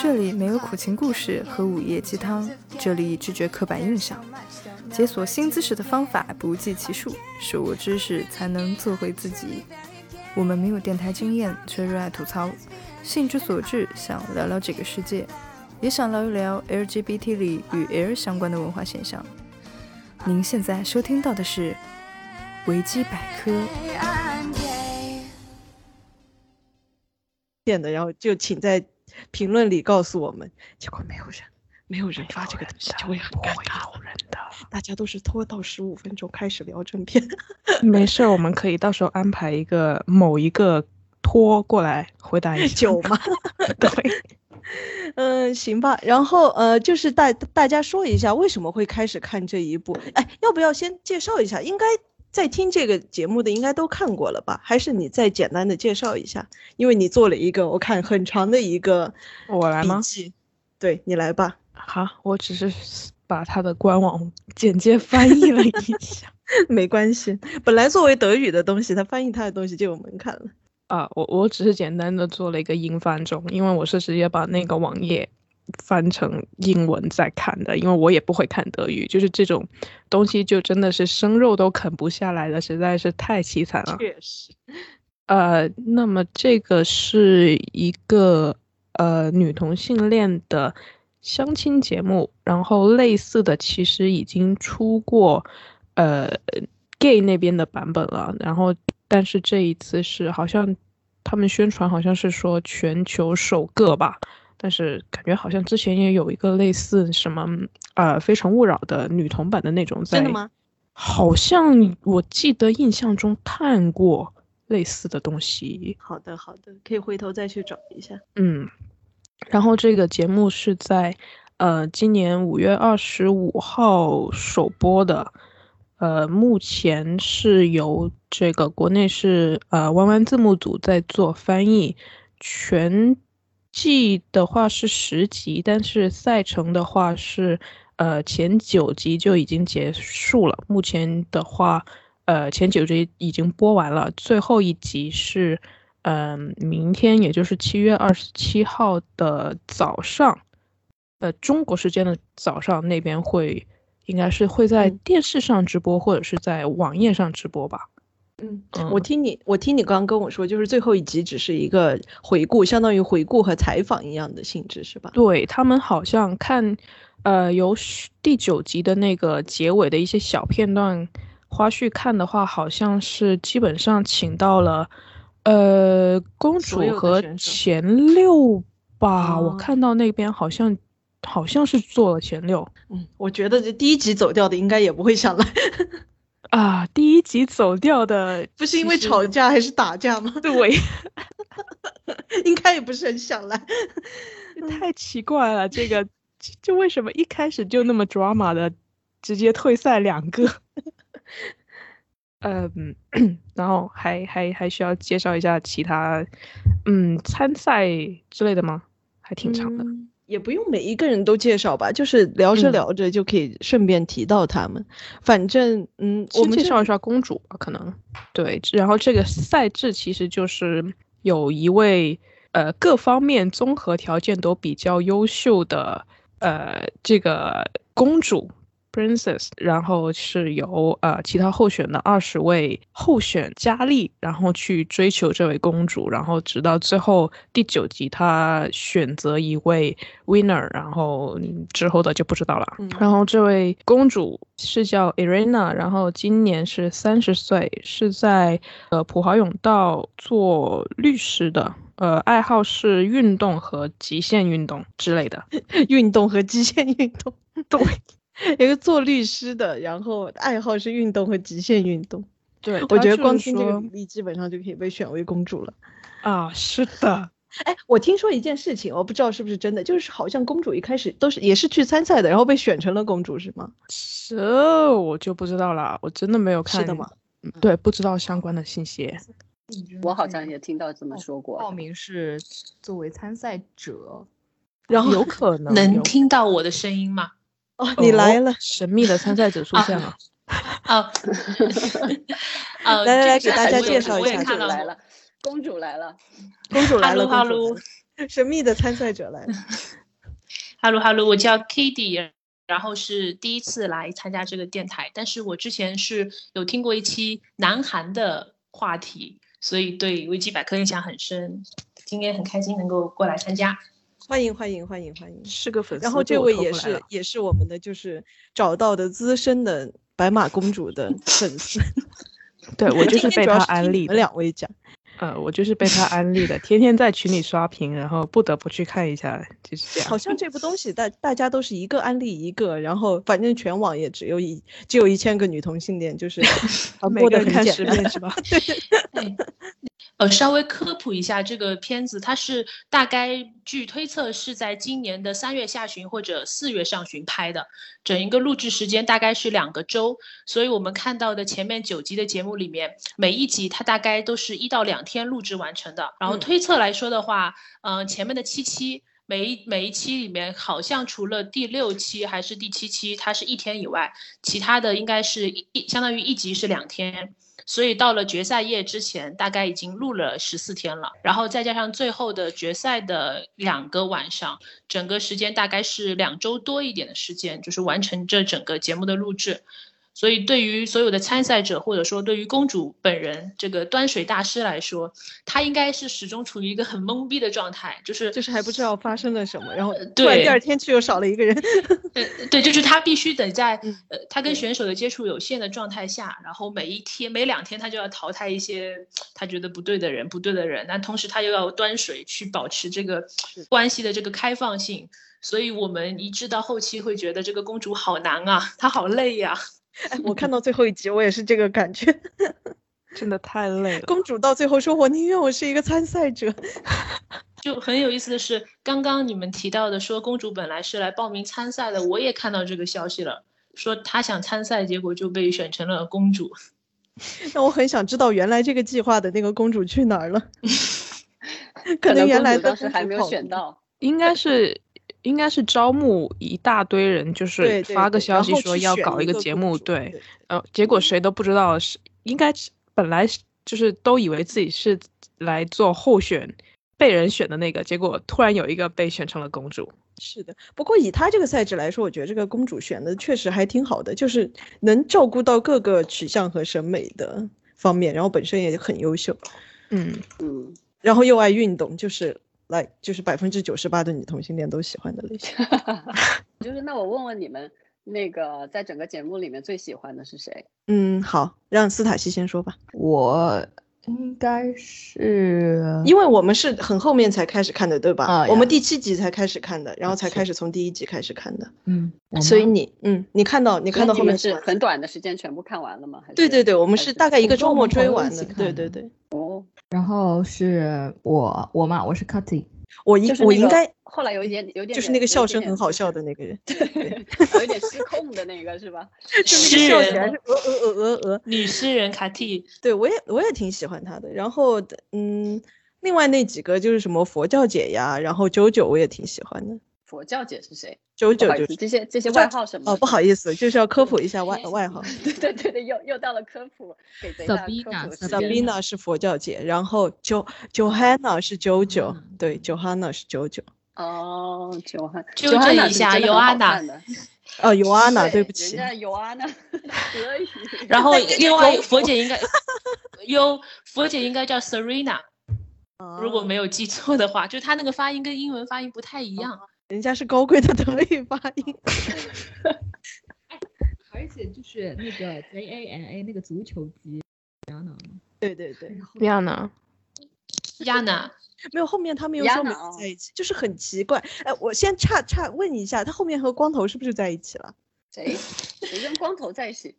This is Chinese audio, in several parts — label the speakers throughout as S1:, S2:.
S1: 这里没有苦情故事和午夜鸡汤，这里只觉刻板印象。解锁新姿势的方法不计其数，手握知识才能做回自己。我们没有电台经验，却热爱吐槽，兴之所至想聊聊这个世界，也想聊一聊 LGBT 里与 L 相关的文化现象。您现在收听到的是维基百科。
S2: 变的，然后就请在评论里告诉我们。结果没有人，没有人发这个东西，就会很尴尬。
S3: 人的，
S2: 大家都是拖到十五分钟开始聊正 片。
S3: 没事儿，我们可以到时候安排一个某一个托过来回答一下。
S2: 酒嘛，
S3: 对，
S2: 嗯，行吧。然后呃，就是大大家说一下为什么会开始看这一部？哎，要不要先介绍一下？应该在听这个节目的应该都看过了吧？还是你再简单的介绍一下？因为你做了一个我看很长的一个
S3: 我来
S2: 笔
S3: 吗？
S2: 记，对你来吧。
S3: 好，我只是把他的官网简介翻译了一下。
S2: 没关系，本来作为德语的东西，它翻译它的东西就有门槛了。
S3: 啊，我我只是简单的做了一个英翻中，因为我是直接把那个网页翻成英文再看的，因为我也不会看德语，就是这种东西就真的是生肉都啃不下来了，实在是太凄惨了。
S2: 确实，
S3: 呃，那么这个是一个呃女同性恋的相亲节目，然后类似的其实已经出过呃 gay 那边的版本了，然后但是这一次是好像他们宣传好像是说全球首个吧，但是感觉好像之前也有一个类似什么呃《非诚勿扰》的女同版的那种在
S2: 真的吗？
S3: 好像我记得印象中看过类似的东西，
S2: 好的，好的，可以回头再去找一下。
S3: 嗯，然后这个节目是在呃今年五月二十五号首播的，呃，目前是由这个国内是呃弯弯字幕组在做翻译，全季的话是十集，但是赛程的话是呃前九集就已经结束了，目前的话呃前九集已经播完了，最后一集是。嗯，明天也就是七月二十七号的早上，呃，中国时间的早上那边会应该是会在
S2: 嗯
S3: 电视上直播，或者是在网页上直播吧。
S2: 嗯，
S3: 嗯
S2: 我听你，我听你刚刚跟我说，就是最后一集只是一个回顾，相当于回顾和采访一样的性质，是吧？
S3: 对他们好像看，呃，由十第九集的那个结尾的一些小片段花絮看的话，好像是基本上请到了，呃，公
S2: 所
S3: 主
S2: 有的
S3: 和
S2: 选手
S3: 前六吧。我
S2: 哦
S3: 看到那边好像好像是做了前六。
S2: 嗯，我觉得这第一集走掉的应该也不会想来，
S3: 啊，第一集走掉的
S2: 不是因
S3: 其
S2: 为
S3: 实
S2: 吵架还是打架吗？
S3: 对，
S2: 应该也不是很想来。嗯
S3: 太奇怪了，这个就就为什么一开始就那么 drama 的，直接退赛两个？ 嗯，然后还还还需要介绍一下其他，嗯，参赛之类的吗？还挺长的。
S2: 嗯也不用每一个人都介绍吧，就是聊着
S3: 嗯
S2: 聊着就可以顺便提到他们。反正，嗯，我
S3: 先
S2: 们
S3: 介
S2: 这
S3: 绍一
S2: 里
S3: 下公主吧，可能对。然后这个赛制其实就是有一位呃各方面综合条件都比较优秀的呃这个公主 princess，然后是由呃其他候选的二十位候选佳丽，然后去追求这位公主，然后直到最后第九集她选择一位 winner，然后嗯之后的就不知道了。
S2: 嗯
S3: 然后这位公主是叫 Irina，然后今年是三十岁，是在呃普华永道做律师的，呃爱好是运动和极限运动之类的。
S2: 运动和极限运动，
S3: 对，
S2: 一个做律师的，然后爱好是运动和极限运动。
S3: 对，
S2: 我
S3: 她
S2: 觉得
S3: 就是
S2: 光听这个
S3: 说
S2: 履历，基本上就可以被选为公主了。
S3: 啊，是的，
S2: 哎，我听说一件事情，我不知道是不是真的，就是好像公主一开始都是也是去参赛的，然后被选成了公主，是吗？
S3: 这我就不知道了，我真的没有看。
S2: 是的吗？
S3: 嗯？对，不知道相关的信息。
S4: 我
S2: 嗯
S4: 好像也听到
S2: 哦
S4: 这么说过。
S5: 报名是作为参赛者，
S2: 然后
S3: 有可能有
S6: 能听到我的声音吗？
S2: 哦，你
S3: 哦
S2: 来了，啊
S3: 神秘的参赛者出现了。
S6: 哦，呃，
S2: 来来来
S6: 这
S2: 给
S6: 个
S2: 大家
S6: 是我也
S2: 介绍一
S6: 我也
S2: 下
S4: 公
S6: 看
S4: 主
S6: 到
S4: 来
S6: 过
S4: 了，公主来了，
S2: 公主来
S6: 哈
S2: 了，
S6: 喽哈
S2: 公主
S6: 喽
S2: 来了，神秘的参赛者来了。
S6: Hello Hello，我叫 Kitty，然后是第一次来参加这个电台，但是我之前是有听过一期南韩的话题，所以对维基百科印象很深。今天很开心能够过来参加，
S2: 欢迎欢迎欢迎欢迎！
S3: 是个粉丝被我偷过来了。
S2: 然后这位也是也是我们的就是找到的资深的白马公主的粉丝，
S3: 对 我就是
S2: 今天
S3: 被
S2: 主要
S3: 他
S2: 是听
S3: 安利
S2: 你
S3: 的
S2: 们。两位讲，
S3: 呃，我就是被他安利的，天天在群里刷屏，然后不得不去看一下，就是这样。
S2: 好像这部东西大大家都是一个安利一个，然后反正全网也只有一只有一千个女同性恋， 就是传
S3: 每
S2: 播
S3: 个
S2: 的
S3: 人看
S2: 很
S3: 十
S2: 简单。
S3: 遍 是吧？
S6: 哎呃，稍微科普一下这个片子，它是大概据推测是在今年的三月下旬或者四月上旬拍的，整一个录制时间大概是两个周，所以我们看到的前面九集的节目里面，每一集它大概都是一到两天录制完成的。然后
S2: 嗯
S6: 推测来说的话，嗯、前面的七期。每一每一期里面，好像除了第六期还是第七期，它是一天以外，其他的应该是一一相当于一集是两天，所以到了决赛夜之前，大概已经录了十四天了，然后再加上最后的决赛的两个晚上，整个时间大概是两周多一点的时间，就是完成这整个节目的录制。所以，对于所有的参赛者，或者说对于公主本人这个端水大师来说，她应该是始终处于一个很懵逼的状态，就是
S2: 就是还不知道发生了什么，然后
S3: 呃
S2: 突然
S6: 对
S2: 第二天却又少了一个人，
S6: 对呃对，就是他必须得在
S2: 嗯
S6: 呃，他跟选手的接触有限的状态下，然后每一天、每两天他就要淘汰一些他觉得不对的人、不对的人，但同时他又要端水去保持这个关系的这个开放性。所以我们一致到后期会觉得这个公主好难啊，她好累呀、
S2: 哎我看到最后一集，我也是这个感 觉。
S3: 真的太累了。
S2: 公主到最后说：“我宁愿我是一个参赛者。
S6: 就很有意思的是，刚刚你们提到的说公主本来是来报名参赛的，我也看到这个消息了，说她想参赛，结果就被选成了公主。”
S2: 那我很想知道，原来这个计划的那个公主去哪 儿了？可
S4: 可
S2: 能
S4: 能
S2: 原
S4: 公
S2: 来
S4: 主
S2: 的
S4: 当时还没有选到，
S3: 应该是应该是招募一大堆人，就
S2: 对
S3: 是
S2: 对
S3: 发个
S2: 对
S3: 消
S2: 然
S3: 息
S2: 后
S3: 说
S2: 去
S3: 要
S2: 选
S3: 搞
S2: 一
S3: 个
S2: 个
S3: 节
S2: 公
S3: 目，
S2: 主
S3: 对，呃，结果谁都不知道是应该是本来是就是都以为自己是来做候选被人选的那个，结果突然有一个被选成了公主。
S2: 是的，不过以她这个赛制来说，我觉得这个公主选的确实还挺好的，就是能照顾到各个取向和审美的方面，然后本身也很优秀，
S3: 嗯，
S4: 嗯，
S2: 然后又爱运动，就是来就是百分之九十八的女同性恋都喜欢的类型。
S4: 就是那我问问你们，那个在整个节目里面最喜欢的是谁？
S2: 嗯，好，让斯塔西先说吧，
S5: 我应该是
S2: 因为我们是很后面才开始看的，对吧？
S5: 啊
S2: 我们
S5: 呀
S2: 第七集才开始看的，然后才
S5: 是
S2: 开始从第一集开始看的。
S5: 嗯，我
S2: 所以
S5: 妈
S2: 你嗯，你看到你看
S4: 那
S2: 到
S4: 你
S2: 后
S4: 们
S2: 面
S4: 是
S2: 完
S4: 很短的时间全部看完了吗？还是
S2: 对对对，我们
S4: 还
S2: 是大概一
S5: 我
S2: 个
S5: 跟
S2: 周
S5: 我
S2: 末
S5: 们朋
S2: 追
S5: 友一
S2: 完
S5: 起
S2: 的。
S5: 看
S2: 对对
S5: 的
S2: 对，
S4: 哦，
S5: 然后是我我嘛，我是 Cutty，
S2: 我应
S4: 就是
S2: 我
S4: 那
S2: 应
S4: 个
S2: 该
S4: 后来有一点有点
S2: 就是
S4: 点
S2: 那个
S4: 有
S2: 笑
S4: 一点
S2: 声
S4: 点
S2: 很好
S4: 就是
S2: 笑的那个人，
S4: 有一点失控的那个是吧？
S2: 就
S6: 诗
S2: 那个笑起来
S6: 人
S2: 是鹅鹅鹅鹅鹅。
S6: 女诗人卡蒂，
S2: 对我也我也挺喜欢他的。然后嗯，另外那几个就是什么佛教姐呀，然后九九我也挺喜欢的。
S4: 佛教姐是谁？
S2: 九
S4: 不
S2: 九
S4: 好
S2: 就
S4: 意思，
S2: 是
S4: 这些这些
S2: 不知
S4: 外
S2: 道
S4: 号什么的？
S2: 哦，不好意思，就是要科普一下外外号。
S4: 对对对对，又又到了科普，给贼大的科
S5: Sabina，
S4: 普
S5: Sabina
S4: 时间。
S2: Sabina 是佛教姐，然后 Jo Johanna 是九九
S5: 嗯，
S2: 对，Johanna 是九九。
S4: 哦，九汉，
S6: 纠
S4: 九汉
S6: 正
S4: 娜
S6: 一
S4: 是
S6: 下
S4: 真的
S6: 尤
S4: 很好
S6: 安娜
S4: 看的
S2: 哦，Joanna，对
S4: 对
S2: 不起。
S4: 人家 尤安娜可以。
S6: 然后另外佛姐应该，有佛姐应该叫 Serena，如果
S2: 啊
S6: 没有记错的话，就她那个发音跟英文发音不太一样。
S2: 人家是高贵的德语发音。
S5: 而且就是那个 J A N A 那个足球机，
S2: 对对对，
S3: 这样呢？
S6: 亚娜，
S2: 没有后面他们又
S4: 亚
S2: 说没
S4: 娜哦
S2: 在一起，就是很奇怪。哎，我先岔岔问一下，他后面和光头是不是在一起了？
S4: 谁谁跟光头在一起？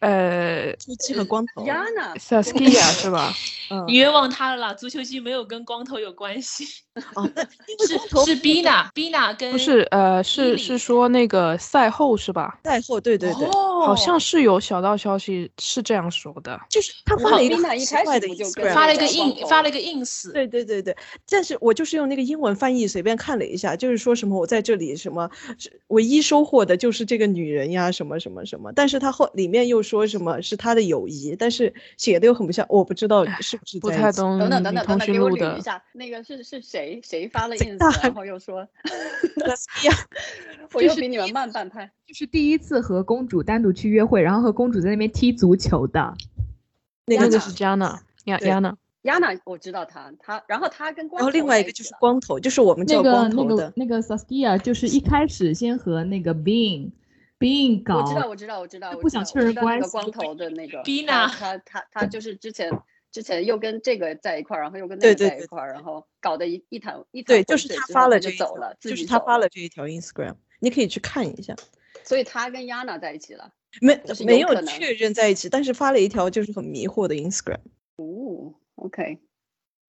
S3: 呃
S2: 初期和光头，
S4: 亚娜，
S3: ，Saskia 是吧？
S2: 嗯
S6: 你，冤枉她了啦！足球机没有跟光头有关系，
S2: 哦， 那因为
S6: 是
S2: 光头
S6: 是 Bina，Bina 跟
S3: 不是，呃，
S6: 伊
S3: 是
S6: 里
S3: 是说那个赛后是吧？
S2: 在后，对对对，
S6: 哦，
S3: 好像是有小道消息是这样说的。
S2: 就是他
S4: 我
S2: 发
S4: 好
S2: 了一个
S4: 冰
S2: 很
S4: 娜一
S2: 奇
S4: 开
S2: 怪
S4: 始
S2: 的
S4: 不就
S2: Instagram，
S4: 跟
S6: 发了一个
S4: 叫光头
S6: ins，发了一个 ins，
S2: 对对对对，但是我就是用那个英文翻译随便看了一下，就是说什么我在这里什么，是唯一收获的就是这个女人呀，什么什么什么。但是他后里面又说什么是他的友谊，但是写的又很不像，我不知道是不是
S3: 不
S2: 在
S3: 太
S2: 一 起
S3: 懂
S4: 等等
S3: 女
S4: 等等等
S3: 通
S4: 等，
S3: 讯
S4: 给我
S3: 录
S4: 捋一
S3: 的，
S4: 下，那个是是谁谁发了
S2: 这
S4: ins，
S2: 大
S4: 然后又说，
S2: 呀
S4: 我
S5: 这
S4: 又
S5: 是
S4: 比你们慢半拍。
S5: 就是第一次和公主单独去约会，然后和公主在那边踢足球的。
S2: 那
S3: 那
S2: 个
S3: 个
S2: 就是
S3: Jana 亚
S2: 对
S3: 亚娜，
S4: 亚娜，我知道她，她，然后她跟光
S2: 然后
S4: 头
S2: 另外一
S4: 在
S2: 个
S4: 起
S2: 就是
S4: 了
S2: 光头，就是我们
S5: 那
S2: 叫
S5: 个
S2: 光
S5: 那
S2: 头
S5: 个
S2: 的，
S5: 那个 Saskia 就是一开始先和那个 Bean Bean 搞，
S4: 我知道，我知道，我知道，
S5: 就
S4: 我
S5: 不
S4: 知
S5: 想
S4: 道
S5: 确
S4: 我
S5: 认
S4: 知道那
S5: 关
S4: 个
S5: 系
S4: 光头的那个
S6: 逼
S4: 他
S6: 呢
S4: 他他他就是之前之前又跟这个在一块儿，然后又跟那
S2: 对
S4: 个
S2: 对
S4: 在一
S2: 对
S4: 块儿，然后搞得一一团一团
S2: 对，就
S4: 浑
S2: 是
S4: 水
S2: 他
S4: 之后
S2: 发了
S4: 就
S2: 这一
S4: 走
S2: 条
S4: 了，自
S2: 就是
S4: 己
S2: 他
S4: 走
S2: 发了，这一条 Instagram，你可以去看一下，
S4: 所以他跟亚娜在一起了。
S2: 没
S4: 就是
S2: 没
S4: 有
S2: 有
S4: 可能
S2: 确认在一起，但是发了一条就是很迷惑的 Instagram。
S4: OK，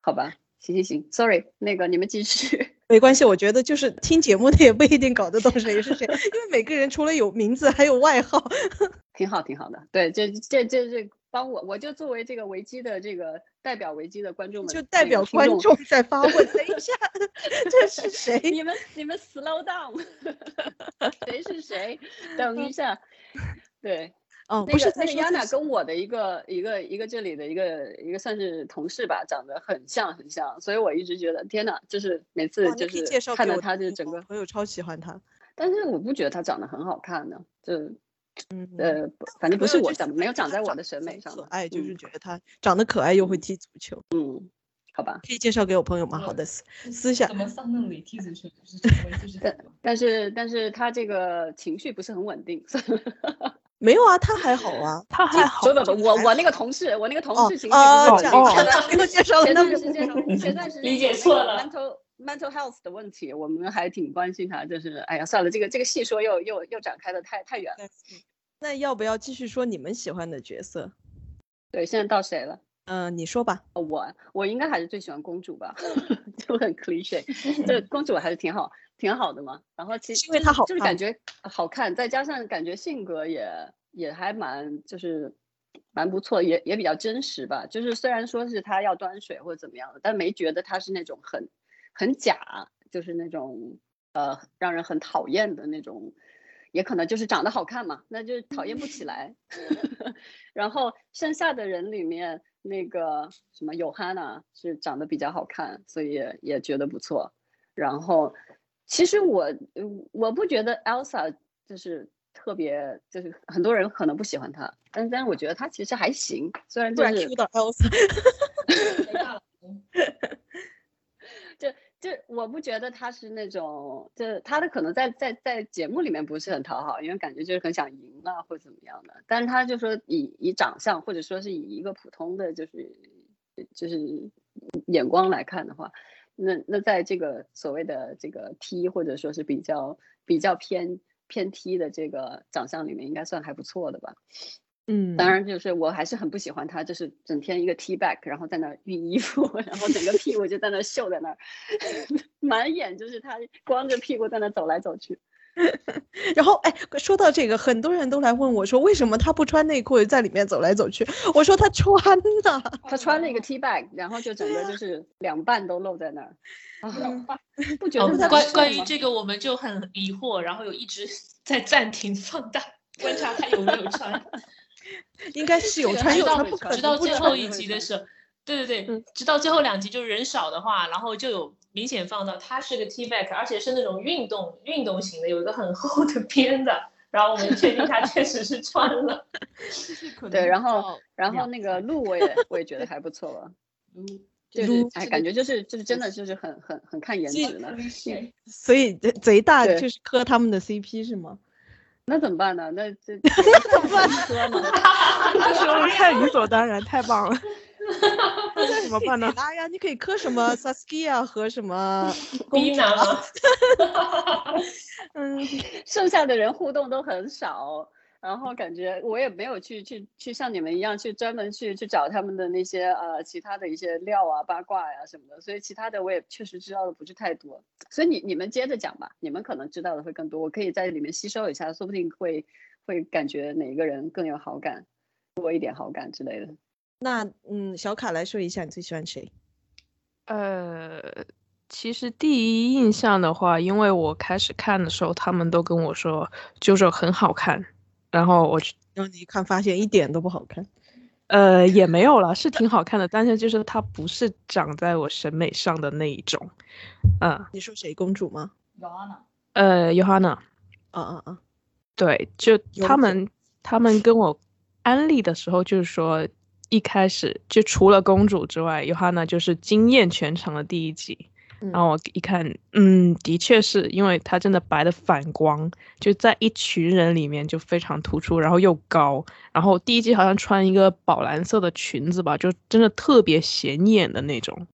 S4: 好吧，行行行，Sorry，那个你们继续。
S2: 没关系，我觉得就是听节目的也不一定搞得懂谁是谁，因为每个人除了有名字，还有外号。
S4: 挺好，挺好的。对，这这这这帮我，我就作为这个维基的这个代表维基的观众们，
S2: 就代
S4: 那个
S2: 表
S4: 听
S2: 观众在发 问。等一下，这是谁？
S4: 你们你们 slow down，谁是谁？等一下， 对，
S2: 哦，
S4: 那
S2: 不是
S4: 个
S2: 在
S4: 那个
S2: 说
S4: 亚
S2: 自
S4: 娜
S2: 己
S4: 跟我的一个一个一个这里的一个一个算是同事吧，长得很像很像，所以我一直觉得天呐，就是每次
S2: 哇
S4: 就
S2: 哦你可以
S4: 是
S2: 介绍
S4: 看
S2: 给
S4: 到
S2: 我
S4: 她就
S2: 听
S4: 整
S2: 我
S4: 个，
S2: 朋友超喜欢他。
S4: 但是我不觉得她长得很好看呢，就
S2: 嗯，
S4: 呃，不反正不
S2: 朋
S4: 是
S2: 友
S4: 我
S2: 就
S4: 长
S2: 喜
S4: 没有
S2: 欢
S4: 长
S2: 他
S4: 在我
S2: 长
S4: 的
S2: 得
S4: 审美
S2: 很
S4: 上
S2: 可
S4: 的，
S2: 爱就是
S4: 嗯
S2: 觉得他长得可爱又会踢足球，
S4: 嗯，好吧，
S2: 可以介绍给我朋友吗？
S5: 我
S2: 好的，私
S4: 嗯
S2: 私下
S5: 怎么上那里踢足球？就是成为就是
S4: 对但是但是她这个情绪不是很稳定，所以
S2: 没有啊，他还好啊。
S3: 他还好
S4: 不，不不，我
S2: 还
S4: 我那个同事，我那个同
S2: 哦
S4: 事情绪不
S2: 哦
S4: 是
S3: 好
S4: 很
S2: 这
S4: 稳
S2: 样这样
S4: 定
S2: 给我介绍了
S4: 前
S2: 那
S4: 段
S2: 么
S4: 时间，前段时间
S6: 理解
S4: 有那
S6: 错
S4: 个
S6: 了
S4: mental mental health 的问题，我们还挺关心他。就是哎呀，算了，这个这个细说又又又展开的太太远了。
S2: 嗯那要不要继续说你们喜欢的角色？
S4: 对，现在到谁了？
S2: 嗯、你说吧。
S4: 呃我我应该还是最喜欢公主吧， 就很 cliche，这 公主还是挺好，挺好的嘛。然后其
S2: 是
S4: 实
S2: 因为她好
S4: 就是
S2: 看
S4: 感觉好看，再加上感觉性格也也还蛮就是蛮不错，也也比较真实吧。就是虽然说是她要端水或者怎么样的，但没觉得她是那种很很假，就是那种呃让人很讨厌的那种。也可能就是长得好看嘛，那就讨厌不
S2: 嗯
S4: 起来。然后剩下的人里面，那个什么有哈娜是长得比较好看，所以也也觉得不错。然后其实我呃我不觉得 Elsa 就是特别，就是很多人可能不喜欢她，但但是我觉得她其实还行，虽然
S2: 突
S4: 就
S2: 然
S4: 是
S2: Q 到 Elsa，
S4: 就就我不觉得他是那种，就他的可能在在在节目里面不是很讨好，因为感觉就是很想赢啊或者怎么样的，但是他就说以以长相或者说是以一个普通的就是就是眼光来看的话，那那在这个所谓的这个 T 或者说是比较比较偏偏 T 的这个长相里面，应该算还不错的吧。
S3: 嗯，
S4: 当然，就是我还是很不喜欢他，就是整天一个 T back，然后在那儿熨衣服， 然后整个屁股就在那儿秀在那儿， 满眼就是他光着屁股在那儿走来走去。
S2: 然后哎，说到这个，很多人都来问我说，为什么他不穿内裤在里面走来走去？我说他穿呐、
S4: 他穿了一个 T back，然后就整个就是两半都露在那儿，啊，不觉
S6: 哦
S4: 得他
S6: 关
S4: 是
S6: 关于
S4: 吗
S6: 这个我们就很疑惑，然后有一直在暂停放大观察他有没有穿。
S2: 应该是有
S4: 这个
S2: 穿，
S4: 还
S2: 有
S4: 到
S2: 他
S4: 尾
S2: 不
S4: 穿
S2: 可
S6: 直
S2: 能
S6: 到
S2: 不
S6: 最
S2: 穿。
S6: 后一集的时候，对对
S2: 嗯
S6: 对，直到最后两集就是人少的话，然后就有明显放到他是个 T back，而且是那种运动运动型的，有一个很厚的边的，然后我们确定他确实是穿了。
S4: 对，然
S6: 哦
S4: 后然后
S5: 两
S4: 那个鹿我也我也觉得还不错 啊，就是
S2: 鹿
S4: 哎，感觉就是就是真的就是很很很看颜值呢。
S6: 嗯
S2: 所以贼贼大
S4: 对
S2: 就是磕他们的 CP 是吗？
S4: 那怎么办呢？那这怎么办？说呢？
S3: 这时候太理所当然，太 棒了，那怎么办呢？
S2: 哎拉呀，你可以磕什么 Saskia 和什么
S6: 逼男吗？
S2: 嗯，
S4: 剩下的人互动都很少，然后感觉我也没有去去去像你们一样去专门去去找他们的那些呃其他的一些料啊八卦呀、什么的，所以其他的我也确实知道的不是太多。所以你你们接着讲吧，你们可能知道的会更多，我可以在里面吸收一下，说不定会会感觉哪一个人更有好感，多一点好感之类的。
S2: 那嗯，小卡来说一下你最喜欢谁？
S3: 呃，其实第一印象的话，因为我开始看的时候，他们都跟我说就是很好看，然后我就
S2: 然后你一看发现一点都不好看。
S3: 呃，也没有啦，是挺好看的，但是就是它不是长在我审美上的那一种，嗯，
S2: 你说谁公主吗？
S3: 呃，Johanna，
S2: 啊啊啊！
S3: 对，就
S2: 有
S3: 他
S2: 可
S3: 们他们跟我安利的时候，就是说一开始就除了公主之外，Johanna 就是惊艳全场的第一集。
S2: 嗯
S3: 然后我一看，嗯，的确是因为她真的白的反光，就在一群人里面就非常突出，然后又高，然后第一季好像穿一个宝蓝色的裙子吧，就真的特别显眼的那种。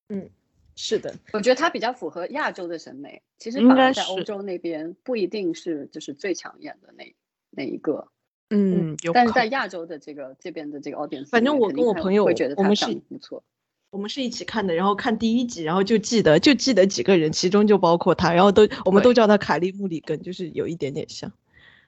S2: 是的，
S4: 我觉得它比较符合亚洲的审美，其实
S3: 应
S4: 反
S3: 该
S4: 而在欧
S3: 是
S4: 洲那边不一定是就是最抢眼的那那一个，
S3: 嗯，有
S4: 但是
S3: 可
S4: 在
S3: 能
S4: 亚洲的这个这边的这个 audience，
S2: 反正
S4: 里面
S2: 我跟
S4: 肯定
S2: 我
S4: 看
S2: 朋友
S4: 会觉得
S2: 我
S4: 它
S2: 们
S4: 长
S2: 是
S4: 得不错，
S2: 我们是一起看的，然后看第一集，然后就记得就记得几个人，其中就包括她，然后都我们都
S3: 对
S2: 叫她凯莉穆里根，就是有一点点像，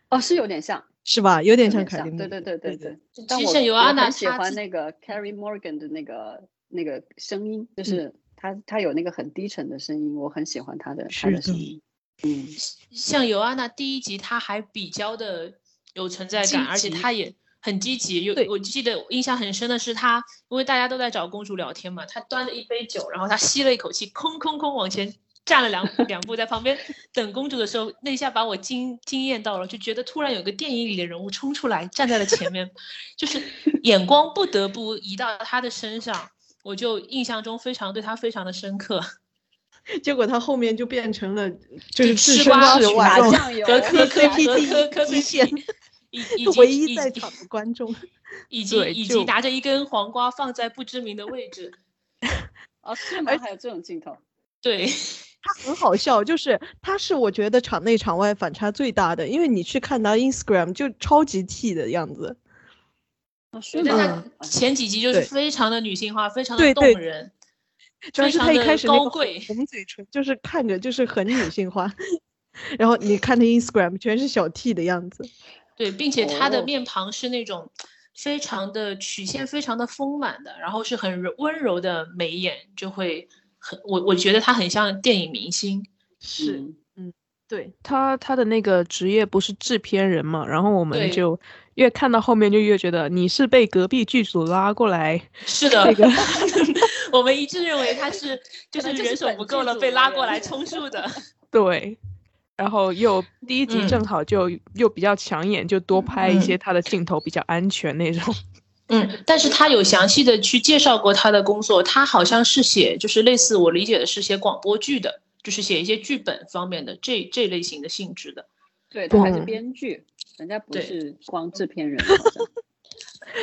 S4: 哦，是有点像，
S2: 是吧？有点
S4: 有
S2: 像
S4: 点
S2: 凯莉
S4: 像，
S2: 穆
S4: 对
S2: 里
S4: 对
S2: 根。
S4: 对
S2: 对
S4: 对。但
S6: 之
S4: 我
S6: 前有
S4: 我
S6: 安娜
S4: 很喜
S6: 她
S4: 欢
S6: 自
S4: 那个 Carrie Morgan 的那个那个声音，就是她她有那个很低沉的声音，我很喜欢她的她
S3: 是
S4: 的声
S3: 的
S4: 音，嗯，
S6: 像尤安娜第一集，她还比较的有存在
S3: 积
S6: 感，而且
S3: 极
S6: 她也很积极。有
S3: 对
S6: 我记得印象很深的是她，因为大家都在找公主聊天嘛，她端了一杯酒，然后她吸了一口气，空空空往前站了两两步，在旁边等公主的时候，那一下把我惊惊艳到了，就觉得突然有个电影里的人物冲出来站在了前面，就是眼光不得不移到她的身上，我就印象中非常对她非常的深刻。
S2: 结果她后面就变成了就是
S6: 吃
S2: 置身
S6: 瓜
S2: 事
S6: 群
S2: 外
S4: 打
S6: 众
S4: 酱油
S6: 和科科
S2: CP
S6: 和科科
S2: 一线
S6: 比以以 及
S2: 唯一
S6: 以
S2: 在场的观众。
S6: 以及
S3: 对
S6: 以及
S3: 就
S6: 拿着一根黄瓜放在不知名的位置，
S4: 哦是吗？还有这种镜头，
S6: 对，
S2: 他很好笑，就是他是我觉得场内场外反差最大的，因为你去看他 Instagram 就超级 T 的样子，
S4: 哦是
S6: 但
S4: 吗
S6: 他？前几集就是
S2: 对
S6: 非常的女性化，非常
S2: 对
S6: 的动
S2: 对
S6: 人，
S2: 主要
S6: 非
S2: 是他
S6: 常
S2: 一
S6: 的
S2: 开始那
S6: 高
S2: 个
S6: 贵
S2: 红嘴唇，就是看着就是很女性化， 然后你看他 Instagram 全是小 T 的样子，
S6: 对，并且她的
S4: 哦
S6: 面庞是那种非常的曲线非常的丰满的，然后是很柔温柔的眉眼，就会很我我觉得她很像电影明星，
S2: 是、
S4: 嗯
S2: 对，
S3: 他他的那个职业不是制片人嘛，然后我
S6: 对
S3: 们就越看到后面就越觉得你是被隔壁剧组拉过来，
S6: 是的，
S3: 这个
S6: 我们一致认为他是就
S4: 可
S6: 是
S4: 能就
S6: 人
S4: 是
S6: 手
S4: 本
S6: 不
S4: 剧
S6: 够了，
S4: 组
S6: 被
S4: 的
S6: 拉过
S4: 人
S6: 来充数的。
S3: 对，然后又第一集
S6: 嗯
S3: 正好就、又比较抢眼，就多拍一些他的镜头比较安全那种。
S6: 嗯，但是他有详细的去介绍过他的工作，他好像是写，就是类似我理解的是写广播剧的，就是写一些剧本方面的这这类型的性质的。
S4: 对他还是
S3: 嗯
S4: 编剧，人家不
S6: 对
S4: 是光制片人，好像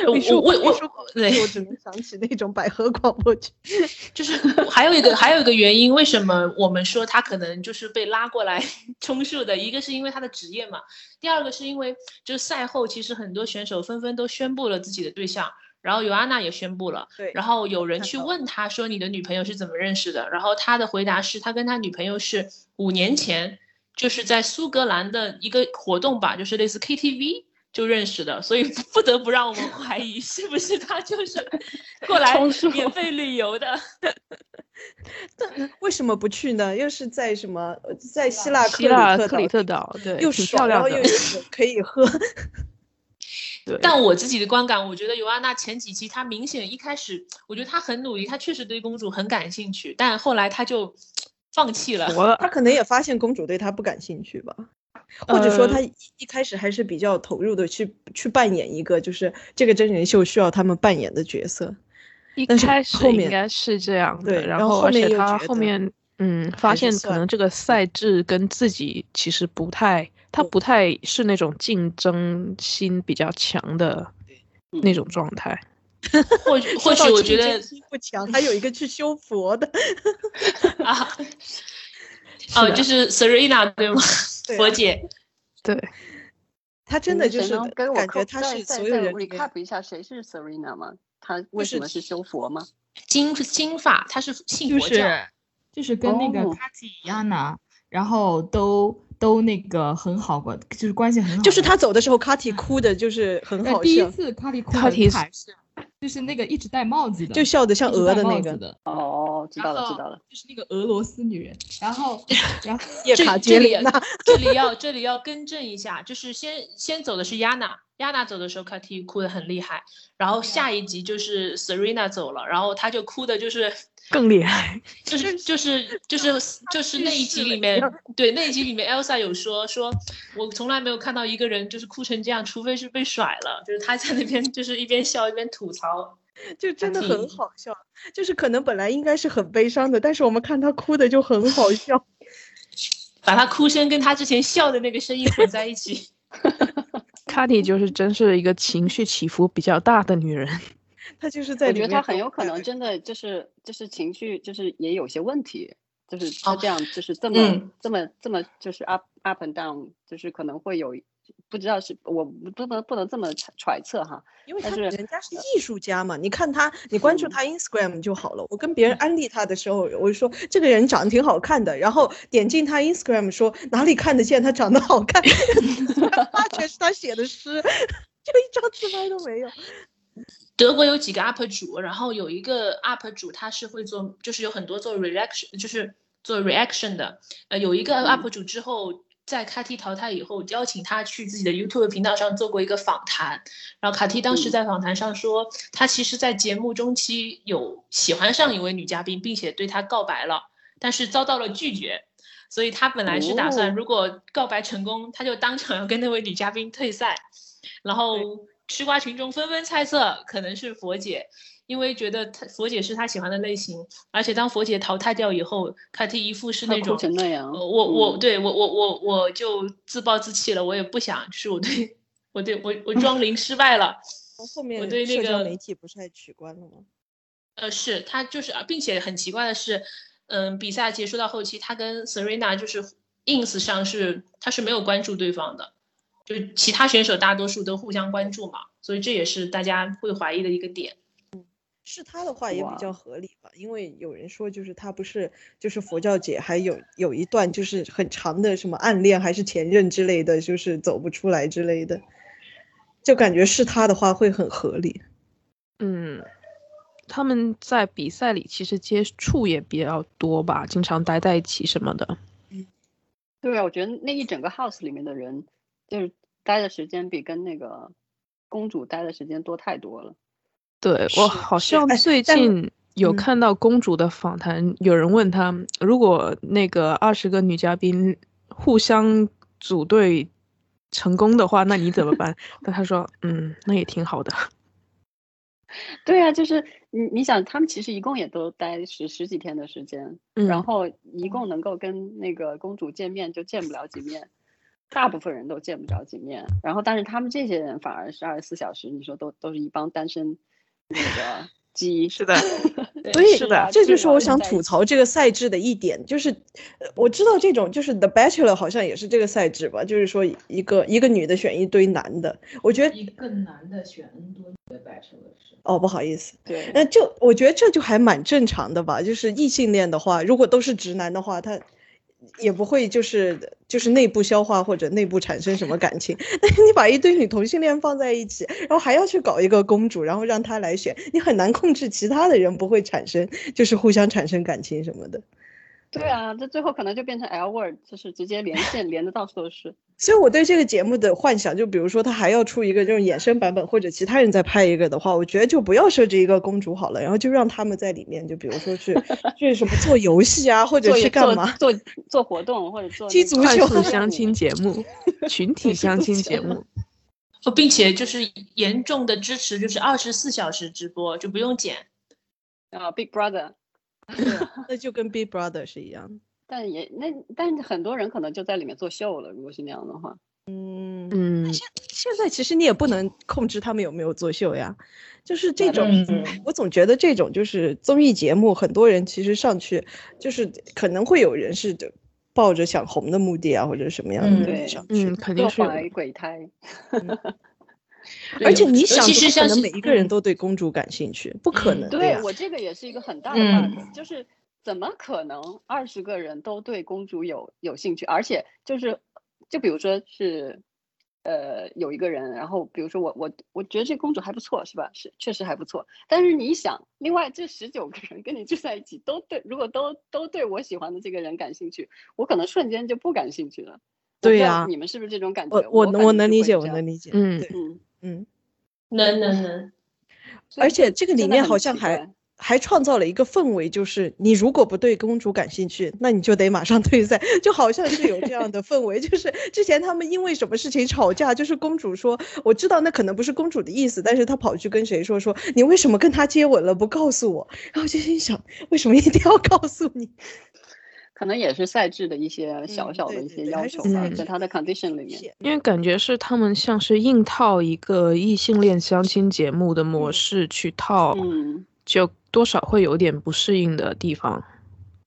S6: 我
S2: 你说
S6: 呃我
S2: 你
S6: 我
S2: 说
S6: 我，对，
S2: 我只能想起那种百合广播 剧，
S6: 就是还有一个还有一个原因，为什么我们说他可能就是被拉过来 充数的？一个是因为他的职业嘛，第二个是因为就是赛后其实很多选手纷纷都宣布了自己的对象，然后尤安娜也宣布了，
S2: 对
S6: 然
S2: 后
S6: 后有人
S2: 看
S6: 去
S2: 到
S6: 问他说你的女朋友是怎么认识的，然后他的回答是他跟他女朋友是五年前就是在苏格兰的一个活动吧，就是类似 KTV。就认识的，所以不不得不让我们怀疑是不是他就是 过来
S4: 充数
S6: 免费旅游的。
S2: 为什么不去呢？又是在什么呃在希腊克
S3: 希腊
S2: 克
S3: 克里
S2: 岛
S3: 特岛，对，
S2: 又
S3: 挺
S2: 爽，
S3: 漂
S2: 然
S3: 亮
S2: 后
S3: 的
S2: 又有，酒可以喝，
S3: 对，
S6: 但我自己的观感，我觉得尤安娜前几期她明显一开始，我觉得她很努力，她确实对公主很感兴趣，但后来她就放弃了。
S3: 活了
S2: 他可能也发现公主对他不感兴趣吧，或者说他
S3: 呃
S2: 一一开始还是比较投入的去去扮演一个就是这个真人秀需要他们扮演的角色。
S3: 一
S2: 但是
S3: 开始
S2: 后面
S3: 应该是这样的，
S2: 对然后
S3: 后
S2: 后
S3: 而且
S2: 面又
S3: 他
S2: 觉
S3: 后
S2: 得
S3: 面嗯
S2: 还
S3: 发
S2: 是
S3: 现可
S2: 算
S3: 能这个赛制跟自己其实不太，他
S2: 对
S3: 不太是那种竞争心比较强的
S2: 嗯
S3: 那种状态。
S6: 或许或
S2: 说
S6: 许
S2: 到
S6: 我
S2: 竞
S6: 觉
S2: 争
S6: 得
S2: 心不强，还有一个去修佛的，
S6: 啊，哦，
S3: 的
S6: 就是 Serena 对吗？
S2: 对啊
S6: 佛姐，
S3: 对，
S2: 他真的就
S4: 谁
S2: 是
S4: 嗯能跟我
S2: 感
S4: 扣
S2: 觉他
S4: 再
S2: 是
S4: 再
S2: 所有
S4: 再
S2: 人里面
S4: recap 一下谁是 Serena 吗？她为
S2: 是
S4: 什么是修佛吗？
S6: 金金发，她是信
S5: 就
S6: 佛教。
S5: 是就是跟那个
S4: 哦
S5: Kathy 一样呢，然后都都那个很好过，就是关系很好。
S2: 就是他走的时候，卡蒂哭的就是很
S7: 哎
S5: 对
S2: 好
S5: 第一
S2: 笑，
S5: 次 Kathy 哭
S3: 他提
S5: 的还是就是那个一直戴帽子的，
S2: 就笑得像
S5: 一直戴
S2: 鹅的那
S5: 帽子
S2: 个
S5: 的，
S4: 哦，知道
S5: 然
S4: 了，
S5: 后
S4: 知道了。
S5: 就是那个俄罗斯女人，然后然 后
S2: 叶
S6: 这
S2: 卡
S6: 这
S2: 捷
S6: 里
S2: 琳娜。
S6: 这里要这里要更正一下，就是先先走的是 Yana，亚娜走的时候 k a t i 哭得很厉害，然后下一集就是 Serena 走了，然后她就哭的就是
S3: 更厉害，
S6: 就是就是就是就是那一集里面，对那一集里面，Elsa 有说说，我从来没有看到一个人就是哭成这样，除非是被甩了，就是她在那边就是一边笑一边吐槽，
S2: 就真的
S6: 挺
S4: 嗯
S2: 很好笑。就是可能本来应该是很悲伤的，但是我们看他哭的就很好笑。
S6: 把她哭声跟她之前笑的那个声音混在一起。
S3: 卡蒂就是真是一个情绪起伏比较大的女人。
S2: 他就是在
S4: 我
S2: 里
S4: 觉得
S2: 面
S4: 他很有
S2: 搞
S4: 可能
S2: 笑
S4: 真的就是就是情绪就是也有些问题，就是
S6: 哦
S4: 他这样就是这么、
S6: 嗯
S4: 这么这么就是 up up and down，就是可能会有不知道是我不不能不能这么揣揣测哈，
S2: 因为他
S4: 但是呃
S2: 人家是艺术家嘛，你看他，你关注
S4: 嗯
S2: 他 Instagram 就好了。我跟别人安利他的时候，我就说这个人长得挺好看的，然后点进他 Instagram 说哪里看得见他长得好 看，发觉是他写的诗， 就一张自拍都 没有。
S6: 德国有几个 UP 主，然后有一个 UP 主他是会做，就是有很多做 reaction，就是做 reaction 的。呃，有
S4: 嗯
S6: 一个 UP 主之后，在卡 a 淘汰以后，邀请他去自己的 YouTube 频道上做过一个访谈。然后卡 a 当时
S4: 嗯
S6: 在访谈上说，他其实，在节目中期有喜欢上一位女嘉宾，并且对她告白了，但是遭到了拒绝。所以他本来是打算，
S4: 哦
S6: 如果告白成功，他就当场要跟那位女嘉宾退赛。然后吃瓜群众纷纷猜测可能是佛姐，因为觉得她佛姐是他喜欢的类型，而且当佛姐淘汰掉以后，卡蒂一副是
S4: 他
S6: 那
S4: 哭
S6: 种，
S4: 成那样，
S6: 呃我我
S4: 嗯
S6: 对我我我我就自暴自弃了，我也不想，就是我对我对我我装零失败了。
S2: 后面
S6: 对那
S2: 社交
S6: 个
S2: 媒体不是还取关了吗？
S6: 呃，是他就是，啊并且很奇怪的是，嗯，比赛结束到后期，他跟 Serena 就是 ins 上是他是没有关注对方的，就是其他选手大多数都互相关注嘛，所以这也是大家会怀疑的一个点。
S2: 是他的话也比
S4: 哇
S2: 较合理吧，因为有人说就是他不是就是佛教界还有有一段就是很长的什么暗恋还是前任之类的，就是走不出来之类的，就感觉是他的话会很合理。
S3: 嗯，他们在比赛里其实接触也比较多吧，经常待在一起什么的。
S4: 对啊，我觉得那一整个 house 里面的人，就是待的时间比跟那个公主待的时间多太多了。
S3: 对
S6: 是
S3: 我好
S6: 是
S3: 像
S2: 哎
S3: 最
S2: 但是
S3: 近有
S2: 嗯
S3: 看到公主的访谈，有人问她，如果那个二十个女嘉宾互相组队成功的话，那你怎么办？但她说，嗯，那也挺好的。
S4: 对啊，就是你你想，他们其实一共也都待十十几天的时间，然
S3: 嗯
S4: 后一共能够跟那个公主见面就见不了几面，大部分人都见不着几面。然后，但是他们这些人反而是二十四小时，你说都都是一帮单身 那个鸡，
S3: 是的，
S6: 对
S2: 所以
S3: 是的
S2: 这
S4: 对
S2: 就是
S4: 吧
S2: 我
S4: 就
S2: 想
S4: 在一
S2: 吐
S4: 起
S2: 槽这个赛制的一点，就是呃我知道这种就是 The Bachelor 好像也是这个赛制吧，就是说一个一个女的选一堆男的，我觉得
S7: 一个男的选 N 多女的 bachelor 是
S2: 哦不好意思，
S4: 对，
S2: 那就我觉得这就还蛮正常的吧，就是异性恋的话，如果都是直男的话，他也不会就是就是内部消化或者内部产生什么感情。 但是你把一堆女同性恋放在一起，然后还要去搞一个公主，然后让她来选，你很难控制其他的人不会产生就是互相产生感情什么的。
S4: 对啊，这最后可能就变成 L word，就是直接连线连的到处都是。
S2: 所以我对这个节目的幻想，就比如说他还要出一个这种衍生版本，或者其他人再拍一个的话，我觉得就不要设置一个公主好了，然后就让他们在里面，就比如说 是是什么做游戏啊，或者
S4: 做
S2: 是
S4: 一
S2: 干嘛？
S4: 做做做活动或者做
S2: 踢
S4: 那
S2: 足
S4: 个
S3: 快
S2: 球
S3: 速
S4: 锻
S3: 相
S4: 炼
S3: 亲节目，群体相亲节目，
S6: 呃并且就是严重的支持就是二十四小时直播，就不用剪。
S4: 啊，Big Brother，
S2: 那就跟 Big Brother 是一样的。
S4: 但也那但是很多人可能就在里面作秀了，如果是那样的话，
S2: 嗯，
S3: 嗯，
S2: 现在其实你也不能控制他们有没有作秀呀，就是这种
S6: 嗯，
S2: 我总觉得这种就是综艺节目，很多人其实上去就是可能会有人是就抱着想红的目的啊，或者什么样
S6: 嗯
S2: 的
S4: 对
S2: 人上去。
S3: 嗯，肯定
S4: 各
S3: 是有的
S4: 怀鬼胎。
S2: 而且你
S6: 尤
S2: 想，
S6: 其
S2: 怎
S6: 是
S2: 么
S6: 像
S2: 可能
S6: 是
S2: 每一个人
S6: 嗯
S2: 都对公主感兴趣，不可
S6: 嗯
S2: 能的嗯
S4: 对
S2: 呀。
S4: 我这个也是一个很大的 bug，、就是怎么可能二十个人都对公主有有兴趣？而且就是，就比如说是，呃，有一个人，然后比如说我我我觉得这公主还不错，是吧？是确实还不错。但是你想，另外这十九个人跟你住在一起，都对，如果都都对我喜欢的这个人感兴趣，我可能瞬间就不感兴趣了。我不
S2: 对
S4: 知道
S2: 呀
S4: 你们是不是这种感觉？
S2: 我我能
S4: 我
S2: 能理解，我
S4: 理
S2: 能理解。
S3: 嗯
S2: 对
S4: 嗯，
S2: 嗯，
S6: 能能能，
S4: 所以
S2: 而且这个里
S4: 真的
S2: 面
S4: 很
S2: 好
S4: 奇
S2: 像还
S4: 怪
S2: 还创造了一个氛围，就是你如果不对公主感兴趣，那你就得马上退赛， 就好像是有这样的氛围。就是之前他们因为什么事情吵架，就是公主说我知道那可能不是公主的意思，但是她跑去跟谁说说你为什么跟他接吻了不告诉我，然后就心想为什么一定要告诉你？
S4: 可能也是赛制的一些小
S2: 嗯
S4: 小
S2: 对
S4: 的一
S2: 对
S4: 些
S2: 对
S4: 要
S2: 还是
S4: 求
S2: 赛
S4: 吧，
S3: 制
S4: 在他的 condition 里面。
S3: 因为感觉是他们像是硬套一个异性恋相亲节目的模
S2: 嗯
S3: 式去套，
S4: 嗯，
S3: 就多少会有点不适应的地方。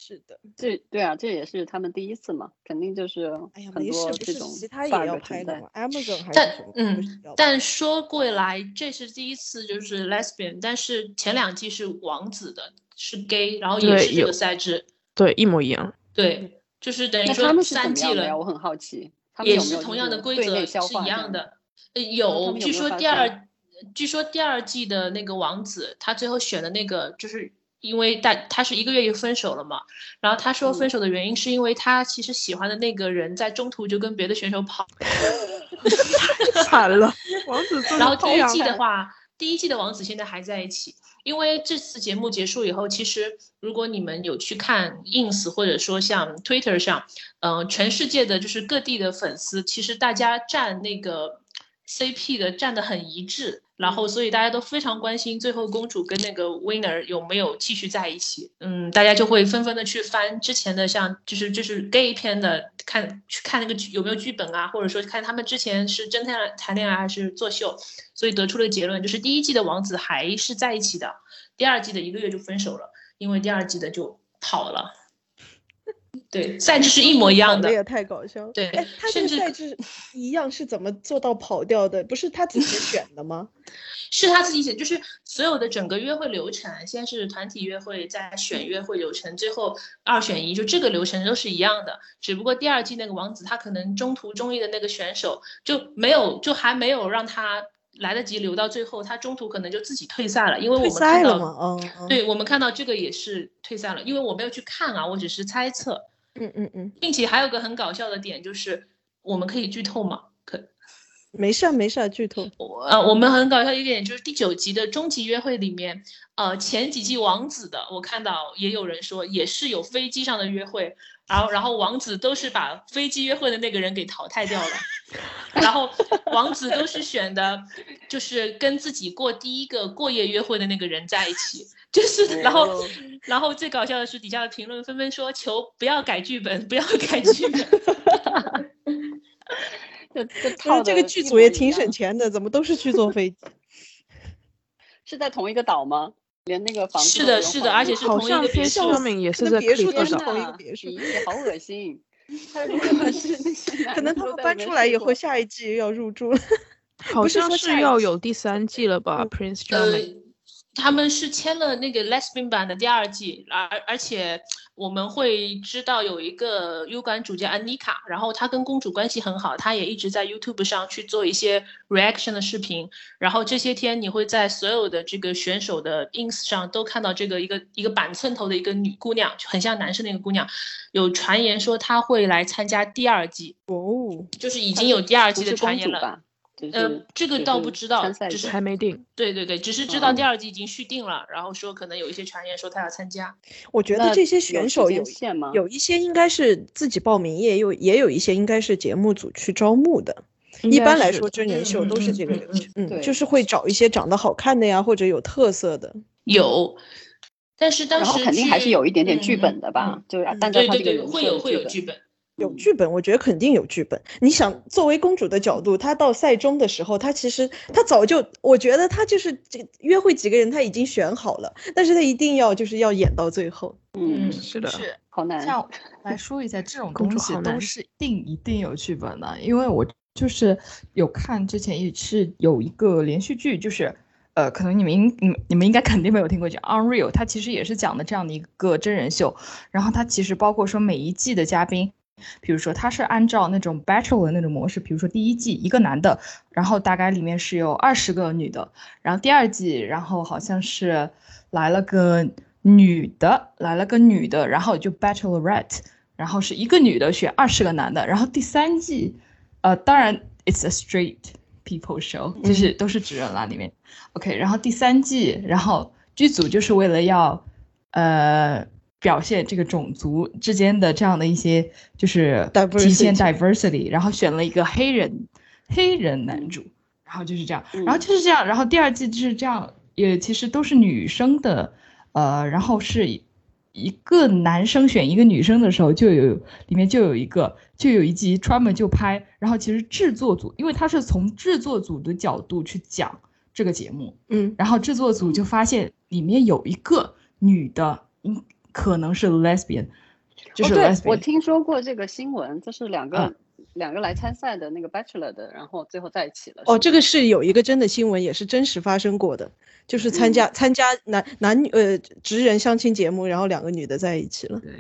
S2: 是的，
S4: 这对啊，这也是他们第一次嘛，肯定就是
S2: 哎呀，
S4: 很
S2: 没事，
S4: 多
S2: 不
S4: 这
S2: 是
S4: 种
S2: 其他也
S4: bug
S2: 要
S4: 存
S2: 拍的
S4: 在
S2: 嘛。，Amazon 还是
S6: 但
S2: 什么？不是
S6: 嗯
S2: 要，拍
S6: 但说归来，这是第一次就是 lesbian，但是前两季是王子的，是 gay，然后也
S3: 对
S6: 是这
S3: 有
S6: 个赛制，
S3: 对，一模一样。
S6: 对，就是等于
S4: 嗯那他
S6: 说
S4: 们是怎
S6: 三
S4: 么
S6: 季
S4: 样的呀？
S6: 了
S4: 我，很好奇，他们
S6: 也
S4: 有没
S6: 是
S4: 有
S6: 同
S4: 就
S6: 样的规
S4: 对内
S6: 则
S4: 消
S6: 是
S4: 化
S6: 一
S4: 这
S6: 样的。呃，
S4: 那他
S6: 有，
S4: 们有
S6: 据
S4: 没有
S6: 说
S4: 发
S6: 第
S4: 现
S6: 二，据说第二季的那个王子，他最后选的那个，就是因为大他是一个月就分手了嘛，然后他说分
S4: 嗯
S6: 手的原因是因为他其实喜欢的那个人在中途就跟别的选手跑，
S3: 惨了，王子做
S6: 然后
S3: 到
S6: 第
S3: 这
S6: 一
S3: 样，
S6: 季的话，第一季的王子现在还在一起。因为这次节目结束以后，其实如果你们有去看 ins 或者说像 Twitter 上，嗯、全世界的就是各地的粉丝，其实大家站那个 CP 的站得很一致，然后所以大家都非常关心最后公主跟那个 winner 有没有继续在一起。嗯，大家就会纷纷的去翻之前的像就是就是 gay 片的看去看那个剧有没有剧本啊，或者说看他们之前是真谈恋爱谈恋爱还是作秀，所以得出了结论，就是第一季的王子还是在一起的，第二季的一个月就分手了，因为第二季的就跑了。对，赛制是一模一样
S2: 这
S6: 的。
S2: 也太搞笑了。
S6: 对
S2: 哎，他这
S6: 甚
S2: 个
S6: 至
S2: 赛制一样是怎么做到跑掉的？不是他自己选的吗？
S6: 是他自己写，就是所有的整个约会流程，先是团体约会，再选约会流程，最后二选一，就这个流程都是一样的。只不过第二季那个王子他可能中途中意的那个选手就没有，就还没有让他来得及留到最后，他中途可能就自己退赛了，因为我
S2: 退
S6: 们
S2: 赛
S6: 看
S2: 了
S6: 到
S2: 吗？嗯，嗯，
S6: 对我们看到这个也是退赛了，因为我没有去看啊，我只是猜测，
S2: 嗯嗯嗯，
S6: 并且还有个很搞笑的点就是，我们可以剧透嘛？可
S2: 没事儿没事儿，剧透。
S6: 我呃，我们很搞笑一点就是第九集的终极约会里面，呃，前几季王子的，我看到也有人说也是有飞机上的约会，然后然后王子都是把飞机约会的那个人给淘汰掉了，然后王子都是选的，就是跟自己过第一个过夜约会的那个人在一起，就是然后然后最搞笑的是底下的评论纷纷说求不要改剧本，不要改剧本。
S4: 这这
S2: 不
S4: 套
S2: 是这个
S4: 的
S2: 剧
S4: 一
S2: 组
S4: 模
S2: 也
S4: 一
S2: 挺省
S4: 样
S2: 钱的，怎么都是去坐飞机？
S4: 是在同一个岛吗？连那个房子
S6: 是
S4: 都
S6: 的
S4: 有
S6: 是
S4: 换
S6: 的而
S4: 过
S6: 且是
S3: 好
S6: 同一
S3: 像
S6: 个
S3: 片
S6: 别
S3: 上
S6: 墅
S3: 面也
S2: 那
S3: 是在
S2: 别墅
S3: Crete
S2: 都
S4: 天
S2: 是
S3: 岛
S4: 呐，
S2: 同一个别墅
S4: 比喻好恶心。他如果是那些男
S2: 可能
S4: 的
S2: 他们
S4: 都在
S2: 搬
S4: 里面
S2: 出来
S4: 睡
S2: 以
S4: 过
S2: 后，下一季又要入住了。
S3: 好
S2: 不是
S3: 像
S2: 说嗯下
S3: 是
S2: 一
S3: 要
S2: 季
S3: 有第三季了吧？Prince
S6: 呃
S3: Charming，，
S6: 他们是签了那个 Lesbian 版的第二季，而而且我们会知道有一个 U 管主叫 Anika，然后她跟公主关系很好，她也一直在 YouTube 上去做一些 reaction 的视频，然后这些天你会在所有的这个选手的 ins 上都看到这个一个一个板寸头的一个女姑娘，就很像男生那个姑娘，有传言说她会来参加第二季，
S2: 哦，
S6: 就是已经有第二
S4: 不
S6: 季
S4: 是
S6: 的传
S4: 公
S6: 言
S4: 主
S6: 了。
S4: 吧？就是
S6: 呃，这个
S4: 只
S6: 倒
S4: 是
S6: 不知道
S4: 参赛，
S6: 只
S4: 者
S6: 是
S3: 还没定。
S6: 对对对，只是知道第
S4: 嗯
S6: 二季已经续订了，然后说可能有一些传言说他要参加。
S2: 我觉得
S4: 那
S2: 这些
S4: 有
S2: 选
S4: 时
S2: 手
S4: 间
S2: 有
S4: 限吗？
S2: 有一些应该是自己报名，也有也有一些应该是节目组去招募的。一般来说，真人秀都是这个流程，嗯，
S4: 对
S2: 就是会找一些长得好看的呀，或者有特色的。
S6: 有，但是当
S4: 然
S6: 时
S4: 后肯定还是
S6: 去
S4: 有一点点剧
S6: 嗯
S4: 本的吧，
S2: 嗯
S4: 就是
S2: 嗯
S4: 按照
S6: 对
S4: 他
S6: 对
S4: 这个
S6: 对，
S4: 人
S6: 会
S4: 设
S6: 有
S4: 的
S6: 会有
S4: 本
S6: 剧本。
S2: 有
S4: 嗯
S2: 剧本，我觉得肯定有剧本。你想，作为公主的角度，她到赛中的时候，她其实她早就，我觉得她就是这约会几个人，她已经选好了，但是她一定要就是要演到最后。
S4: 嗯，
S3: 是的，
S7: 是
S4: 好难。
S7: 像来说一下这种
S3: 公
S7: 东
S3: 主
S7: 西
S3: 好
S7: 都
S3: 难
S7: 是定一定有剧本的，因为我就是有看之前也是有一个连续剧，就是呃，可能你们应你们你们应该肯定没有听过，叫《Unreal》，它其实也是讲的这样的一个真人秀，然后它其实包括说每一季的嘉宾。比如说，它是按照那种 bachelor 的那种模式，比如说第一季一个男的，然后大概里面是有二十个女的，然后第二季，然后好像是来了个女的，来了个女的，然后就 Bachelorette，然后是一个女的选二十个男的，然后第三季，呃，当然 it's a straight people show，就是都是直人啦里面。OK，然后第三季，然后剧组就是为了要呃表现这个种族之间的这样的一些就是体现
S2: Diversity
S7: diversity，然后选了一个黑人黑人男主，然后就是这样，然后
S4: 嗯
S7: 就是这样，然后第二季就是这样，也其实都是女生的，呃，然后是一一个男生选一个女生的时候，就有里面就有一个就有一集专门就拍，然后其实制作组，因为他是从制作组的角度去讲这个节目，
S2: 嗯，
S7: 然后制作组就发现里面有一个女的，嗯，可能是 lesbian，就
S4: 哦
S7: 是
S4: 对，我
S7: lesbian，、
S4: 听说过这个新闻，就是两个、
S7: 嗯
S4: 两个来参赛的那个 bachelor 的，然后最后在一起了。
S2: 哦，
S4: 是
S2: 这
S4: 吗
S2: 个是有一个真的新闻，也是真实发生过的，就是参加、参加男男女呃直人相亲节目，然后两个女的在一起了。
S7: 对，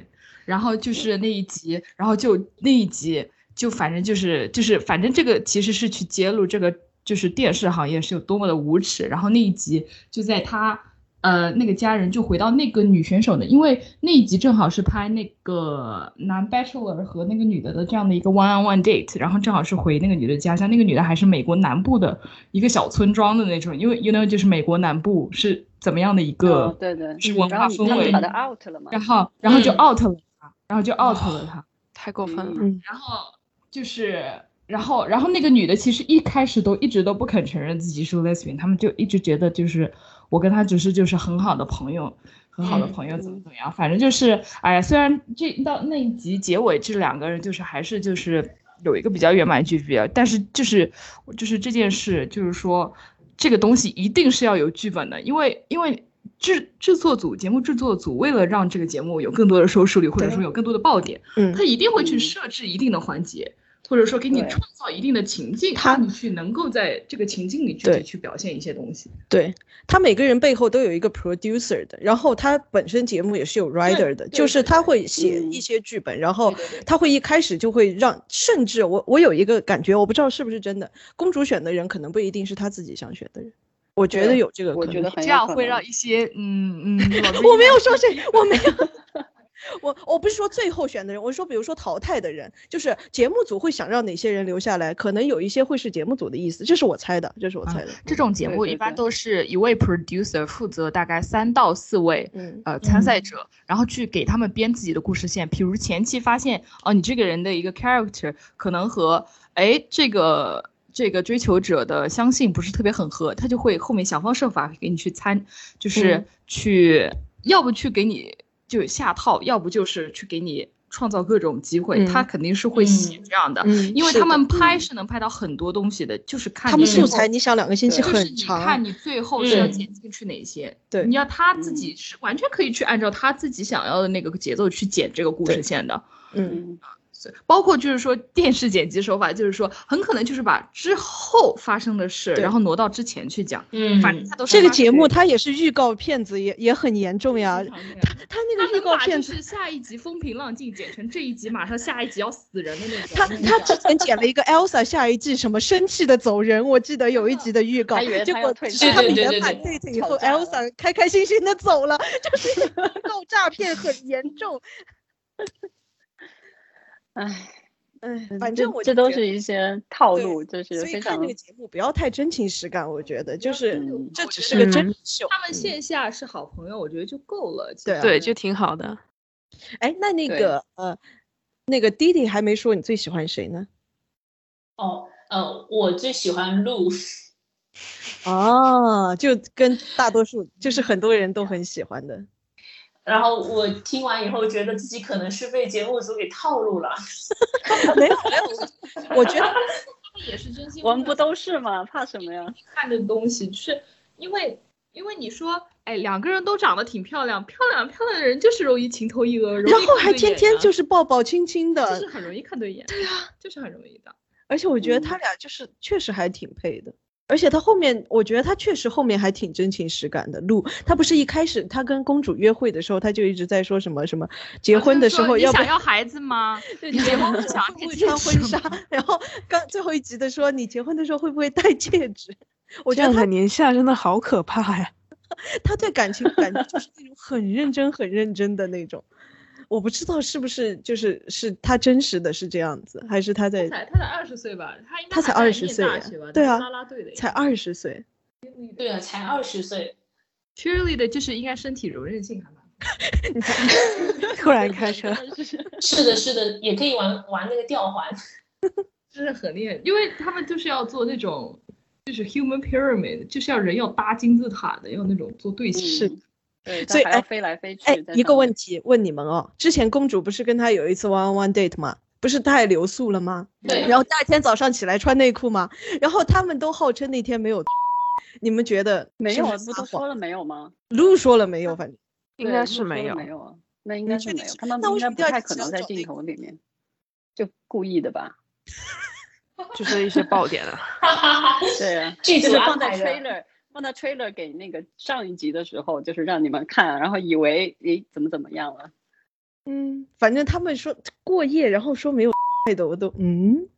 S7: 然后就是那一集，然后就那一集就反正就是就是反正这个其实是去揭露这个就是电视行业是有多么的无耻，然后那一集就在他呃那个家人就回到那个女选手的，因为那一集正好是拍那个男 bachelor 和那个女的的这样的一个 one on one date，然后正好是回那个女的家乡，那个女的还是美国南部的一个小村庄的那种，因为 you know 就是美国南部是怎么样的一个、
S4: 哦对对，
S7: 是文
S4: 然
S7: 化
S4: 后你
S7: 氛
S4: 他们，
S7: 围
S4: 把他 out 了嘛？
S7: 然后然后就
S6: 嗯
S7: out 了他，然后就 out 了他。
S3: 太过分了。
S4: 嗯
S7: 然后就是，然后，然后那个女的其实一开始都一直都不肯承认自己是 lesbian，他们就一直觉得就是我跟她只是就是很好的朋友，很好的
S6: 嗯
S7: 朋友怎么怎么样，反正就是，哎呀，虽然这到那一集结尾，这两个人就是还是就是有一个比较圆满结局啊，但是就是就是这件事，就是说这个东西一定是要有剧本的，因为因为。制制作组节目制作组为了让这个节目有更多的收视率，或者说有更多的爆点，
S2: 嗯
S7: 他一定会去
S4: 嗯
S7: 设置一定的环节，或者说给你
S4: 对
S7: 创造一定的情境，
S2: 他
S7: 让你去能够在这个情境里具
S2: 对
S7: 体去表现一些东西。
S2: 对他每个人背后都有一个 producer 的，然后他本身节目也是有 writer 的，
S7: 对
S2: 就是他会写
S4: 嗯
S2: 一些剧本，然后
S7: 对对对
S2: 他会一开始就会让，甚至我我有一个感觉，我不知道是不是真的，公主选的人可能不一定是他自己想选的人，我觉得
S4: 对
S2: 有这个可
S4: 我
S2: 能。
S4: 觉得很有
S7: 这样
S4: 可
S7: 会
S4: 能
S7: 让一些 嗯嗯，老子
S2: 我没有说谁，我没有。 我我不是说最后选的人，我是说比如说淘汰的人，就是节目组会想让哪些人留下来，可能有一些会是节目组的意思，这是我猜的，这是我
S7: 啊
S2: 猜的。
S7: 这种节
S4: 对
S7: 目
S4: 对
S7: 一般
S4: 对
S7: 都是一位 producer 负责大概三到四位
S2: 嗯
S7: 呃参赛
S3: 嗯
S7: 者，然后去给他们编自己的故事线。比如前期发现哦，你这个人的一个 character 可能和哎这个这个追求者的相信不是特别很合，他就会后面想方设法给你去参，就是
S2: 嗯
S7: 去、要不去给你就下套，要不就是去给你创造各种机会，
S2: 嗯
S7: 他肯定是会写
S6: 嗯
S7: 这样的。
S2: 嗯
S7: 因为
S2: 是
S7: 他
S2: 的
S7: 们拍是能拍到很多东西的，就是看
S2: 他们
S7: 你
S2: 素
S7: 最后
S2: 材，你想两个星期
S4: 对
S7: 就是
S2: 很
S7: 你
S2: 长，
S7: 看你最后是要
S6: 嗯
S7: 剪进去哪些。
S2: 对
S7: 你要他自己是完全可以去按照他自己想要的那个节奏去剪这个故事
S2: 对
S7: 线的。
S2: 嗯，
S4: 嗯，
S7: 所以包括就是说电视剪辑手法，就是说很可能就是把之后发生的事，
S2: 对
S7: 然后挪到之前去讲。
S6: 嗯，
S7: 反正他都是
S2: 这个
S7: 他
S2: 节
S7: 去
S2: 目它也是预告片子也，也很严重呀
S7: 非。常那样
S2: 他他那
S7: 他
S2: 个预
S7: 能
S2: 告
S7: 把
S2: 片
S7: 就
S2: 子，
S7: 是下一集风平浪静剪成这一集马上下一集要死人的那种。
S2: 他他之前剪了一个 Elsa 下一季什么生气的走人，我记得有一集的预告
S4: 还以为，
S2: 结
S4: 他
S2: 果
S4: 要退
S2: 是
S6: 赛
S2: 他们
S6: 对
S2: 圆
S6: 对对
S2: 满
S4: 对
S2: date 以
S4: 吵
S2: 后
S4: 架了
S2: ，Elsa 开开心心的走了， 就是预告诈骗很严 重。
S4: 唉，
S2: 哎，
S4: 嗯这
S2: 反正我
S4: 这
S2: 就
S4: 都
S2: 觉得
S4: 是一些套
S2: 对
S4: 路，就是
S2: 所以
S4: 非
S2: 看
S4: 常
S2: 这个节目不要太真情实感，我觉得就是
S4: 嗯
S2: 这
S7: 我
S2: 只
S7: 觉
S2: 是
S7: 得
S2: 个真
S3: 嗯
S2: 人秀。
S7: 他们线下是好朋友，我觉得就够了。其
S2: 对
S7: 实
S2: 啊
S3: 对，就挺好的。
S2: 哎，那那
S4: 对
S2: 个呃，那个弟弟还没说你最喜欢谁呢？
S6: 哦，呃，我最喜欢露，
S2: 哦，就跟大多数就是很多人都很喜欢的。
S6: 然后我听完以后觉得自己可能是被节目组给套路了。
S2: 没有没有，我觉得
S7: 他们也是真心
S4: 我们
S7: 的
S4: 不都是吗？怕什么呀？
S7: 看的东西，就是因为因为你说，哎，两个人都长得挺漂亮，漂亮漂亮的人就是容易情投意合，容易
S2: 然后
S7: 看
S2: 还
S7: 对
S2: 天
S7: 眼
S2: 天
S7: 的
S2: 就是抱抱亲亲
S7: 就是
S2: 的，
S7: 很容易看对眼，对啊，就是很容易的。
S2: 而且我觉得他俩就是确实还挺配的。而且他后面，我觉得他确实后面还挺真情实感的。路，他不是一开始他跟公主约会的时候，他就一直在说什么什么，结
S7: 然后
S2: 婚
S7: 就
S2: 的时
S7: 说
S2: 候
S7: 你
S2: 要不
S7: 想要孩子吗？
S2: 对
S7: 你
S2: 结
S7: 结
S2: 婚
S7: 婚
S2: 的
S7: 不
S2: 时
S7: 想
S2: 候会
S7: 要
S2: 不会穿婚
S7: 戒指吗
S2: 纱？然后刚最后一集的说，你结婚的时候会不会戴戒指？我
S3: 这
S2: 觉得
S3: 样
S2: 他
S3: 的年下真的好可怕呀！
S2: 他对感情感觉就是那种很认真、很认真的那种。我不知道是不是就是是他真实的是这样子，还是他在
S8: 才他才二十岁吧，他应该
S2: 他才
S8: 还在
S2: 20
S8: 念
S2: 岁
S8: 大
S2: 呀
S8: 学吧
S2: 对
S8: 他
S2: 啊
S8: 是啦啦队的呀，
S2: 才二十岁？
S6: 对啊，才二十岁，
S8: Shirley 的就是应该身体柔韧性还蛮。
S1: 突然开 车，
S8: 真的是
S6: 是的，是的，也可以玩玩那个吊环。
S8: 真是很厉害，因为他们就是要做那种，就是 human pyramid，就是要人要搭金字塔的，要那种做队形。
S2: 是
S4: 嗯对，
S2: 所以
S4: 他还要
S2: 哎
S4: 飞来飞去。
S2: 哎，一个问
S4: 题，
S2: 题问你们哦，之前公主不是跟他有一次 one on one date 吗？不是她也留宿了吗？
S6: 对
S2: 然后第二天早上起来穿内裤吗？然后他们都号称那天没有，你们觉得
S4: 没
S2: 是
S4: 有，
S2: 不
S4: 啊，
S2: 是
S4: 不
S2: 撒
S4: 都
S2: 谎
S4: 说了没有吗？
S2: 露说了没有？反正
S3: 应
S4: 对
S3: 该
S4: 露
S3: 是
S4: 说
S3: 没
S4: 了
S3: 有
S4: 没有啊，那应
S2: 你
S4: 该
S2: 确
S4: 是
S2: 定
S4: 没有
S2: 是，
S4: 他们
S2: 那为
S4: 应
S2: 什
S4: 该
S2: 么
S4: 不
S2: 第二
S4: 太
S2: 天
S4: 可
S2: 只
S4: 能
S2: 要
S4: 在
S2: 找
S4: 镜
S2: 那个
S4: 头里面，就故意的吧？
S3: 就是一些爆点啊。
S6: 哈哈 哈，
S4: 对啊，
S6: 剧
S4: 就
S6: 组
S4: 是
S6: 安
S4: 放在
S6: 排的。
S4: trailer 放在 trailer 给那个上一集的时候，就是让你们看，然后以为诶怎么怎么样了，
S2: 嗯，反正他们说过夜，然后说没有 类的，我都嗯，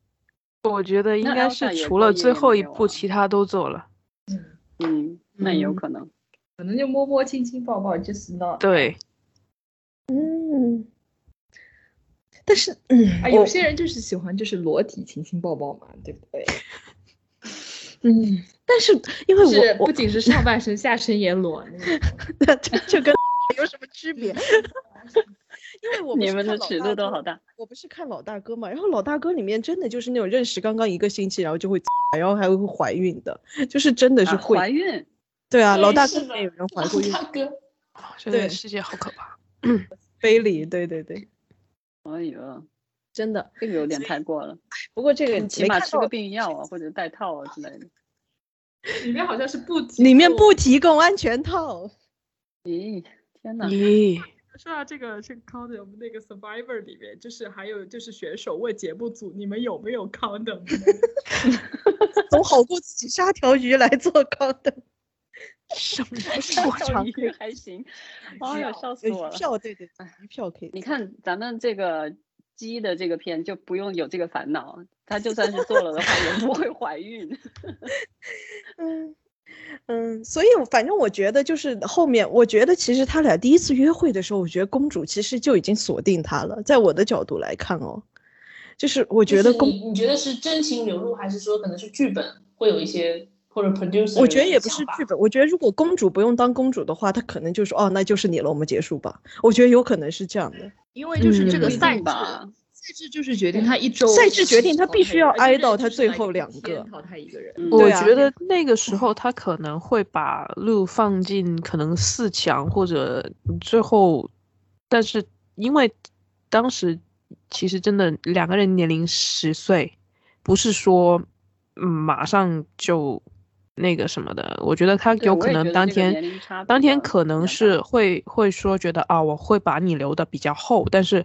S3: 我觉得应
S4: 那
S3: 该
S4: Elsa
S3: 是
S4: 也
S3: 除
S4: 过
S3: 了
S4: 夜
S3: 最
S4: 也
S3: 后
S4: 没
S3: 一
S4: 有
S3: 步，
S4: 啊
S3: 其他都做了。
S8: 嗯，
S4: 嗯，那也有
S3: 嗯
S4: 可能。
S8: 可能就摸摸亲亲抱抱，just not。
S3: 对，
S2: 嗯，但是嗯，
S8: 啊，有些人就是喜欢就是裸体亲亲抱抱嘛，对不对？
S3: 嗯，
S2: 但是因为
S8: 是
S2: 我
S8: 不仅是上半身，下身也裸那种。
S2: 我这这跟有什么区别？因为我不
S4: 你
S2: 是
S4: 们
S2: 看
S4: 的
S2: 老
S4: 尺
S2: 大
S4: 度都
S2: 哥
S4: 好大，
S2: 我不是看老大哥嘛，然后老大哥里面真的就是那种认识刚刚一个星期，然后就会，然后还会怀孕的，就是真的是
S4: 啊
S2: 会，
S4: 怀孕，
S2: 对啊，
S6: 对
S2: 老大
S6: 是
S2: 哥里
S6: 的
S2: 面有人怀
S6: 老
S2: 过孕，
S6: 大哥，
S3: 这个
S2: 对
S3: 世界好可怕。
S2: 非礼，对对对，
S4: 哎呦，
S2: 真的。
S4: 这个有点太过了，
S2: 不过这个
S4: 你起
S2: 没
S4: 码
S2: 看
S4: 吃个
S2: 到
S4: 避孕药啊，或者戴套啊之类的。
S8: 里面好像是不提
S2: 里面
S8: 供
S2: 不提供安全套，
S4: 咦，天 哪！
S3: 咦，
S8: 说到这个这个 condom，我们那个 Survivor 里面，就是还有就是选手问节目组，你们有没有 condom？
S7: 嗯
S2: 总好过自己杀条鱼来做高的。
S3: 什么
S4: 上
S3: 过
S4: 条
S3: 场？
S4: 鱼还 行，哎呀，笑死
S2: 呃
S4: 我
S2: 鱼
S4: 了。
S2: 票对对对，鱼票可以。
S4: 你看咱们这个鸡的这个片就不用有这个烦恼，它就算是做了的话也不会怀 孕。
S2: 嗯，嗯，所以我反正我觉得就是后面，我觉得其实他俩第一次约会的时候，我觉得公主其实就已经锁定他了。在我的角度来看哦，就是我觉得
S6: 就是
S2: 公，
S6: 你你觉得是真情流露，还是说可能是剧本会有一些或者 producer？
S2: 我
S6: 有
S2: 觉得
S6: 一些
S2: 也不是
S6: 想法
S2: 剧本，我觉得如果公主不用当公主的话，她可能就说哦，那就是你了，我们结束吧。我觉得有可能是这样的。
S8: 因为就是这
S3: 嗯
S8: 个
S3: 不一
S8: 赛
S4: 定
S8: 制，
S4: 吧
S8: 赛制就是决定他一周
S2: 赛制决定他必须要
S8: 而且
S2: 挨到
S8: 就是
S2: 他最后
S8: 来
S2: 两
S8: 天
S2: 个
S8: 淘汰一个人。
S4: 嗯
S3: 我
S2: 对啊
S3: 觉得那个时候他可能会把路放进可能四强或者最后，但是因为当时其实真的两个人年龄十岁，不是说嗯马上就那个什么的，我觉得他
S4: 对
S3: 有
S4: 我
S3: 可
S4: 也
S3: 能
S4: 觉得
S3: 当
S4: 这个
S3: 天
S4: 年龄差别
S3: 当天
S4: 的
S3: 可能
S4: 比较
S3: 是
S4: 大
S3: 会会说觉得啊，我会把你留的比较后，但是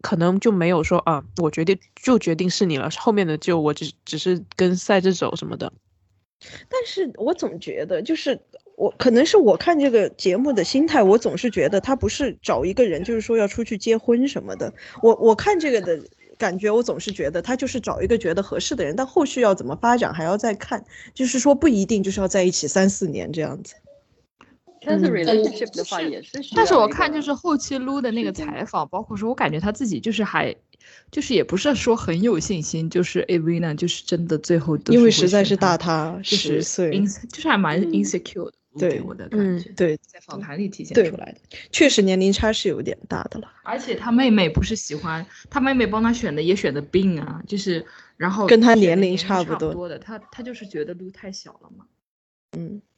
S3: 可能就没有说啊，我决定就决定是你了，后面的就我只只是跟赛制走什么的。
S2: 但是我总觉得，就是我可能是我看这个节目的心态，我总是觉得他不是找一个人，就是说要出去结婚什么的。我我看这个的感觉，我总是觉得他就是找一个觉得合适的人，但后续要怎么发展还要再看，就是说不一定就是要在一起三四年这样子。
S4: 但是
S3: 嗯
S4: relationship 的话也是需要那个，
S7: 但是我看就是后期撸的那个
S4: 时间
S7: 采访，包括说，我感觉他自己就是还，就是也不是说很有信心，就是 Avina 就是真的最后都
S2: 因为
S7: 会
S2: 实在
S7: 选
S2: 是大
S7: 他
S2: 他
S7: 就
S2: 十
S7: 是
S2: 岁
S7: ins- 就是还蛮
S4: 嗯
S7: insecure 的，我
S2: 对
S7: 给我的感
S3: 嗯
S7: 觉，
S2: 对，
S7: 在访谈里体现
S2: 对
S7: 出来的。
S2: 确实年龄差是有点大的了。
S7: 而且他妹妹不是喜欢他妹妹帮他选的，也选的病啊，就是然后
S2: 跟他
S7: 选的
S2: 年龄
S7: 龄
S2: 差不
S7: 不
S2: 多
S7: 的，他他就是觉得路太小了嘛。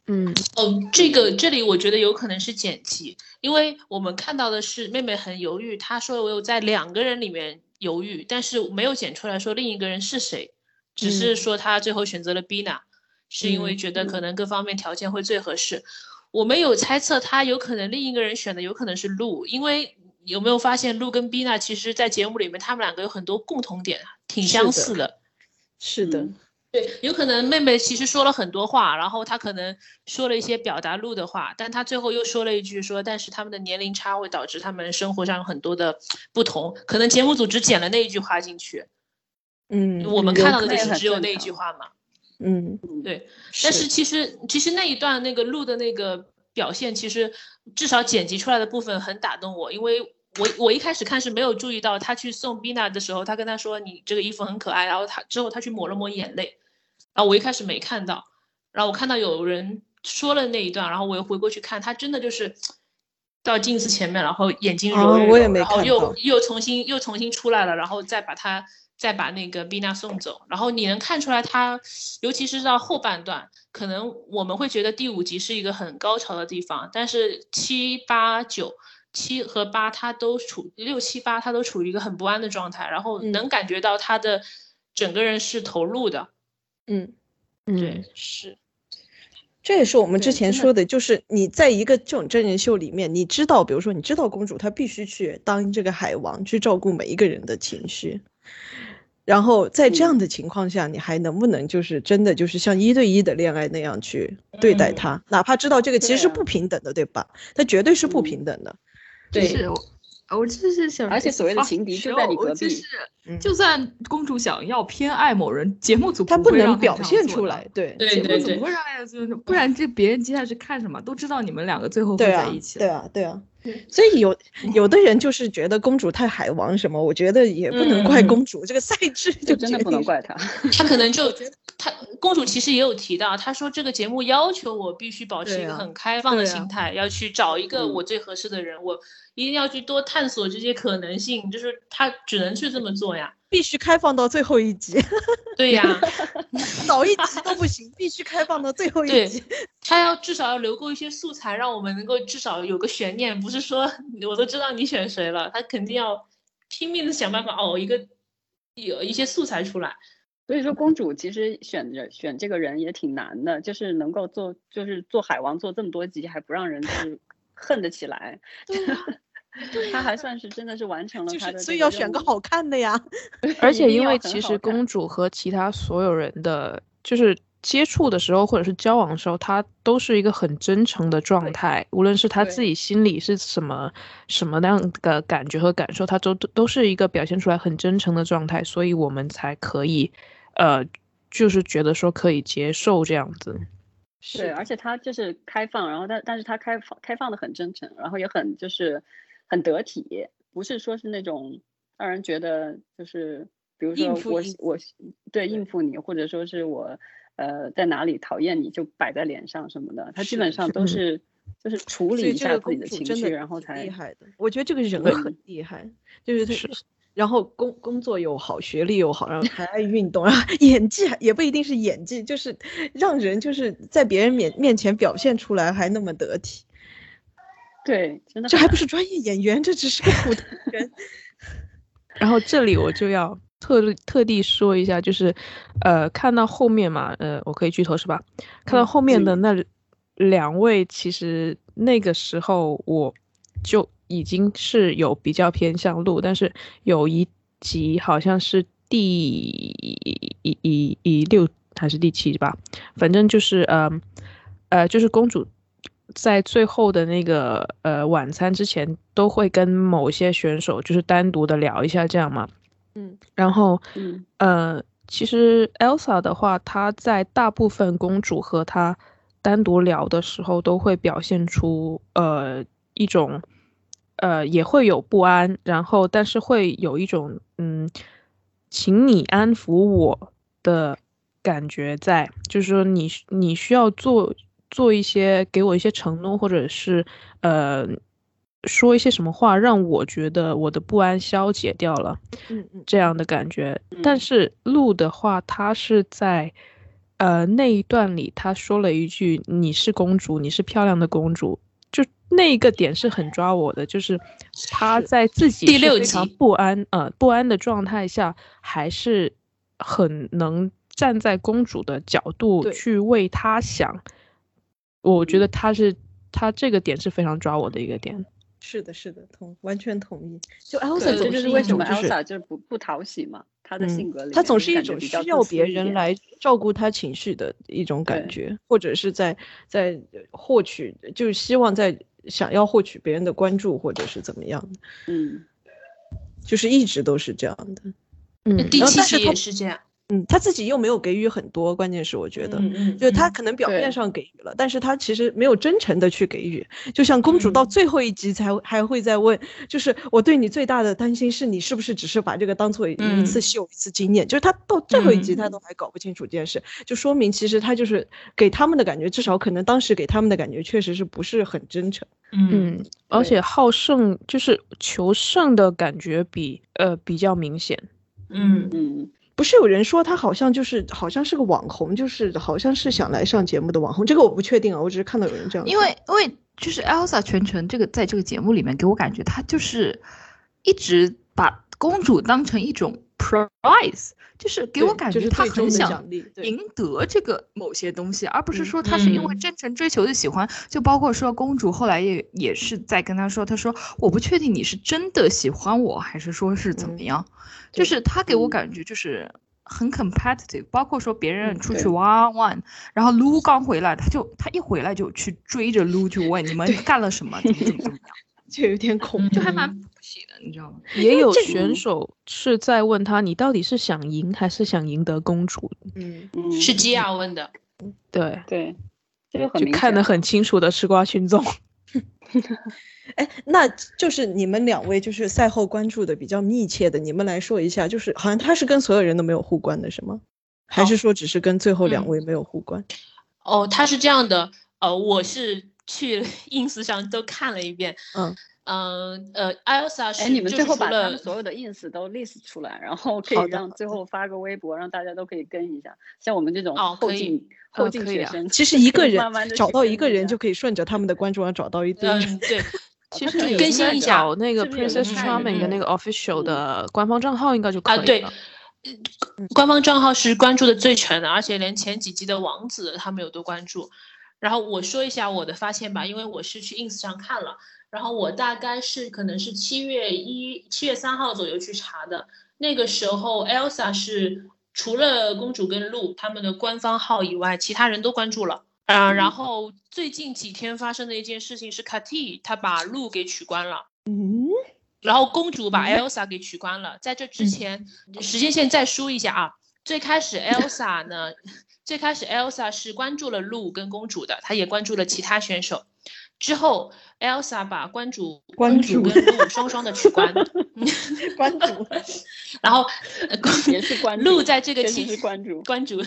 S3: 嗯，
S6: 哦，这个这里我觉得有可能是剪辑，因为我们看到的是妹妹很犹豫，她说我有在两个人里面犹豫，但是没有剪出来说另一个人是谁，
S2: 嗯
S6: 只是说她最后选择了 Bina，、是因为觉得可能各方面条件会最合适。我们有猜测她有可能另一个人选的有可能是路，因为有没有发现路跟 Bina 其实在节目里面他们两个有很多共同点，啊挺
S2: 是
S6: 相
S2: 的
S6: 似的
S2: 是的，
S4: 嗯
S6: 对，有可能妹妹其实说了很多话，然后她可能说了一些表达路的话，但她最后又说了一句说，但是他们的年龄差会导致他们生活上有很多的不同，可能节目组只剪了那一句话进去，
S2: 嗯，
S6: 我们
S4: 有
S6: 看到
S4: 可
S6: 的就
S4: 能
S6: 是
S4: 很
S6: 只有
S4: 正
S6: 那一句
S4: 常
S6: 话嘛。
S2: 嗯，
S6: 对，但是其实其实那一段那个录的那个表现，其实至少剪辑出来的部分很打动我，因为我我一开始看是没有注意到，他去送 Bina 的时候，他跟他说你这个衣服很可爱，然后他之后他去抹了抹眼泪，然后我一开始没看到，然后我看到有人说了那一段，然后我又回过去看，他真的就是到镜子前面，然后眼睛揉
S2: 哦
S6: 了揉，
S2: 我也没
S6: 然后
S2: 看
S6: 又
S2: 到
S6: 又重新又重新出来了，然后再把他再把那个 Bina 送走，然后你能看出来他，尤其是到后半段，可能我们会觉得第五集是一个很高潮的地方，但是七八九。七和八，他都处六七八，他都处于一个很不安的状态，然后
S2: 嗯
S6: 能感觉到他的整个人是投入的，
S2: 嗯，
S3: 嗯，
S6: 是，
S2: 这也是我们之
S6: 对
S2: 前
S6: 真的
S2: 说的，就是你在一个这种真人秀里面，你知道，比如说你知道公主她必须去当这个海王，去照顾每一个人的情绪。然后在这样的情况下，你还能不能就是真的就是像一对一的恋爱那样去对待
S6: 嗯
S2: 她？哪怕知道这个其实
S4: 对
S2: 是
S4: 啊
S2: 不平等的，对吧？它绝对是不
S4: 嗯
S2: 平等的。
S4: 对，
S8: 是我，我就是想，
S4: 而且所
S7: 啊
S4: 谓的情敌就在你隔
S8: 就
S4: 壁
S8: 是，
S2: 嗯
S8: 就算公主想要偏爱某人，节目组
S2: 她
S8: 不
S2: 不
S8: 会让
S2: 能
S8: 她
S2: 表
S8: 这样
S2: 现
S8: 做
S2: 出
S8: 的
S2: 来，，对
S6: 对
S8: 节
S6: 对
S8: 目组
S6: 对
S8: 不会让大家做，不然这别人接下来是看什么？都知道你们两个最后会
S2: 对
S8: 在
S2: 啊
S8: 一，起
S2: 对
S8: 的。
S2: 啊，对啊。所以有有的人就是觉得公主太海王什么，我觉得也不能怪
S6: 嗯嗯
S2: 公主，这个赛制 就
S4: 就真的
S2: 决
S4: 不能
S2: 定是
S4: 怪他。
S6: 他可能就他公主其实也有提到，她说这个节目要求我必须保持一
S2: 对
S6: 个
S2: 啊
S6: 很开放的
S2: 对啊
S6: 心态，要去找一个
S4: 嗯
S6: 我最合适的人，我一定要去多探索这些可能性，就是她只能去这么做呀，
S2: 必须开放到最后一集，
S6: 对呀，
S2: 早一集都不 行，必须开放到最后一
S6: 对
S2: 集。
S6: 她要至少要留够一些素材，让我们能够至少有个悬念，不是说我都知道你选谁了，她肯定要拼命的想办法熬一个有一些素材出来，
S4: 所以说，公主其实选人选这个人也挺难的，就是能够做，就是做海王做这么多集，还不让人就是恨得起来。 她还算是真的是完成了
S2: 啊就
S4: 她的这任
S2: 是
S4: 务，
S2: 所以要选个好看的呀。
S4: 对，
S3: 而
S4: 一
S3: 且
S4: 定
S3: 因
S4: 要
S3: 为
S4: 很
S3: 其
S4: 好
S3: 实
S4: 看
S3: 公主和其他所有人的就是接触的时候，或者是交往的时候，她都是一个很真诚的状态，无论是她自
S4: 对
S3: 己心里是什么什么样的感觉和感受，她都都都是一个表现出来很真诚的状态，所以我们才可以，呃，就是觉得说可以接受这样子。
S4: 对，而且他就是开放，然后但但是他开放开放的很真诚，然后也很就是很得体，不是说是那种让人觉得就是比如
S2: 应
S4: 说
S2: 付
S4: 我
S2: 应
S4: 喜我喜对应付你，或者说是我呃在哪里讨厌你就摆在脸上什么的，他基
S2: 是
S4: 本上都
S3: 嗯
S4: 是就是处
S2: 所
S4: 理
S2: 以
S4: 一
S2: 这
S4: 下
S2: 个
S4: 自己
S2: 公
S4: 的
S2: 主
S4: 情
S2: 真
S4: 绪，
S2: 的
S4: 然后
S2: 挺
S4: 才
S2: 厉害的。我觉得这个人
S3: 对
S2: 很厉害，就是
S3: 是
S2: 他，然后工工作又好，学历又好，然后还爱运动，然后 演技还也不一定是演技，就是让人就是在别人面面前表现出来还那么得 体，
S4: 对，真的
S2: 这
S4: 很
S2: 还不是专业演员，这只是个普通 人。
S3: 然后这里我就要特地特地说一下，就是，呃，看到后面嘛，呃，我可以剧透是吧？看到后面的那两位，其实那个时候我就已经是有比较偏向路，但是有一集好像是第一一一六还是第七吧，反正就是呃呃，就是公主在最后的那个呃晚餐之前，都会跟某些选手就是单独的聊一下这样嘛。
S2: 嗯，
S3: 然后
S4: 嗯
S3: 呃，其实 Elsa 的话，她在大部分公主和她单独聊的时候，都会表现出呃一种呃也会有不安，然后但是会有一种嗯，请你安抚我的感觉在，就是说你需你需要做做一些给我一些承诺，或者是呃说一些什么话，让我觉得我的不安消解掉了。
S2: 嗯嗯，
S3: 这样的感觉。
S6: 嗯
S3: 但是鹿的话，他是在呃那一段里，他说了一句：“你是公主，你是漂亮的公主。”就那一个点是很抓我的，就是他在自己
S6: 第
S3: 是
S6: 六
S3: 非常
S6: 集
S3: 不安呃不安的状态下，还是很能站在公主的角度
S2: 对
S3: 去为她想。我
S6: 嗯
S3: 觉得他是他这个点是非常抓我的一个点。
S2: 是的，是的，同完全同意。就
S4: 对，
S2: Elsa
S4: 这
S2: 总
S4: 就是是
S2: 一
S4: 为什
S2: 种
S4: 么
S2: 就是。
S4: Elsa 就是不不讨喜嘛，她的
S3: 嗯
S4: 性格里
S2: 她
S4: 面
S2: 总
S4: 就是
S2: 一
S4: 感觉
S2: 种
S4: 比
S2: 需
S4: 较自
S2: 要
S4: 私
S2: 别
S4: 一
S2: 人
S4: 点
S2: 来照顾她情绪的一种感
S4: 对
S2: 觉，或者是在在获取，就是希望在想要获取别人的关注，或者是怎么样的，
S4: 嗯。
S2: 就是一直都是这样的。
S3: 嗯，
S6: 第
S2: 嗯然后
S6: 七
S2: 但是
S6: 集
S2: 她
S6: 也是这样，
S2: 嗯，他自己又没有给予很多，关键是我觉得，
S6: 嗯嗯，
S2: 就是
S6: 嗯
S2: 他可能表面
S4: 对
S2: 上给予了，但是他其实没有真诚的去给予。就像公主到
S6: 嗯
S2: 最后一集才还会再问，就是我对你最大的担心是你是不是只是把这个当做一次
S6: 嗯
S2: 秀、一次经验，就是他到最后一集
S6: 嗯
S2: 他都还搞不清楚这件事，就说明其实他就是给他们的感觉，至少可能当时给他们的感觉确实是不是很真诚。
S6: 嗯
S3: 嗯，而
S4: 对
S3: 且好胜就是求胜的感觉比呃比较明显。
S6: 嗯
S4: 嗯，
S2: 不是有人说他好像就是好像是个网红，就是好像是想来上节目的网红，这个我不确定啊，我只是看到有人这样说。
S7: 因为因为就是 Elsa 全程这个在这个节目里面给我感觉，她就是一直把公主当成一种 prize，就是给我
S2: 对
S7: 感
S2: 就
S7: 觉
S2: 是
S7: 她
S2: 最终
S7: 很
S2: 的
S7: 想
S2: 奖励，对
S7: 赢得这个某些东西，而不是
S2: 嗯
S7: 说她是因为
S6: 嗯
S7: 真诚追求的喜欢。就包括说公主后来也也是在跟她说，她说我不确定你是真的喜欢我，还是说是怎么
S2: 嗯
S7: 样，就
S2: 对
S7: 是她给我
S4: 嗯
S7: 感觉就是。很 competitive，包括说别
S9: 嗯
S7: 人出去
S4: 对
S7: one on one，然后撸刚回来，他就他一回来就去追着撸去问你们干了什么，怎么怎 么怎么样，
S2: 就有点恐怖。
S7: 就还蛮
S9: 嗯
S7: 不喜的，你知道吗？
S3: 也有
S2: 这
S3: 选手是在问他，你到底是想赢还是想赢得公主？
S2: 嗯，
S4: 嗯
S6: 是基亚问的，
S3: 对，
S4: 对，这个很
S3: 就
S4: 明
S3: 看
S4: 显
S3: 得很清楚的吃瓜群众。
S2: 哎，那就是你们两位就是赛后关注的比较密切的，你们来说一下，就是好像他是跟所有人都没有互关的，是吗？还是说只是跟最后两
S6: 嗯
S2: 位没有互关？
S6: 哦，他是这样的，呃，我是去 ins 上都看了一遍，
S2: 嗯
S6: 嗯呃，Elsa 是
S4: 哎，你们
S6: 就
S4: 最
S6: 是
S4: 后
S6: 除
S4: 把他
S6: 了
S4: 们所有的 ins 都 list 出来，然后可
S2: 好
S4: 以
S2: 的
S4: 让最后发个微博，让大家都可以跟一下。像我们这种
S6: 哦
S4: 后
S6: 可以
S4: 进、后
S3: 呃
S4: 进
S3: 可以
S4: 学
S3: 啊
S4: 生，
S2: 其实一个人
S4: 慢慢地
S2: 找
S4: 去
S2: 到
S4: 跟
S2: 一个
S4: 一
S2: 人
S4: 下
S2: 就可以顺着他们的观众啊找到一堆。
S6: 嗯对，
S4: 其
S6: 实有更新一下
S3: 找那个 Princess
S6: 人
S3: Charming 的那个 official
S4: 嗯
S3: 的官方账号应该就可
S6: 啊
S3: 以了。
S6: 对，官方账号是关注的最全的，而且连前几集的王子他们有都关注。然后我说一下我的发现吧，因为我是去 ins 上看了，然后我大概是可能是七月一、七月三号左右去查的。那个时候 Elsa 是除了公主跟露他们的官方号以外，其他人都关注了。啊、
S4: 嗯
S6: 然后最近几天发生的一件事情是 Kati 她把露给取关了。
S2: 嗯，
S6: 然后公
S4: 嗯
S6: 主把 Elsa 给取关了。在这之前，时间线再说一下啊。最开始 Elsa 呢，最开始 Elsa 是关注了露跟公主的，她也关注了其他选手。之后，Elsa 把关主、
S2: 关
S6: 公
S2: 注
S6: 主跟露双双的取 关，
S2: 关注
S6: 然后呃公
S4: 也 是关注
S6: 露在这个
S4: 确
S6: 期
S4: 实是关 注
S6: 关注，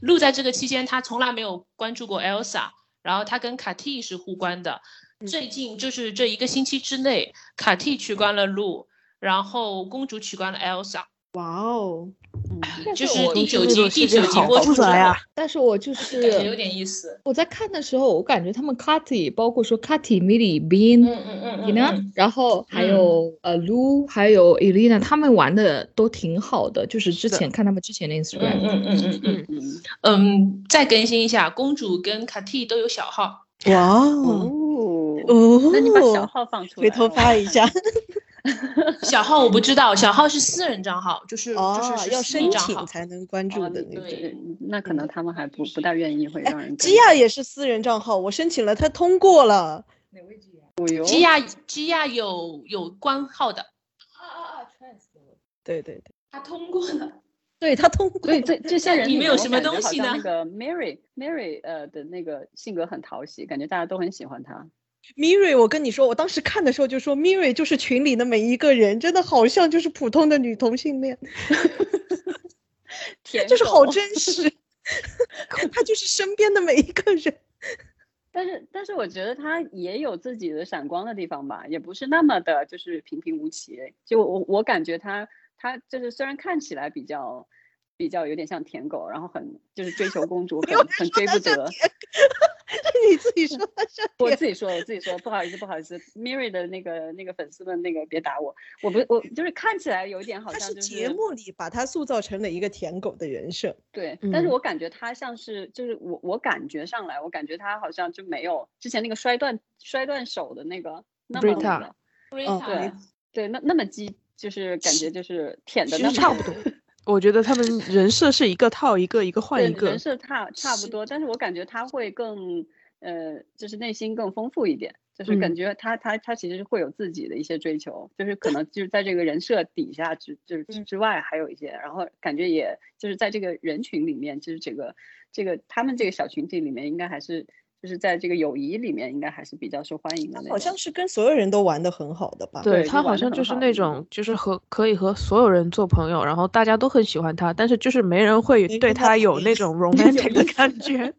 S6: 露在这个期间，他从来没有关注过 Elsa，然后他跟卡蒂是互关的。最近就是这一个星期之内，卡蒂取关了露，然后公主取关了 Elsa，
S2: 哇哦，
S4: 嗯
S6: 就
S9: 但是
S6: 是
S9: 我
S6: 第
S9: 觉
S6: 九
S9: 得
S6: 集第九集播出之后，
S2: 啊
S9: 但是我就
S6: 感觉有
S9: 是
S6: 点意思。
S9: 我在看的时候，我感觉他们 Kati，包括说 Kati、Milly、Bean、
S6: 嗯嗯嗯嗯
S9: Ina，
S6: 嗯，
S9: 然后还
S6: 嗯
S9: 有呃 Lu，还有 Elena，他们玩的都挺好的，就是之
S3: 的
S9: 前看他们之前的
S6: 嗯
S9: Instagram，
S6: 嗯嗯嗯
S4: 嗯，
S6: 嗯嗯，再更新一下，公主跟卡蒂都有小号，
S2: 哇哦，
S4: 嗯哦，
S2: 哦，
S4: 那你把小号放出来，
S2: 回头发一 下。
S6: 小号我不知道，小号是私人账号，就是就是
S2: 哦，
S6: 是
S2: 要
S6: 私密
S2: 申
S6: 账
S2: 请
S6: 号。
S2: 才能关注
S4: 哦
S2: 的
S4: 那
S2: 那种。哎
S4: 对，那可能他们还不不大愿意会让人跟。
S2: 基亚也是私人账号，我申请了，他通过了。
S4: 哦哟，
S6: 基亚基亚有有官号的，
S2: 对对对，
S6: 啊他通过了。
S2: 对他通过
S4: 所以
S2: 了。
S4: 这这些人
S6: 里面有
S4: 我
S6: 什么
S4: 感觉
S6: 东西
S4: 好像
S6: 呢
S4: 那个 Mary Mary 呃的那个性格很讨喜，感觉大家都很喜欢 她。
S2: Miri，我跟你说，我当时看的时候就说，Miri 就是群里的每一个人，真的好像就是普通的女同性恋，
S4: 舔
S2: 就是好
S4: 狗
S2: 真实。 她就是身边的每一个人。
S4: 但是，但是我觉得他也有自己的闪光的地方吧，也不是那么的，就是平平无奇。就我我感觉他他就是虽然看起来比较比较有点像舔狗，然后很就是追求公 主，很很追不得。
S2: 是你自己说她是
S4: 我自己说，我自己说，不好意思，不好意思，Miri 的那个那个粉丝们那个别打我，我不我就是看起来有一点好
S2: 她
S4: 像
S2: 是
S4: 就是
S2: 节目里把她塑造成了一个舔狗的人设。
S4: 对，但是
S3: 嗯
S4: 我感觉他像是，就是我我感觉上来，我感觉他好像就没有之前那个摔断摔断手的那个那么
S3: Rita
S4: 那个，对对，那那么激，就是感觉就是舔的
S2: 其
S4: 那
S2: 实
S4: 么
S2: 差不 多
S3: 我觉得他们人设是一个套一个，一个换
S4: 对
S3: 一个
S4: 人。设差差不多，但是我感觉他会更呃，就是内心更丰富一点，就是
S2: 嗯
S4: 感觉他、他他其实会有自己的一些追求，就是可能就是在这个人设底下之就是
S2: 嗯
S4: 之外还有一些，然后感觉也就是在这个人群里面，就是这个这个他们这个小群体里面，应该还是就是在这个友谊里面，应该还是比较受欢迎的那种。
S2: 好像是跟所有人都玩的很好的吧？
S4: 对
S3: 对他
S4: 就玩
S3: 好
S4: 得
S3: 像
S4: 很
S3: 就是
S4: 好
S3: 那
S4: 嗯
S3: 种，就是和可以和所有人做朋友，然后大家都很喜欢他，但是就是没人会
S2: 人
S3: 对
S2: 跟他
S3: 他有
S2: 同
S3: 那
S2: 意
S3: 种 romantic 的感觉。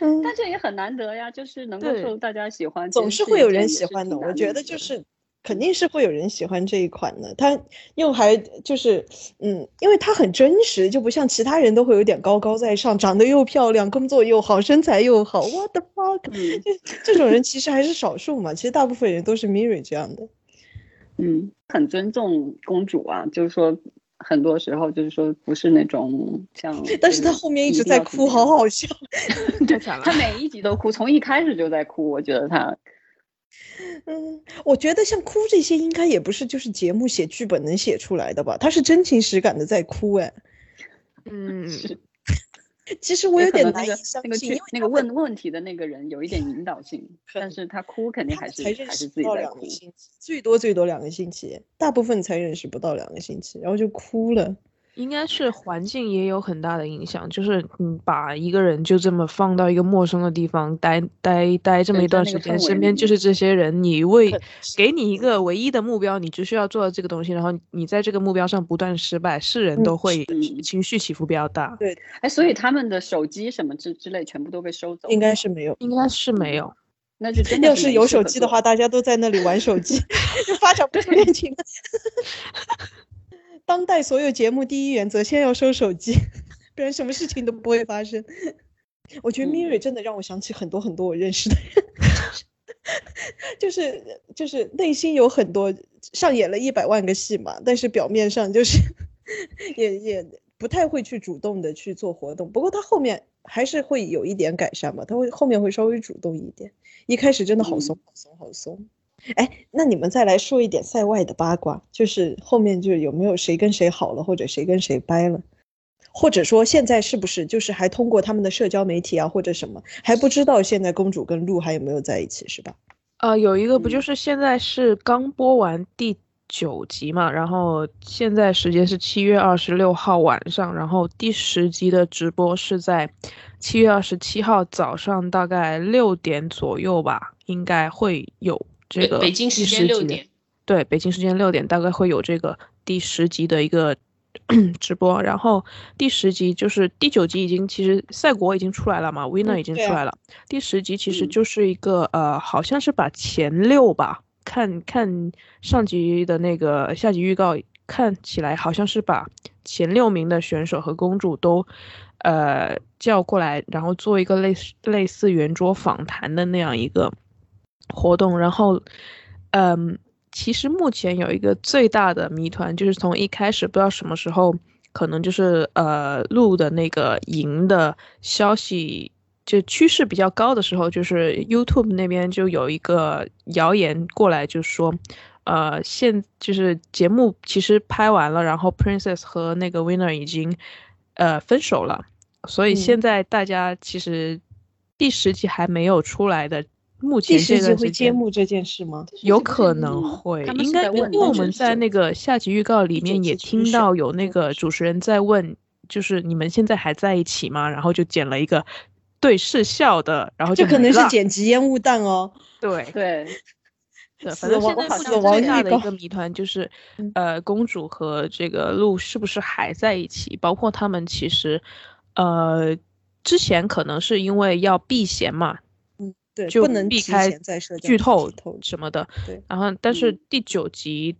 S4: 但这也很难得呀，就是能够
S3: 对
S4: 受大家喜欢，
S2: 总
S4: 其实
S2: 是
S4: 是
S2: 会有
S4: 一件
S2: 人
S4: 也
S2: 喜欢的，
S4: 挺
S2: 我
S4: 难
S2: 觉
S4: 得
S2: 得
S4: 的
S2: 就。是肯定是会有人喜欢这一款的。它又还就是嗯，因为它很真实，就不像其他人都会有点高高在上，长得又漂亮，工作又好，身材又好，what the fuck，
S4: 嗯
S2: 这种人其实还是少数嘛。其实大部分人都是 Miri 这样的。
S4: 嗯，很尊重公主啊，就是说很多时候就是说不是那种像，
S2: 但是
S4: 就
S2: 他后面一
S4: 一
S2: 直
S4: 定
S2: 在
S4: 要怎
S2: 哭，
S4: 么
S2: 好
S4: 样
S2: 好啊笑。
S3: 太惨了
S4: 他，每一集都哭，从一开始就在哭，我觉得他
S2: 嗯，我觉得像哭这些，应该也不是就是节目写剧本能写出来的吧？他是真情实感的在哭， 哎，
S3: 嗯，
S2: 其 实我
S4: 也
S2: 有
S4: 可
S2: 点
S4: 能
S2: 难以
S4: 那个
S2: 相
S4: 那个
S2: 信，
S4: 去
S2: 因为
S4: 那
S2: 他
S4: 个
S2: 们
S4: 问问题的那个人有一点引 导性，但是他哭肯定
S2: 他
S4: 还
S2: 们
S4: 是
S2: 才认
S4: 还
S2: 识
S4: 是
S2: 不
S4: 自己
S2: 到
S4: 在
S2: 两
S4: 哭
S2: 个。星期，最多最多两个星期，大部分才认识不到两个星期，然后就哭了。
S3: 应该是环境也有很大的影响，就是你把一个人就这么放到一个陌生的地方待待待这么
S4: 对
S3: 一段
S4: 在那
S3: 时间，
S4: 个氛围
S3: 身
S4: 里
S3: 边就
S4: 面
S3: 是这些人，你为
S2: 可
S3: 给你一个唯一的目标，你只需要做到这个东西，然后你在这个目标上不断失败，是人
S2: 嗯
S3: 都会
S4: 嗯
S3: 情绪起伏比较大，
S4: 哎，所以他们的手机什么之之类全部都被收走了，
S2: 应该是没有。
S3: 应该是没有。
S4: 那就真的
S2: 要
S4: 是
S2: 是
S4: 没
S2: 有
S4: 事
S2: 手
S4: 可
S2: 机的
S4: 做
S2: 话，大家都在那里玩手 机，就发展不出恋情了。 当代所有节目第一原则，先要收手机，不然什么事情都不会发生。 我觉得
S4: 嗯
S2: Miri 真的让我想起很多很多我认识的人，就是就是内心有很多上演了一百万个戏嘛，但是表面上就是 也也不太会去主动的去做活动。不过他后面还是会有一点改善嘛，他会后面会稍微主动一点。一开始真的好松，好松，好松。哎，那你们再来说一点赛外的八卦，就是后面就是有没有谁跟谁好了，或者谁跟谁掰了，或者说现在是不是就是还通过他们的社交媒体啊或者什么，还不知道现在公主跟鹿还有没有在一起，是吧？
S3: 呃，有一个不就
S4: 嗯
S3: 是现在是刚播完第九集嘛，然后现在时间是七月二十六号晚上，然后第十集的直播是在七月二十七号早上大概六点左右吧，应该会有这
S6: 北
S3: 个
S6: 北京时
S3: 第
S6: 间
S3: 十集
S6: 六
S3: 的
S6: 点，
S3: 对，北京时间六点大概会有这个第十集的一个 直播，然后第十集就是第九集已经其实赛果已经出来了嘛，winner
S2: 嗯
S3: 已经
S2: 对
S3: 出
S2: 啊
S3: 来了，第十集其实
S4: 嗯
S3: 就是一个、呃，好像是把前六吧，看看上集的那个下集预告看起来好像是把前六名的选手和公主都呃叫过来，然后做一个类似类似圆桌访谈的那样一个活动，然后，嗯，其实目前有一个最大的谜团，就是从一开始不知道什么时候，可能就是呃录的那个赢的消息，就趋势比较高的时候，就是 YouTube 那边就有一个谣言过来，就说。呃，现就是节目其实拍完了，然后 Princess 和那个 Winner 已经呃分手了，所以
S2: 嗯
S3: 现在大家其实第十集还没有出来的，目前
S2: 第
S3: 这
S2: 十集
S3: 段
S2: 会
S3: 时
S2: 揭
S3: 间
S2: 幕这件事吗？
S3: 有
S6: 不是
S3: 可
S6: 嗯
S3: 能会
S4: 他，们
S3: 应
S4: 是
S3: 该
S4: 在
S3: 因
S4: 问
S3: 为我
S4: 但
S3: 们
S4: 是
S3: 在那个下集预告里
S2: 19
S3: 面也
S2: 集初
S3: 听
S2: 选
S3: 到有那
S2: 嗯
S3: 个主持人在问，就是你们现在还在一起吗？然后就剪了一个对视笑的，然后
S2: 这
S3: 就
S2: 可
S3: 没
S2: 能是
S3: 了
S2: 剪辑烟雾弹哦。
S3: 对。
S4: 对，
S3: 对，
S2: 死
S3: 反正现
S2: 亡
S3: 在目
S2: 死
S3: 前
S2: 亡
S3: 最大
S2: 预
S3: 的
S2: 告
S3: 一个谜团就是，呃，公主和这个鹿是不是还在一起？包括他们其实，呃，之前可能是因为要避嫌嘛，
S2: 对，
S3: 就
S2: 不能
S3: 避
S2: 提
S3: 开
S2: 前在社交
S3: 剧
S2: 媒体
S3: 透
S2: 透露
S3: 什么的。
S2: 对
S3: 然后，但是
S4: 嗯
S3: 第九集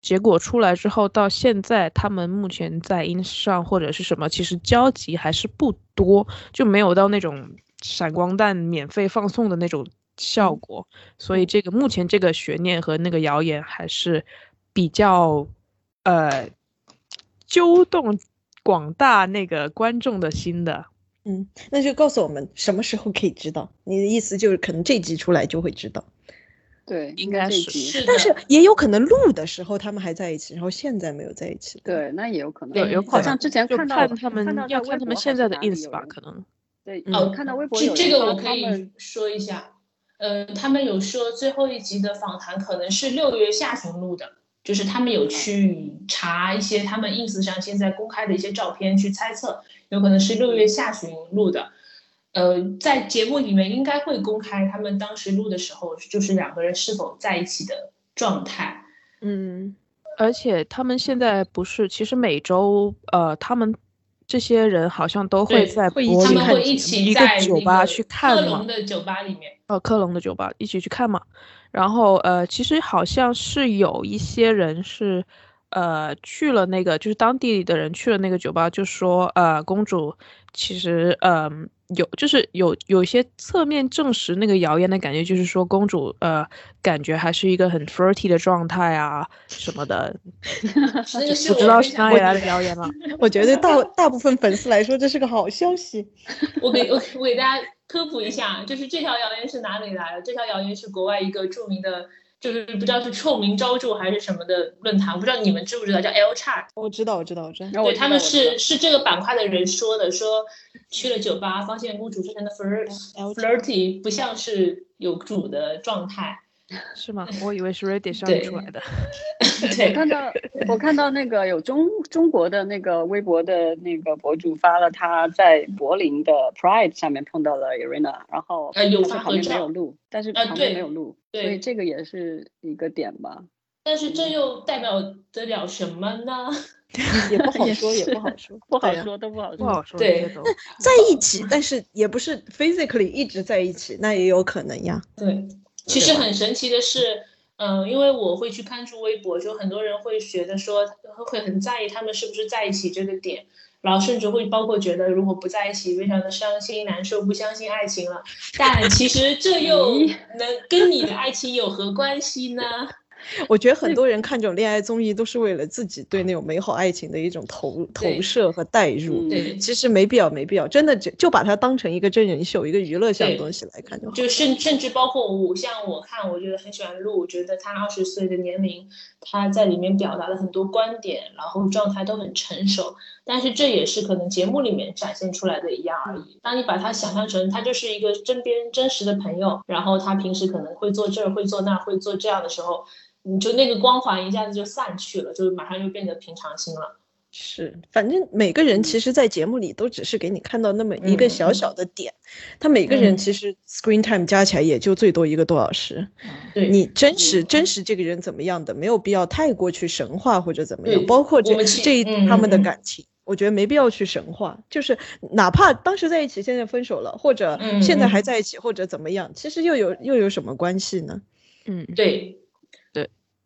S3: 结果出来之后，到现在他们目前在 ins 上或者是什么，其实交集还是不多，就没有到那种闪光弹免费放送的那种
S2: 嗯
S3: 效果。所以，这个目前这个悬念和那个谣言还是比较呃揪动广大那个观众的心的。
S2: 嗯，那就告诉我们什么时候可以知道。你的意思就是可能这集出来就会知道，
S4: 对，
S3: 应
S4: 应该
S3: 该
S4: 这一
S3: 是
S4: 集
S6: 是
S2: 但是
S6: 的，
S2: 也有可能录的时候他们还在一起，然后现在没有在一起。，
S4: 对，那也有可能。
S3: 对，有
S6: 嗯
S3: 可
S4: 好
S3: 能
S4: 像之前
S3: 就
S4: 看到
S3: 看他
S4: 我
S3: 们
S4: 到在
S3: 要
S4: 微
S3: 看他们
S4: 博
S3: 现
S4: 还
S3: 在
S4: 是
S3: 的
S4: 哪里
S3: ins
S4: 有
S3: 吧，
S4: 人
S3: 可能。
S4: 对，呃
S2: 嗯
S4: 我看到微博
S6: 这
S4: 有
S6: 这
S4: 人
S6: 个我
S4: 说
S6: 可
S4: 他
S6: 以
S4: 们
S6: 说一下，呃，他们有说最后一集的访谈可能是六月下旬录的，就是他们有去查一些他们 ins 上现在公开的一些照片，去猜测有可能是六月下旬录的。呃，在节目里面应该会公开他们当时录的时候，就是两个人是否在一起的状态。
S3: 嗯，而且他们现在不是，其实每周呃，他们这些人好像都会
S6: 对
S3: 在柏
S7: 会一
S3: 林
S7: 起
S6: 他们会
S3: 看节
S6: 一起
S3: 目一
S6: 在
S3: 个酒
S6: 那
S3: 吧
S6: 个
S3: 去
S6: 克
S3: 看嘛
S6: 隆，的酒吧里 面。
S3: 呃，科隆的酒吧一起去看嘛。然后呃，其实好像是有一些人是，呃，去了那个就是当地的人去了那个酒吧，就说呃，公主其实嗯、有就是有有一些侧面证实那个谣言的感觉，就是说公主呃感觉还是一个很 flirty 的状态啊什么的。
S6: 那个是
S3: 我
S6: 我
S3: 知道
S6: 非
S3: 是
S6: 常
S3: 哪里来的谣言了。
S2: 我觉得大大部分粉丝来说，这是个好消息。
S6: 我给我我给大家科普一下，就是这条谣言是哪里来的？这条谣言是国外一个著名的，就是不知道是臭名昭著还是什么的论坛，我不知道你们知不知道，叫 L Chat。
S2: 我知道，我知道，我知 道。
S4: 然后哦我
S6: 对，
S4: 知
S6: 他
S4: 道
S6: 们
S4: 我知道
S6: 是是这个板块的人说的，说去了酒吧发现公主非常
S3: 哦
S6: 的 flirt flirty，不像是有主的状态。
S3: 是吗？我以为是 Reddit 上
S6: 对
S3: 出来的。
S4: 我
S3: 嗯
S6: 对，
S4: 看到我看到那个有中中国的那个微博的那个博主发了他在柏林的 Pride 上面碰到了 Irina，然后
S6: 呃有
S4: 但是
S6: 发合
S4: 旁边没
S6: 照
S4: 有录，但是
S6: 啊
S4: 旁边
S6: 对
S4: 没有录，所
S6: 对
S4: 以这个也是一个点吧。
S6: 但是这又代表得了什么呢？
S2: 也不好
S7: 也
S2: 说，也
S7: 是
S2: 不好说，
S4: 不好
S2: 对呀
S4: 说，都不好
S3: 不
S4: 说。
S3: 好说这些
S6: 对
S3: 都。
S2: 在一起，但是也不是 physically 一直在一起，那也有可能呀。
S6: 对，其实很神奇的是，嗯、因为我会去关注微博，就很多人会觉得说会会很在意他们是不是在一起这个点，然后甚至会包括觉得如果不在一起非常的伤心难受，不相信爱情了。但其实这又能跟你的爱情有何关系呢？
S2: 我觉得很多人看这种恋爱综艺都是为了自己对那种美好爱情的一种投
S6: 对
S2: 投射和代入，
S6: 对
S2: 其实没必要，没必要，真的就就把它当成一个真人秀、一个娱乐项的
S6: 对
S2: 东西来看就好。
S6: 就甚甚至包括我，像我看，我觉得很喜欢陆，我觉得他二十岁的年龄，他在里面表达了很多观点，然后状态都很成熟。但是这也是可能节目里面展现出来的一样而已。当你把他想象成他就是一个身边真实的朋友，然后他平时可能会做这儿、会做那儿、会做这样的时候，你就那个光环一下子就散去了，就马上就变得平常心了。
S2: 是，反正每个人其实，在节目里都只是给你看到那么一个小
S7: 嗯
S2: 小的点，他每个人
S6: 嗯
S2: 其实 screen time 加起来也就最多一个多小时。
S6: 对，嗯
S2: 你真实真实这个人怎么样的，没有必要太过去神化或者怎么样。
S6: 对
S2: 包括这
S6: 我们其
S2: 这一
S6: 嗯
S2: 他们的
S6: 嗯嗯
S2: 感情，我觉得没必要去神化。就是哪怕当时在一起，现在分手了，或者
S6: 嗯
S2: 现在
S6: 嗯
S2: 还在一起，或者怎么样，其实又有又有什么关系呢？
S3: 嗯。
S6: 对，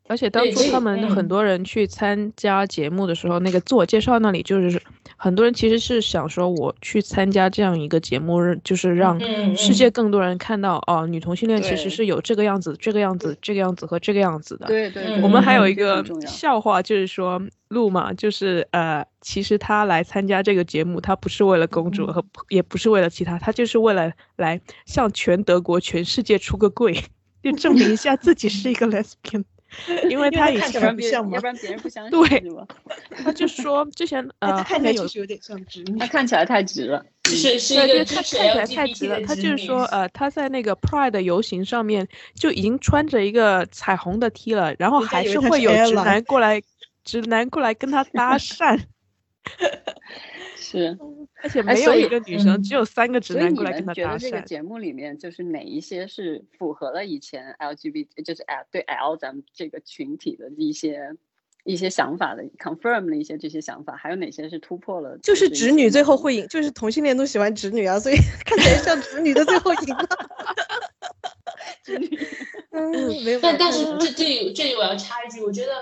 S3: 而且当
S6: 对
S3: 初
S6: 这
S3: 他
S6: 个
S3: 们
S6: 嗯
S3: 很多人去参加节目的时候，那个自我介绍那里就是很多人其实是想说，我去参加这样一个节目，就是让
S6: 嗯
S3: 世界更多人看到哦，女同性恋其
S4: 对
S3: 实是有这个样子、这个样子、这个样子和这个样子的。
S4: 对对对，
S3: 我们还有
S4: 嗯
S3: 一
S4: 这很
S3: 个
S4: 重要
S3: 笑话，就是说路嘛，就是呃，其实他来参加这个节目，他不是为了公主和也不是为了其他，他就是为了来向全德国、全世界出个柜，就证明一下自己是一个 lesbian，因为他以
S2: 看起
S3: 前
S2: 来
S4: 要
S2: 不像
S4: 不然别人
S2: 吗
S4: 要不然别人不 相信
S3: 对
S4: 是吧？
S3: 他就说之前
S2: 哎
S3: 呃
S6: 啊
S2: 他
S3: 后
S2: 看起来
S3: 面有
S2: 确实有点像直
S4: 他
S2: 女。
S4: 看起来太直了，
S6: 是是一
S3: 嗯对，对，
S6: 个支
S3: 他
S6: 持
S3: 看起来太
S6: LGBT
S3: 直
S6: 的
S3: 了。他
S6: 直
S3: 就是
S6: 女
S3: 说，呃，他在那个 Pride 的游行上面就已经穿着一个彩虹的 T 了，然后
S2: 人家
S3: 还
S2: 以为
S3: 是
S2: 他
S3: 会
S2: 是
S3: 有直
S2: Ella
S3: 男过来，直男过来跟他搭讪，
S4: 是。
S3: 而且
S4: 哎
S3: 没
S4: 所
S3: 有
S4: 以
S3: 一个女生，
S6: 嗯
S3: 只有三个直
S4: 所以
S3: 男
S4: 你
S3: 过来跟
S4: 们
S3: 他
S4: 觉
S3: 搭
S4: 得这个
S3: 讪。
S4: 节目里面，就是哪一些是符合了以前 LGBT，就是 L 对 L 咱们这个群体的一些一些想法的，confirm 了一些这些想法，还有哪些是突破了？
S2: 就是
S4: 一
S2: 直
S4: 些
S2: 女最后
S4: 迷
S2: 会赢，就是同性恋都喜欢直女啊，所以 看起来像直女的最后赢 了。 嗯，没有办
S6: 但
S2: 法。
S6: 但是这这里这里我要插一句，我觉得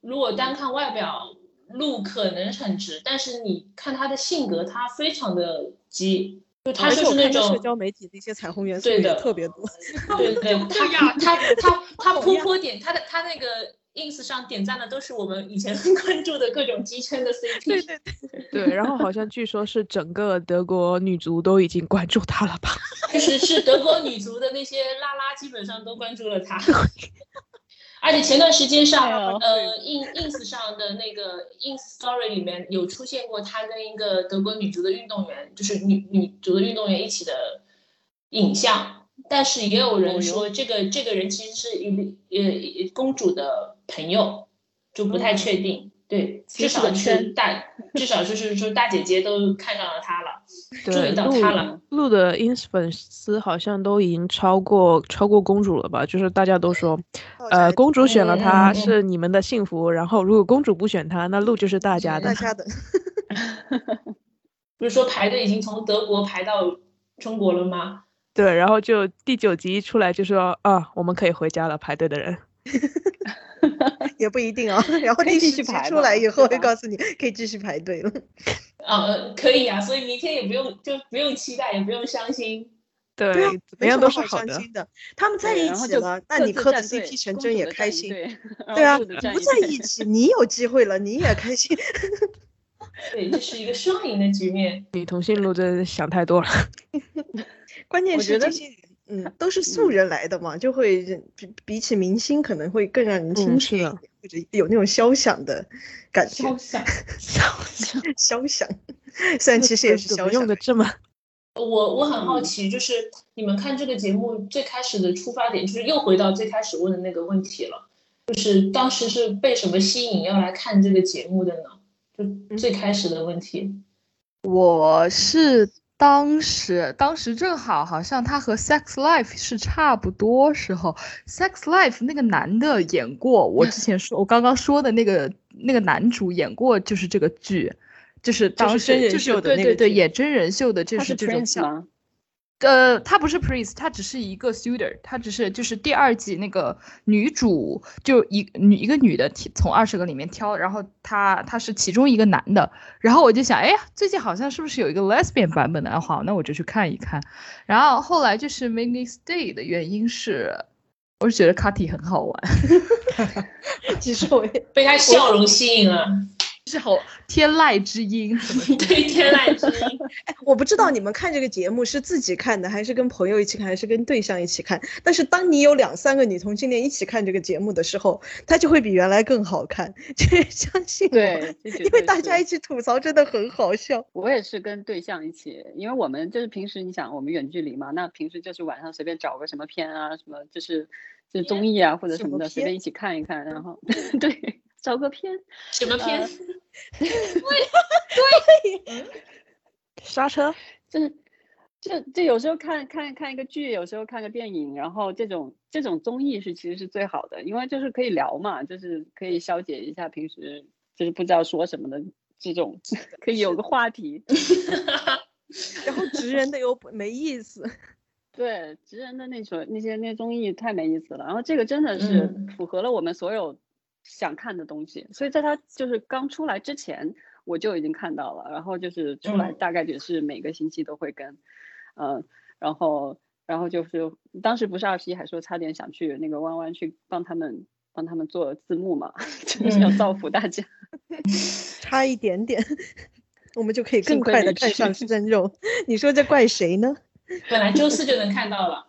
S6: 如果单看外表，路可能很直，但是你看他的性格，他非常的急，就他
S2: 而且
S6: 就
S2: 我
S6: 是那
S2: 看到社
S6: 种
S2: 交媒体那些彩虹元素
S6: 对
S2: 也
S6: 的
S2: 特别多。
S6: 对对，他他他他波波点他的他那个 ins 上点赞的都是我们以前很关注的各种机圈的 CP，对对
S3: 对，然后好像据说是整个德国女足都已经关注他了吧？
S6: 就是是德国女足的那些拉拉基本上都关注了他。而且前段时间上，
S4: 哎呦
S6: 呃，ins ins 上的那个 ins story 里面有出现过他跟一个德国女足的运动员，就是女女足的运动员一起的影像，但是也有人说这个这个人其实是一呃公主的朋友，就不太确定。对，至
S9: 是
S6: 少
S9: 个
S6: 是
S9: 圈
S6: 大，至少就是说大姐姐都看上了他了，注
S3: 对
S6: 意到他了。
S3: 鹿的 ins 粉丝好像都已经超过超过公主了吧？就是大家都说，呃，公主选了他
S9: 嗯嗯嗯
S3: 是你们的幸福，然后如果公主不选他，那鹿就是大家的
S2: 大。家的，
S6: 不是说排队已经从德国排到中国了吗？
S3: 对，然后就第九集一出来就说啊，我们可以回家了，排队的人。
S2: 也不一定啊。 然后
S4: 可以
S2: 第
S4: 继
S2: 十
S4: 续
S2: 集
S4: 排
S2: 出
S4: 吧
S2: 来以后，
S4: 对
S2: 会
S4: 吧
S2: 告诉你可以继续排队了。
S6: 啊、呃可以啊，所以明天也不用就不用期待，也不用伤心。
S3: 对
S2: 对啊，
S3: 怎么
S2: 没什
S3: 样
S2: 么
S3: 都是
S2: 好
S3: 好
S2: 伤
S3: 的。
S2: 心的。他们在
S4: 对
S2: 一
S4: 然后
S2: 起
S4: 就
S2: 了，那
S4: 各
S2: 你
S4: 自
S2: 磕
S4: 站
S2: 的 CP
S4: 队
S2: 成
S4: 公
S2: 真
S4: 主
S2: 也
S4: 的
S2: 开
S4: 站一
S2: 心。
S4: 队
S2: 对啊，
S4: 公主的站
S2: 不
S4: 一
S2: 在
S4: 队
S2: 一起，你有机会了，你也开心。
S6: 对，这是一个双赢的局 面。
S3: 女同性鹿真的想太多了。
S2: 关键
S4: 我觉
S2: 是这
S4: 得
S2: 些人，嗯，都是素人来的嘛，就会人比比起明星可能会更让人亲
S3: 嗯，
S2: 切
S3: 是
S2: 一点，
S3: 的，
S2: 或者有那种肖想的感觉
S8: 肖。想，
S2: 肖想， 虽然其实也是
S3: 怎
S2: 肖
S3: 么用
S2: 想
S3: 的。这么
S6: 我我很好奇，就是你们看这个节目最开始的出发点，就是又回到最开始问的那个问题了，就是当时是被什么吸引要来看这个节目的呢？就最开始的问题。
S7: 我是当时，当时正好好像他和 Sex Life 是差不多时候，Sex Life 那个男的演过我之前说，我刚刚说的那个那个男主演过，就是这个剧，就是当时
S8: 真人
S7: 就是
S8: 秀的
S7: 对
S8: 那
S7: 对
S8: 个
S7: 对，
S8: 剧
S7: 演真人秀的，就
S4: 他
S7: 是这种
S4: Prince
S7: 像
S4: 吗？
S7: 呃，他不是 priest，他只是一个 suitor，他只是就是第二季那个女主就一女一个女的挑从二十个里面挑，然后她她是其中一个男的，然后我就想，哎呀，最近好像是不是有一个 lesbian 版本的？啊好，那我就去看一看。然后后来就是 make me stay 的原因是，我是觉得 Cutty 很好玩，
S2: 其实我也
S6: 被他笑容吸引了，
S7: 就是好天籁之音，怎么说
S6: 对天籁之音。
S2: 我不知
S4: 嗯
S2: 道你们看这个节目是自己看的，还是跟朋友一起看，还是跟对象一起看。但是当你有两三个女同性恋一起看这个节目的时候，它就会比原来更好看。 就是相信我，
S4: 对，这绝
S2: 因为
S4: 对
S2: 大
S4: 是
S2: 家一起吐槽真的很好笑。
S4: 我也是跟对象一起，因为我们就是平时你想我们远距离嘛，那平时就是晚上随便找个什么片啊，什么就是就是综艺啊或者
S2: 什
S4: 什
S2: 么
S4: 么的，随
S2: 片
S4: 便一起看一看，然后 对找个片，
S6: 什么片？
S3: 刹车，
S4: 就是这这有时候看看看一个剧，有时候看个电影，然后这种这种综艺是其实是最好的，因为就是可以聊嘛，就是可以消解一下平时就是不知道说什么的这种， 可以有个话题。
S2: 然后直人的又不没意思，
S4: 对，职人的那首那些那综艺太没意思了，然后这个真的是
S6: 嗯
S4: 符合了我们所有想看的东西，所以在它就是刚出来之前我就已经看到了，然后就是出来
S6: 嗯
S4: 大概也是每个星期都会跟，嗯，然后然后就是当时不是二十一还说差点想去那个弯弯去帮他们帮他们做字幕嘛， 就是要
S6: 嗯
S4: 造福大家，
S2: 差一点点， 我们就可以
S4: 幸
S2: 更
S4: 亏
S2: 快
S4: 没
S2: 的看
S4: 去
S2: 上真肉。 你说这怪谁呢？
S6: 本来周四就能看到了，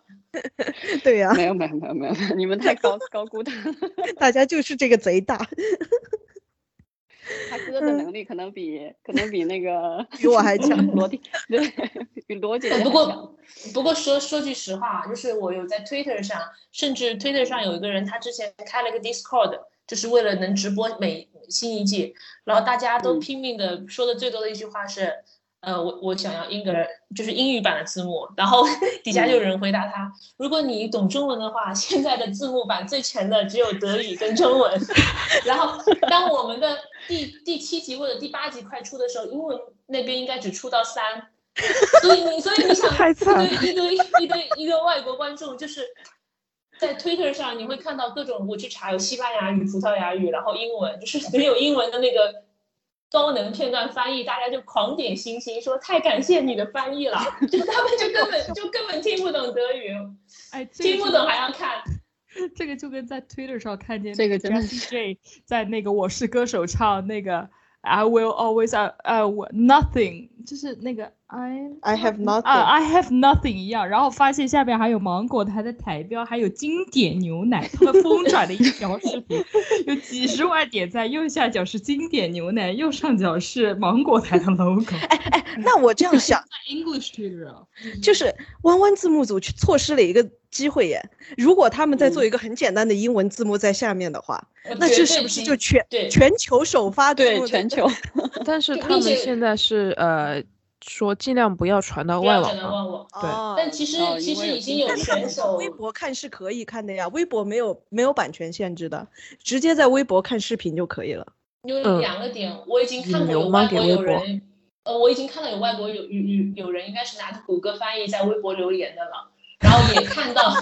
S2: 对呀、
S4: 没有没有没有没有，你们太高高估他了。
S2: 大家就是这个贼大，
S4: 他哥的能力可能比可能比那个
S2: 嗯 比我还强
S4: 罗弟，对，比罗姐姐还
S6: 呃不
S4: 强。
S6: 过，不过说说句实话啊，就是我有在 Twitter 上，甚至 Twitter 上有一个人，他之前开了一个 Discord，就是为了能直播每新一季，然后大家都
S4: 嗯
S6: 拼命的说的最多的一句话是，呃，我我想要英格兰就是英语版的字幕，
S4: 嗯
S6: 然后 底下就有人回答他，如果你懂中文的话，现在的字幕版最全的只有德语跟中文， 然后当我们的第第七集或者第八集快出的时候，英文那边应该只出到三。 所以你，所以你想，
S3: 太惨了
S6: 一堆一堆一堆一堆外国观众，就是在 Twitter 上你会看到各种，我去查有西班牙语、葡萄牙语，然后英文，就是没有英文的那个高能片段翻译，大家就狂点星星，说太感谢你的翻译了，就是他们就根 本就根本听不懂德语，
S7: 哎，这个
S6: 听不
S7: 就
S6: 懂
S7: 跟
S6: 还要看。
S7: 这个就跟在 Twitter 上看见
S4: 这
S7: 那
S4: 个真的
S7: Jessie J 在那个《我是歌手》唱那个 I will always I I will nothing，就是那个 I
S2: I have nothing
S7: 啊 I have nothing 一样，然后发现下面还有芒果台的台标，还有经典牛奶，他们疯转了一条视频，有几十万点赞，右下角是经典牛奶，右上角是芒果台的 logo，
S2: 那我这样想，
S8: English tutor
S2: 就是弯弯字幕组去错失了一个机会耶。如果他们再
S6: 嗯
S2: 做一个很简单的英文字幕在下面的话，那这是不是就全
S6: 对
S2: 全球首发字幕
S4: 对
S2: 的
S4: 全球，
S3: 但是
S6: 就
S3: 他
S6: 并
S3: 们
S6: 且
S3: 现在是呃说尽量不要传到
S6: 不
S3: 外
S6: 要
S3: 网
S6: 整个
S3: 嘛，
S6: 问我。
S2: 哦
S6: 但其实
S4: 哦
S6: 其
S4: 因为
S6: 实
S4: 有
S6: 已经
S4: 经
S6: 有
S4: 但是
S6: 选手，
S2: 微博看是可以看的呀，微博没有没有版权限制的，直接在微博看视频就可以了。
S6: 因为
S3: 嗯
S6: 两个点，我已经看
S3: 引
S6: 过
S3: 流
S6: 有
S3: 吗
S6: 外
S3: 给
S6: 国
S3: 微
S6: 有
S3: 博
S6: 人，呃，我已经看到有外国有有有人应该是拿着谷歌翻译在微博留言的了，然后也看到，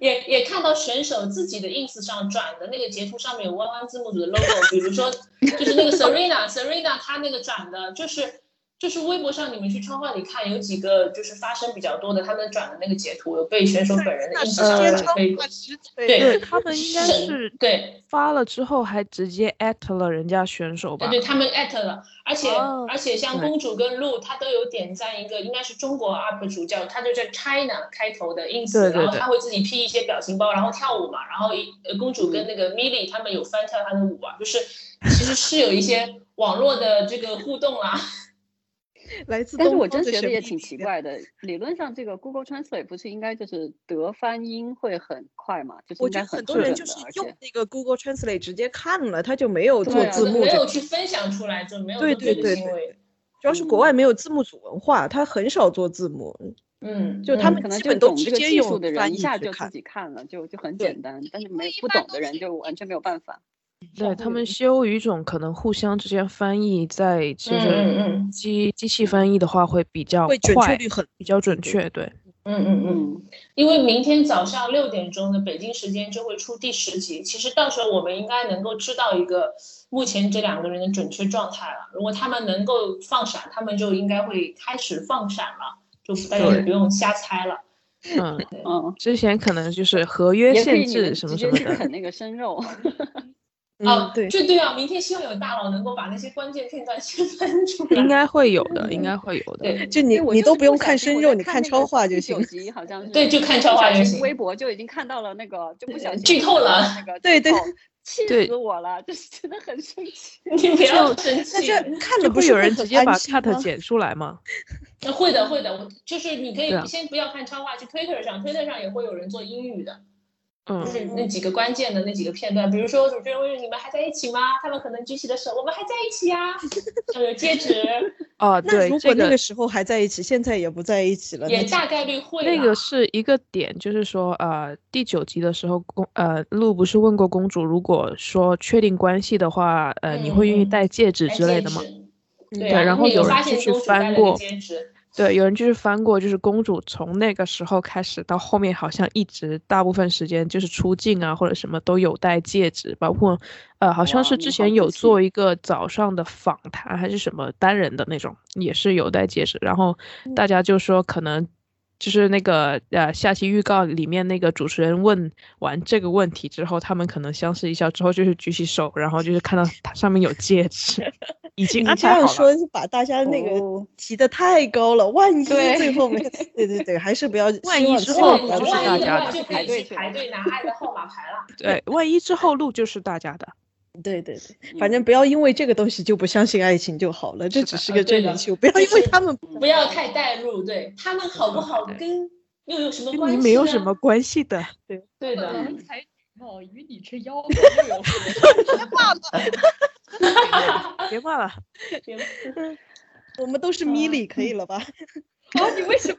S6: 也也看到选手自己的 ins 上转的那个截图上面有弯弯字幕组的 logo，比如说就是那个 Serena Serena 她那个转的就是。就是微博上你们去超话里看，有几个就是发声比较多的，他们转的那个截图有被选手本人的
S2: 那
S6: ins
S2: 是
S6: 上
S2: 天
S6: 面
S2: 窗
S6: 被
S2: 挂实锤
S6: 啊对
S3: 对他们应该
S6: 是
S3: 是
S6: 对
S3: 发了之后还直接 at 了人家选手吧
S6: 对，？他们艾特了，而且、
S3: 哦
S6: 而且像
S3: 对
S6: 公主跟露，她都有点赞一个，应该是中国 UP 主叫，她就叫 China 开头的 ins，
S3: 对对
S6: 然后
S3: 对
S6: 她会自己 P 一些表情包，然后跳舞嘛，然后一呃公主跟那
S2: 嗯
S6: 个 Milly 他们有翻跳她的舞啊，就是其实是有一些网络的这个互动啊，
S2: 来自
S4: 但是
S2: 东
S4: 我
S2: 方
S4: 真
S2: 的
S4: 觉得
S2: 神
S4: 也
S2: 秘
S4: 挺
S2: 力
S4: 奇
S2: 量。
S4: 怪的。理论上，这个 Google Translate 不是应该就是德翻英会很快嘛？就是
S2: 我
S4: 应
S2: 觉
S4: 该
S2: 得很
S4: 很
S2: 多人
S4: 准
S2: 就是
S4: 的而
S2: 用
S4: 且
S2: 那个 Google Translate 直接看了，他就没有做
S4: 对啊
S2: 字幕
S6: 没
S2: 这个
S6: 有去分享出来，就没有
S2: 对
S6: 做这
S2: 对
S6: 个
S2: 对
S6: 行
S2: 对
S6: 为，
S2: 主要是国外没有字幕组文化，他很少做字幕，
S6: 嗯，
S2: 就他
S6: 嗯
S2: 们
S4: 可能
S2: 基
S4: 就
S2: 本都
S4: 懂
S2: 直
S4: 这个
S2: 接
S4: 技
S2: 用
S4: 术的
S2: 翻
S4: 人一
S2: 译
S4: 下
S2: 去
S4: 就
S2: 看
S4: 自己看了，就就很
S2: 对
S4: 简单。但是
S8: 因为
S4: 没
S8: 一
S4: 不
S8: 般
S4: 懂
S8: 都
S4: 的人
S8: 是
S4: 就完全没有办法。
S3: 对他们
S4: 嗯
S3: 西欧语种可能互相之间翻译，在就
S6: 嗯
S3: 是
S6: 嗯
S3: 机机器翻译的话会比较
S2: 会准确
S3: 快，
S2: 率很
S3: 比较准确，对。
S6: 嗯嗯嗯。
S4: 嗯，
S6: 因为明天早上六点钟的北京时间就会出第十集，其实到时候我们应该能够知道一个目前这两个人的准确状态了。如果他们能够放闪，他们就应该会开始放闪了，就大家就不用瞎猜了。
S3: 嗯，
S4: 嗯，
S3: 之前可能就是合约
S4: 也可以
S3: 限
S4: 你
S3: 制
S4: 们
S3: 什么
S4: 直
S3: 什
S4: 接
S3: 么
S4: 去
S3: 的，
S4: 啃那个生肉。
S6: 啊
S3: 嗯，，对，
S6: 这对啊，明天希望有大佬能够把那些关键片段 先翻出来。
S3: 应该会有的，应该会有的。
S6: 对
S2: 就
S4: 因
S2: 你
S4: 为我
S2: 你
S4: 就是
S2: 都
S4: 不
S2: 不用
S4: 小
S2: 看
S4: 心
S2: 生
S4: 我
S2: 肉，
S4: 在
S2: 你
S4: 看
S2: 看
S4: 那
S2: 超
S4: 个
S2: 话就
S4: 第九
S2: 行。
S4: 集好像是
S6: 对就看超
S4: 不
S6: 话
S4: 小
S6: 就
S4: 心
S6: 行
S4: 微博就已经看到了那个，就不小
S6: 呃
S4: 心
S6: 剧透
S4: 看到
S6: 了
S4: 那个
S2: 对
S4: 剧
S2: 对
S4: 透，气
S3: 对
S4: 死我了，就是 真的很生气。
S6: 你不要生
S2: 那
S6: 气。
S2: 这看了
S3: 就
S2: 不
S3: 会
S2: 是
S3: 有人
S2: 很
S3: 直接把
S2: 安心
S3: cut
S2: 吗
S3: 剪出来吗？
S6: 呃会的，会的，我就是你可
S3: 对啊
S6: 以先不要看超话，去 Twitter 上，Twitter 上也会有人做英语的。
S3: 嗯
S6: 就，是那几个关键的那几个片段，比如说主持人问你们还在一起吗？他们可能举起的手，我们还在一起呀、呃，接纸
S3: 哦，
S2: 那
S3: 对，
S2: 如
S3: 这
S2: 果那个时候还在一起，现在也不在一起了，那
S6: 也大概率会
S3: 那
S6: 啦
S3: 个是一个点，就是说，呃，第九集的时候，公呃，露不是问过公主，如果说确定关系的话，呃，你会愿意
S6: 嗯嗯嗯
S3: 戴戒指
S6: 哎
S3: 之类
S6: 戒
S3: 的吗？
S6: 指
S3: 对
S6: 对啊，
S3: 然后
S6: 你有
S3: 有人
S6: 发
S3: 就
S6: 现
S3: 去
S6: 公主戴
S3: 翻
S6: 了个
S3: 过，
S6: 戒指，
S3: 对，有人就是翻过，就是公主从那个时候开始到后面，好像一直大部分时间就是出镜啊或者什么都有戴戒指，包括呃，好像
S4: 哇
S3: 是
S4: 你
S3: 之
S4: 好
S3: 前
S4: 仔
S3: 有
S4: 细
S3: 做一个早上的访谈还是什么单人的那种，也是有戴戒指，然后大家就说可能。就是那个呃，下期预告里面那个主持人问完这个问题之后，他们可能相视一笑之后，就是举起手，然后就是看到它上面有戒指， 已经
S2: 你
S3: 安
S2: 这
S3: 排好
S2: 样
S3: 了。
S2: 说是把大家那个
S4: 哦
S2: 提的太高了，万一
S9: 对
S2: 最后没，对对对，还是不要希望。
S3: 万一之
S2: 希
S3: 后
S2: 望
S6: 对
S2: 不
S6: 你
S2: 要
S3: 哦
S2: 太
S3: 就是大家的
S6: 万一的话就可
S4: 排
S6: 以
S4: 队
S6: 去
S4: 去
S6: 排
S4: 了
S6: 队拿爱的号码牌 了。
S3: 对，万一之后路就是大家的。
S2: 对对对，反正不要因为这个东西就不相信爱情就好了，这
S3: 是
S2: 只
S3: 的
S2: 是
S6: 呃
S2: 个
S6: 对
S2: 真
S6: 的
S2: 人秀，不要因
S6: 就
S2: 为
S6: 是
S2: 他们
S6: 不要太带入，对他们好不好
S3: 对
S6: 跟又有什么
S3: 跟
S6: 关
S3: 你
S6: 系呢？
S3: 没有什么关啊系的。
S6: 对
S4: 嗯
S6: 的，
S4: 嗯
S9: 才女
S7: 哦
S9: 貌与你这妖魔又 有何关？
S3: 别忘了，
S6: 别
S2: 我们都是米里，可以了吧？
S9: 哦，你为什么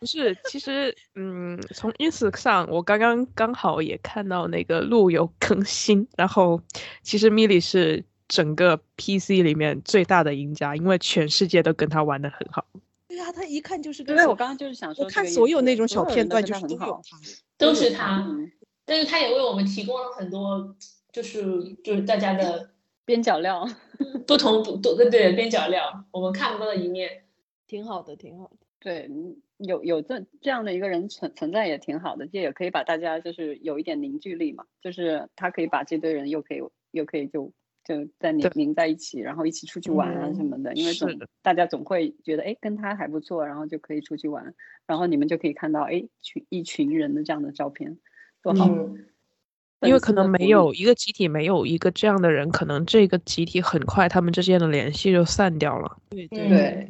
S3: 不是，其实，嗯，从 ins 上，我刚刚刚好也看到那个路有更新，然后其实米莉是整个 PC 里面最大的赢家，因为全世界都跟他玩的很好。
S2: 对呀，他一看就是
S4: 对
S2: 个，小
S4: 我刚刚就是想说
S2: 我
S4: 这
S2: 看
S4: 个意
S2: 所有
S4: 思
S2: 那种
S4: 所
S2: 小
S4: 有人
S2: 片
S4: 都
S2: 段
S4: 跟
S2: 就
S4: 他
S2: 是都
S4: 很
S2: 有
S4: 好
S2: 他。
S6: 都是他。
S4: 嗯，
S6: 但是他也为我们提供了很多，就是就是大家的
S4: 边角料。
S6: 不同不对对边角料，我们看不到的一面。
S2: 挺好的，挺好的。
S4: 对，嗯有有这这样的一个人存存在也挺好的，这也可以把大家就是有一点凝聚力嘛，就是他可以把这堆人又可以又可以就就在凝
S3: 对嗯
S4: 凝在一起，然后一起出去玩啊什么的，因为
S3: 是
S4: 总大家总会觉得哎跟他还不错，然后就可以出去玩，然后你们就可以看到哎群一群人的这样的照片，多好！
S3: 嗯因为
S4: 粉
S3: 可
S4: 丝的
S3: 能
S4: 福
S3: 没
S4: 利
S3: 有一个集体没有一个这样的人，可能这个集体很快他们之间的联系就散掉了。对对
S4: 对，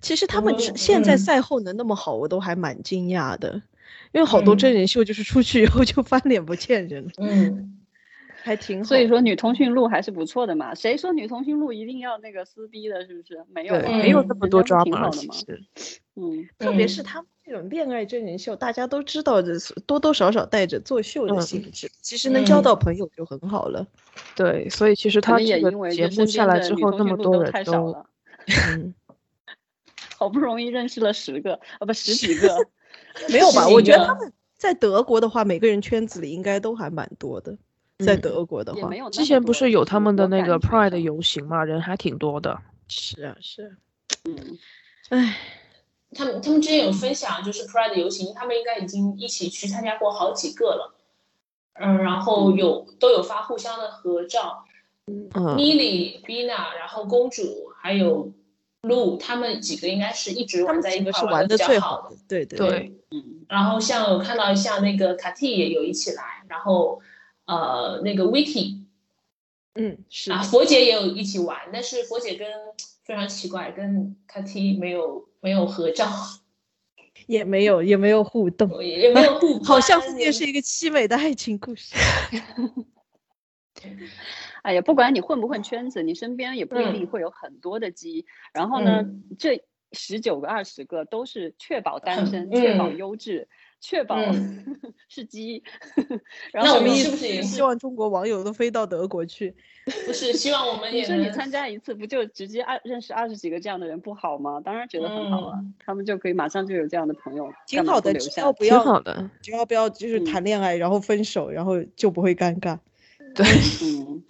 S2: 其实他们之现在赛后能那么好，我都还蛮惊讶的，因为好多真人秀就是出去以后就翻脸不见人，
S8: 嗯，
S2: 还挺好。
S4: 所以说女通讯录还是不错的嘛。谁说女通讯录一定要那个撕逼的？是不是？没有
S3: 对，
S4: 啊，
S3: 没有那
S4: 人
S3: 么
S4: 家
S3: 多
S4: 不
S3: 抓
S4: 挺
S3: 马，
S4: 好的
S3: 其
S4: 嘛。
S3: 实
S4: 嗯，
S2: 特别是他们这种恋爱真人秀，大家都知道的，多多少少带着作秀的
S3: 嗯
S2: 性质，其实能交到朋友就很好了。
S3: 对，所以其实
S4: 可
S3: 他
S4: 能也
S3: 这个
S4: 因为
S3: 节
S4: 就
S3: 目
S4: 身
S3: 下
S4: 边
S3: 来
S4: 的
S3: 之
S4: 女
S3: 后，
S4: 通
S3: 那
S4: 讯
S3: 么
S4: 录
S3: 多
S4: 都
S3: 人
S4: 太少
S3: 都
S4: 了，
S3: 嗯，
S4: 好不容易认识了十个啊，不十几个，
S2: 没有吧？
S4: 是
S2: 我
S4: 一
S2: 觉得
S4: 个
S2: 他们在德国的话，每个人圈子里应该都还蛮多的。在
S3: 嗯
S2: 德国的
S4: 也
S2: 话
S4: 没，有那
S3: 之
S4: 么
S3: 前不
S4: 多
S3: 是有
S4: 就
S3: 他们的
S4: 我
S3: 那
S4: 感
S3: 个
S4: 觉
S3: Pride
S4: 上
S3: 游行嘛，人还挺多的。
S2: 是啊，是啊。
S4: 嗯
S2: 哎，
S6: 他们他们之前有分享，就是 Pride 游行，他们应该已经一起去参加过好几个了，嗯，然后有都有发互相的合照，
S3: 嗯，
S6: Milly、Bina，然后公主还有 Lu，他们几个应该是一直
S2: 他
S6: 玩
S2: 们
S6: 在
S2: 几
S6: 一
S2: 个
S6: 块
S2: 是
S6: 儿
S2: 玩
S6: 的
S2: 的
S6: 比
S2: 最
S6: 较
S2: 好
S6: 的
S2: 的。，对对
S3: 对，
S4: 嗯，
S6: 然后像我看到像那个 Kati 也有一起来，然后呃那个 Vicky
S2: 嗯，是
S6: 啊
S2: 的，
S6: 佛姐也有一起玩，但是佛姐跟非常奇怪，跟 Kati 没有没有合照，
S2: 也没有也没有互动，
S6: 也也没有互拍，
S2: 好像后面
S6: 也
S2: 是一个凄美的爱情故事。
S4: 哎呀，不管你混不混圈子，你身边也不一定
S6: 嗯
S4: 会有很多的鸡。然后呢，
S6: 嗯
S4: 这十九个、二十个都是确保单
S6: 很
S4: 身、确保
S6: 嗯
S4: 优质、确保、
S6: 嗯
S4: 是鸡。然
S6: 那
S4: 后
S6: 我们
S4: 呢
S6: 是不是也
S2: 希望中国网友都飞到德国去？
S6: 不是希望我们
S4: 你
S6: 也
S4: 说你
S6: 能
S4: 参加一次，不就直接二认识二十几个这样的人不好吗？当然觉得很好啊，
S6: 嗯
S4: 他们就可以马上就有这样的朋友，
S2: 挺
S4: 干嘛
S2: 好
S4: 不
S2: 的，哦
S4: 留
S2: 只
S4: 下
S2: 要
S4: 来。
S2: 不
S3: 挺
S2: 要
S3: 好的。
S2: 只要不要就是
S4: 嗯
S2: 谈恋爱，然后分手，然后就不会尴尬。
S4: 嗯，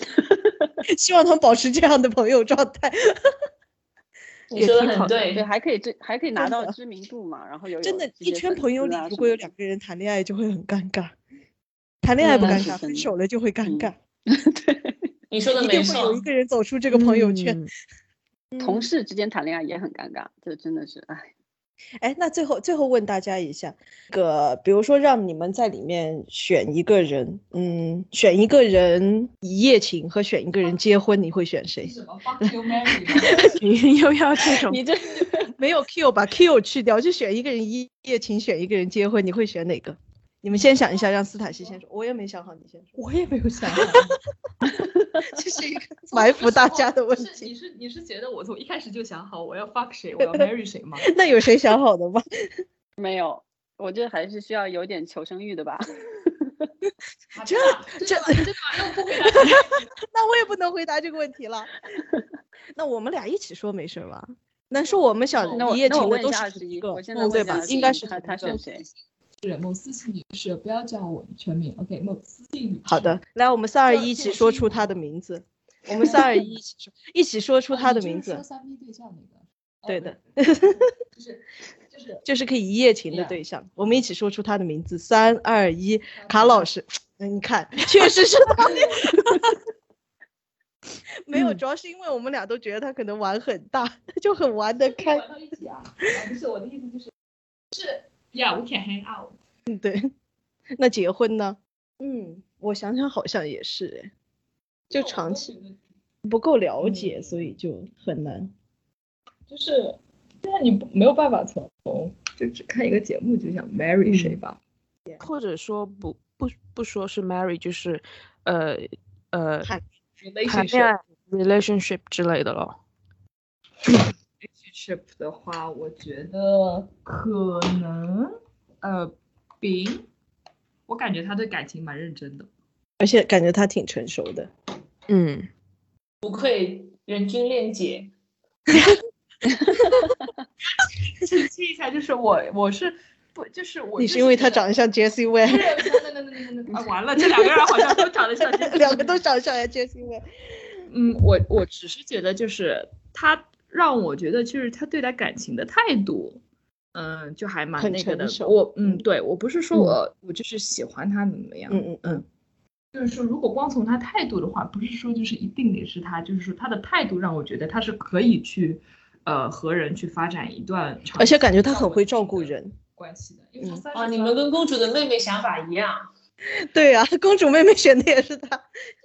S2: 希望他们保持这样的朋友状态，
S6: 你
S3: 也
S6: 说的
S3: 挺好的
S6: 很对
S4: 对，，还可以这还可以拿
S2: 真
S4: 到
S2: 的
S4: 知名度嘛，然后有
S2: 真的
S4: 有，这
S2: 一
S4: 些
S2: 圈
S4: 粉
S2: 朋友
S4: 丝
S2: 里
S4: 啊
S2: 如
S4: 什
S2: 果有
S4: 么的
S2: 两个人谈恋爱就会很尴尬，谈恋爱不
S6: 嗯
S2: 尴
S4: 是
S2: 尬，
S4: 真
S2: 分
S4: 的
S2: 手了就会尴
S4: 嗯
S2: 尬，
S6: 你说的
S2: 一
S6: 没
S2: 定会有
S6: 错
S2: 一，个人走出这个朋友圈。
S3: 嗯，
S4: 同事之间谈恋爱也很尴尬，这真的是哎。
S2: 哎，那最后最后问大家一下，那个比如说让你们在里面选一个人，嗯，选一个人一夜情和选一个人结婚，你会选谁？
S8: 什么 fuck you Mary 吗
S3: 又要这种
S4: 你这
S2: 没有 Q 把 Q 去掉，就选一个人一夜情，选一个人结婚，你会选哪个？你们先想一下，让斯塔西先说，我也没想好，你先说，
S7: 我也没有想好。
S2: 这是一个 埋伏大家的问
S8: 不是
S2: 题。
S8: 哦你是你是觉得我从一开始就想好我要 fuck 谁，我要 marry 谁吗？
S2: 那有谁想好的吗？
S4: 没有，我觉得还是需要有点求生欲的吧。
S8: 啊
S2: 这
S8: 真的吗真的吗要不回答
S2: 那我也不能回答这个问题了。那我们俩一起说没事儿吧？那说我们想
S8: 那
S4: 那我
S2: 啊一夜
S4: 那我
S2: 情的
S4: 问
S2: 都
S4: 一下
S2: 是
S4: 二
S2: 同
S4: 十
S2: 一
S4: 一，
S2: 个嗯
S4: 我现在
S2: 对
S4: 问一下
S2: 吧
S4: 21？
S2: 应该是
S4: 他
S2: 同
S4: 他
S2: 一个
S4: 选谁？
S8: 人某思琪女士，不要叫我全名，OK？某思琪女士，
S2: 好的，来，我们三二
S8: 这
S2: 一一
S8: 这
S2: 起
S8: 我
S2: 说
S8: 是
S2: 出
S8: 一
S2: 他的
S8: 模
S2: 名字。我们三二一一起说，一起说出
S8: 啊
S2: 他
S8: 你
S2: 的
S8: 就
S2: 名
S8: 是
S2: 字
S8: 说，三 P 对象那个，哦
S2: 对的，
S8: 没有就是就是
S2: 就是可以一夜情的
S8: Yeah
S2: 对象。我们一起说出他的名字，三二一，卡老师。嗯你看，确实是他。 没有，主要是因为我们俩都觉得他可能玩很大，他就很玩得开。
S8: 玩到一起啊，啊不是我的意思就是是 Yeah，we can hang out。
S2: 嗯，对。那结婚呢？嗯，我想想好像也是哎，就长期不够了解，所以就很难。
S8: 就是，但是你不没有办法从就只看一个节目就想 marry 谁吧。
S3: 或者说不不不说是 marry，就是呃呃
S2: 谈
S3: 谈恋爱 relationship 之类的咯。
S8: relationship 的话，我觉得可能呃，丙，我感觉他对感情蛮认真的。
S2: 而且感觉他挺成熟的。
S3: 嗯，
S6: 不愧人均恋姐，
S8: 澄清一下，就是我我是不就是我
S2: 你
S8: 就是
S2: 因为他
S8: 觉得
S2: 长得像 Jessie Ware，
S8: 那那那那那那啊，完了，这两个人好像都长得像
S2: 两个都长得像 Jessie Ware。
S8: 嗯，我我只是觉得就是他让我觉得就是他对待感情的态度，嗯，就还蛮
S2: 很
S8: 那个的
S2: 成。熟
S8: 我嗯，对我不是说
S2: 嗯
S8: 我、我就是喜欢他怎么样，
S2: 嗯嗯
S8: 嗯，就是说，如果光从他态度的话，不是说就是一定得是他，就是说他的态度让我觉得他是可以去，呃，和人去发展一段长期
S2: 而且感觉他很会照顾人
S8: 关系的，因为他
S2: 嗯
S8: 三十
S4: 啊
S6: 哦，你们跟公主的妹妹想法一样，
S2: 对啊，公主妹妹选的也是他。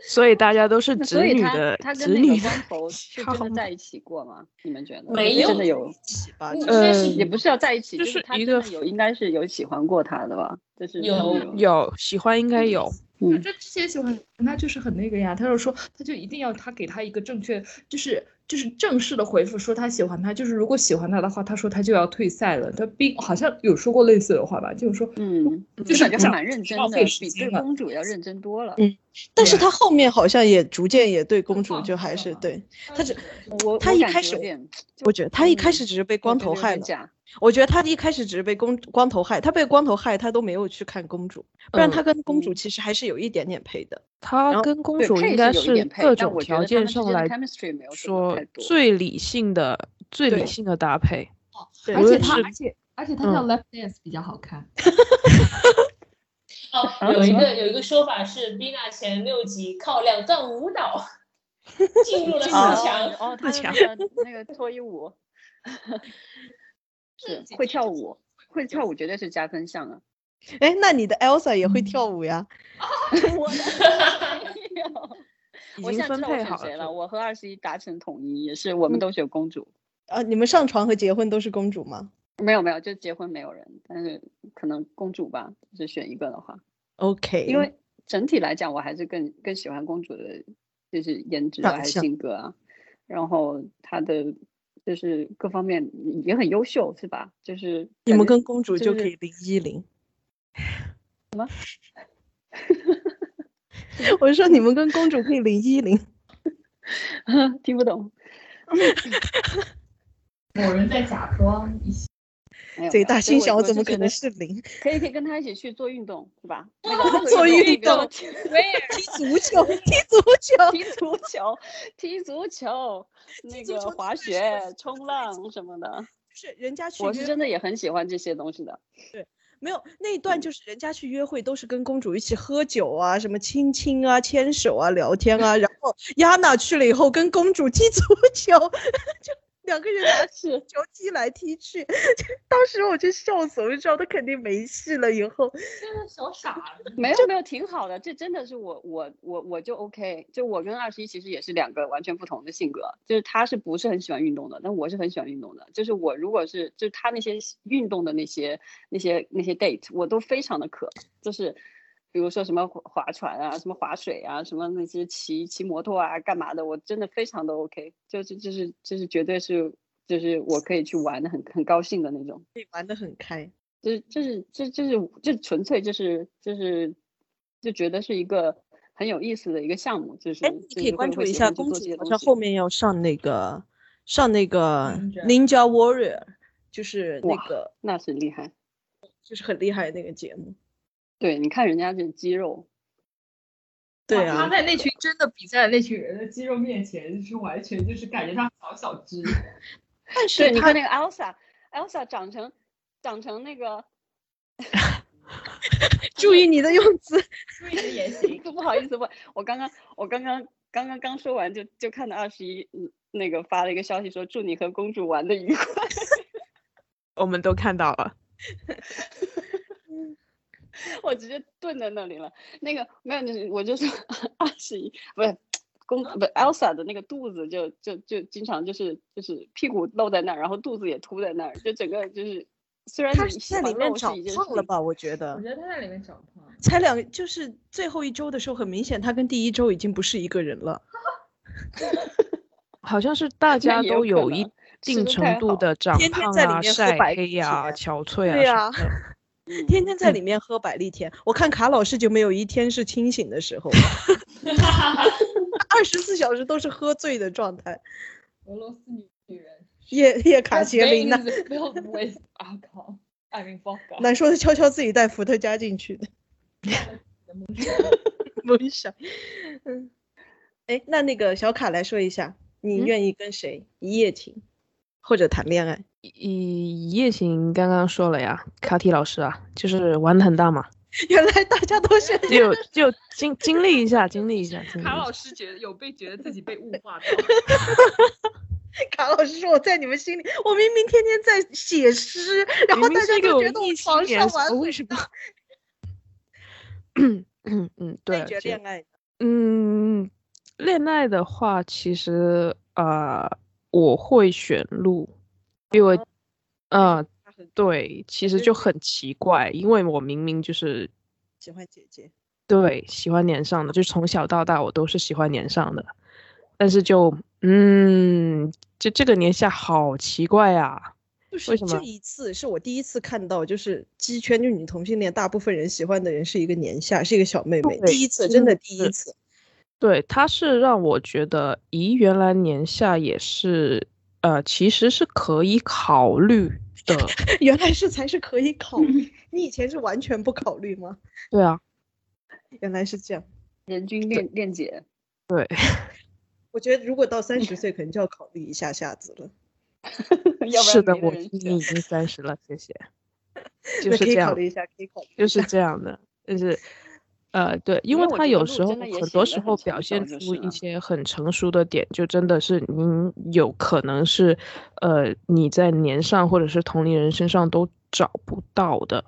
S3: 所以大家都是子
S4: 所以
S3: 女
S4: 他
S3: 的
S4: 他跟
S3: 子
S4: 那
S3: 女
S4: 个
S3: 的
S4: 光头是真
S3: 差
S4: 的在一起过吗？你们觉得就
S6: 没
S4: 是真
S6: 有
S4: 的有？
S2: 起吧，
S6: 嗯
S2: 就
S3: 呃
S6: 应该是
S4: 也不是要在一起，
S3: 就
S4: 就是他
S3: 一
S4: 真
S3: 个
S4: 的有应该是有喜欢过他的吧？就是
S6: 有
S3: 有喜欢应该有，
S4: 嗯
S8: 这之前喜欢他就是很那个呀，他就说他就一定要他给他一个正确，就是就是正式的回复，说他喜欢他，就是如果喜欢他的话，他说他就要退赛了。他并好像有说过类似的话吧，就是说，
S4: 嗯，
S8: 就是
S4: 感觉还
S8: 讲
S4: 蛮认真
S8: 浪
S4: 的，
S8: 费时
S4: 比对
S8: 间了
S4: 公主要认真多了。
S2: 但是他后面好像也逐渐也对公主
S8: 放
S2: 就
S8: 开
S2: 还
S8: 了
S2: 是
S8: 嘛
S2: 对，
S8: 他
S2: 他
S8: 是
S2: 只
S4: 我
S2: 他
S4: 我
S2: 一
S4: 感
S2: 开
S4: 觉
S2: 始
S4: 有点
S2: 我觉得他一开
S4: 嗯
S2: 始只是被
S4: 我
S2: 光
S4: 觉得
S2: 头
S4: 有
S2: 害
S4: 点
S2: 了，
S4: 假，
S2: 我觉得他一开始只是被公光头害，他被光头害，他都没有去看公主，不然他跟公主
S4: 嗯
S2: 其实还是有一点点配的。
S3: 他
S2: 后
S3: 跟公
S4: 对
S3: 主
S4: 配
S3: 应该
S4: 是有一点配
S3: 各
S4: 但
S3: 种
S4: 我觉
S3: 条
S4: 得他
S3: 件
S4: 们之
S3: 上
S4: 间的
S3: 来
S4: chemistry 没有什么
S3: 说
S4: 太多
S3: 最理性的、最
S2: 对
S3: 理性的搭配。
S2: 对
S7: 而
S3: 我
S7: 且
S3: 也
S7: 他
S3: 是
S7: 而且而且他叫
S3: 嗯
S7: left dance 比较好看，
S6: 哦，
S4: 啊
S6: 有
S4: 什
S6: 一
S4: 么
S6: 个有一个说法是，Bina 前六集靠两段舞 蹈进入了四
S4: 啊
S6: 强。
S4: 哦，他的
S2: 强
S4: 那个那个脱衣舞是会跳舞，会跳舞绝对是加分项啊。
S2: 哎，那你的 Elsa 也会跳舞呀？
S4: 我的没有
S3: 已
S4: 我
S3: 经
S4: 现在
S3: 分
S4: 知道
S3: 配
S4: 我选
S3: 好
S4: 谁
S3: 了
S4: 了，我和二十一达成统一，也是我们都选公主。
S2: 啊，你们上床和结婚都是公主吗？
S4: 没有没有，就结婚没有人，但是可能公主吧，就选一个的话，
S2: OK，
S4: 因为整体来讲，我还是更更喜欢公主的，就是颜值啊，
S2: 长
S4: 还是
S2: 相
S4: 性格啊，然后她的就是各方面也很优秀，是吧？就是
S2: 你
S4: 感
S2: 们
S4: 觉
S2: 跟公主
S4: 就
S2: 就可
S4: 是
S2: 以零一零。 什么？我说你们跟公主可以零一零。
S4: 听 不懂，
S8: 某人在假装一些，
S4: 没有
S2: 这个
S4: 没有
S2: 大
S4: 所以
S2: 猩
S4: 我
S2: 小
S4: 我
S2: 怎
S4: 就
S2: 么
S4: 觉
S2: 可
S4: 得
S2: 能是 零？
S4: 可以可以跟她一起去做运动，是吧？ 那个那个
S2: 做运
S4: 那个
S2: 动
S4: 踢
S2: 踢足球，踢足球，
S4: 踢足球，踢 足球，那
S2: 足
S4: 个
S2: 球
S4: 滑
S2: 真的是
S4: 雪、冲浪什么的。
S2: 是人家去
S4: 我是
S2: 约
S4: 真的也很喜欢这些东西的。
S2: 没有那一
S4: 嗯
S2: 段，就是人家去约会都是跟公主一起喝酒啊，什么亲亲啊、牵手啊、聊天啊，然后亚娜去了以后跟公主踢足球，就两个人拿
S4: 是
S2: 球踢来踢去，就当时我就笑死，我就知道她肯定没戏了。以后
S8: 真的小傻子。
S4: 没有没有，挺好的。这真的是我我我我就 OK。就我跟二十一其实也是两个完全不同的性格，就是他是不是很喜欢运动的，但我是很喜欢运动的。就是我如果是就是他那些运动的那些那些那些 date，我都非常的渴，就是。比如说什么划划船啊，什么划水啊，什么那些骑骑摩托啊，干嘛的，我真的非常的 OK，就是就是就是绝对是就是我可以去玩的很很高兴的那种。
S2: 玩得很开，
S4: 就是就是这就是这纯粹就是就是就觉得是一个很有意思的一个项目，就是
S2: 哎，你
S4: 就
S2: 可以
S4: 是
S2: 关
S4: 会
S2: 注
S4: 会
S2: 一
S4: 喜
S2: 下
S4: 欢去
S2: 公
S4: 做
S2: 主
S4: 这
S2: 好
S4: 些，东
S2: 像
S4: 西
S2: 后面要上那个上那个
S7: Ninja
S2: Ninja Warrior，就是那
S4: 哇
S2: 个
S4: 那是厉害。
S2: 就是很厉害的那个节目。
S4: 对，你看人家这肌肉，
S2: 对
S8: 哇他
S2: 啊，
S8: 在那群真的比赛的那群人的肌肉面前，就是完全就是感觉他小小 只。
S2: 但是
S4: 对，你
S2: 她
S4: 看那个 Elsa，Elsa 长成长成那个，
S2: 注意你的用词。
S8: 注意你的言行，
S4: 不好意思，我我刚刚我刚刚刚刚刚说完就就看到二十一嗯那个发了一个消息说祝你和公主玩的愉快。
S3: 我们都看到了，
S4: 我直接顿在那里了。那个没有，就是我就说二十一，不是公不 Elsa 的那个肚子就就就经常就是就是屁股露在那儿，然后肚子也凸在那儿，就整个就是虽然
S2: 他
S4: 你
S2: 是
S4: 喜
S2: 在里
S4: 欢
S2: 面
S4: 露是嗯
S2: 长
S4: 一件
S2: 胖
S4: 事
S2: 了
S4: 情？
S2: 吧？我觉得
S7: 我觉得他在里面长胖。
S2: 才两，就是最后一周的时候，很明显他跟第一周已经不是一个人了。
S3: 好像是大家
S4: 也
S3: 都
S4: 有可
S3: 有一
S4: 能吃
S3: 定
S4: 得
S3: 程
S4: 太
S3: 度
S4: 好
S3: 的长
S2: 天天
S3: 胖
S2: 在里
S3: 啊、
S2: 面喝
S3: 晒
S2: 白
S3: 黑
S2: 开
S3: 呀、
S2: 水
S3: 憔悴
S2: 对
S3: 啊什么的。
S4: 嗯
S2: 天天在里面喝百利甜，我看卡老师就没有一天是清醒的 时候，二十四小时都是喝醉的状态。
S7: 俄罗斯女女人，
S2: 叶 叶卡捷琳娜，
S7: ，filled with alcohol。I mean vodka。
S2: 难说是悄悄自己带伏特加进去 的。梦想，嗯，哎，那那个小卡来说一下，你
S3: 嗯
S2: 愿意跟谁一夜情，或者谈恋爱？
S3: 一一夜情刚刚说了呀，卡提老师啊，就是玩的很大嘛。
S2: 原来大家都是
S3: 就就经经历一下，经历一下，经历一
S8: 卡老
S3: 下。
S8: 师觉得有被觉得自己被物化到，
S2: 卡老师说我在你们心里，我明明天天在写诗，然后
S3: 明明
S2: 大家
S3: 是一个
S2: 都觉
S3: 文
S2: 得
S3: 艺
S2: 我
S3: 青
S2: 床
S3: 年
S2: 上
S3: 是
S2: 玩
S3: 为
S2: 味
S3: 什
S2: 道，
S3: 嗯嗯，对
S2: 那你觉得
S3: 这
S2: 恋爱
S3: 嗯，恋爱的话，其实呃，我会选路，因为呃，
S2: 他很
S3: 对，其实
S2: 哦就
S3: 就是很奇怪，因为我明明就是
S2: 喜欢姐姐，
S3: 对喜欢年上的，就从小到大我都是喜欢年上的，但是就嗯，这这个年下好奇怪啊，
S2: 就是
S3: 为什
S2: 这
S3: 么
S2: 一次是我第一次看到，就是鸡圈，就女同性恋，大部分人喜欢的人是一个年下，是一个小妹妹，
S3: 对
S2: 第一次，
S3: 真
S2: 真
S3: 的
S2: 的第一
S3: 是
S2: 次。
S3: 对，他是让我觉得，咦，原来年下也是呃，其实是可以考虑的，
S2: 原来是才是可以考虑， 你以前是完全不考虑吗？
S3: 对啊。
S2: 原来是这样，
S4: 人均恋恋姐，
S2: 我觉得如果到三十岁，可能就要考虑一下下子了，
S4: 要不
S3: 是
S4: 然
S3: 的，
S4: 没
S3: 我
S4: 人
S3: 今
S4: 选
S3: 年已经三十了， 谢谢。就
S2: 那
S3: 是
S2: 可
S3: 这
S2: 以考
S3: 样，
S2: 虑一下，可以考虑一下。
S3: 就是这样的，就是，呃，对，因
S4: 因
S3: 为
S4: 为我
S3: 他
S4: 觉得
S3: 有
S4: 路
S3: 时候
S4: 真的也
S3: 很
S4: 显
S3: 多
S4: 得
S3: 时
S4: 很
S3: 候
S4: 成
S3: 表
S4: 熟
S3: 现
S4: 就
S3: 出
S4: 是
S3: 一
S4: 了
S3: 些很成熟的点，就真的是您有可能是，呃，你在年上或者是同龄人身上都找不到的。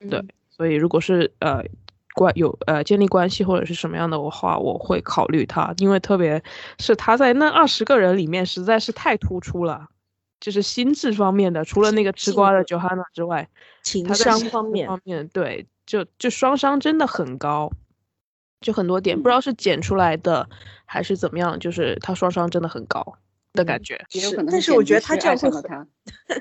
S4: 嗯
S3: 对，所以如果是呃关有呃建立关系或者是什么样的话，我会考虑他，因为特别是他在那二十个人里面实在是太突出了，就是心智方面的，除了那个吃
S2: 性
S3: 瓜的
S2: 格
S3: Johanna 之外，
S2: 情
S3: 他在
S2: 商
S3: 心
S2: 方
S3: 智
S2: 面，
S3: 方面对，就就双商真的很高。就很多点，不知道是剪出来的还是怎么样，就是他双商真的很高的感觉。
S4: 也有
S2: 是
S4: 可能
S2: 但是我
S4: 剪
S2: 觉得
S4: 辑
S2: 他
S4: 师
S2: 这样
S4: 爱上
S2: 会
S4: 了
S2: 很
S4: 他，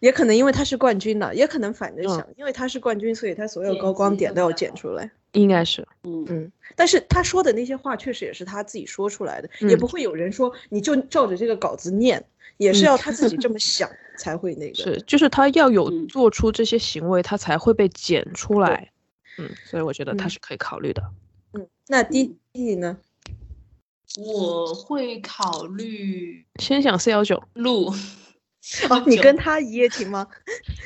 S2: 也可能因为他是冠军了，也可能反着
S3: 嗯
S2: 想，因为他是冠军，所以他所有
S6: 剪
S2: 高光
S6: 辑
S2: 点
S6: 都
S2: 都要
S6: 比较
S2: 剪
S6: 好
S2: 出来。
S3: 应该是，
S4: 嗯，
S2: 嗯，但是他说的那些话确实也是他自己说出来的，也
S3: 嗯
S2: 不会有人说你就照着这个稿子念，也是
S3: 嗯
S2: 要他自己这么想才会那个。
S3: 是，就是他要有
S4: 嗯
S3: 做出这些行为，他才会被剪出来。嗯，所以我觉得他
S2: 嗯
S3: 是可以考虑的。
S2: 嗯，那弟弟呢？
S6: 我会考虑
S3: 先想 C 幺九，
S6: 录
S2: 哦，你跟他一夜情吗？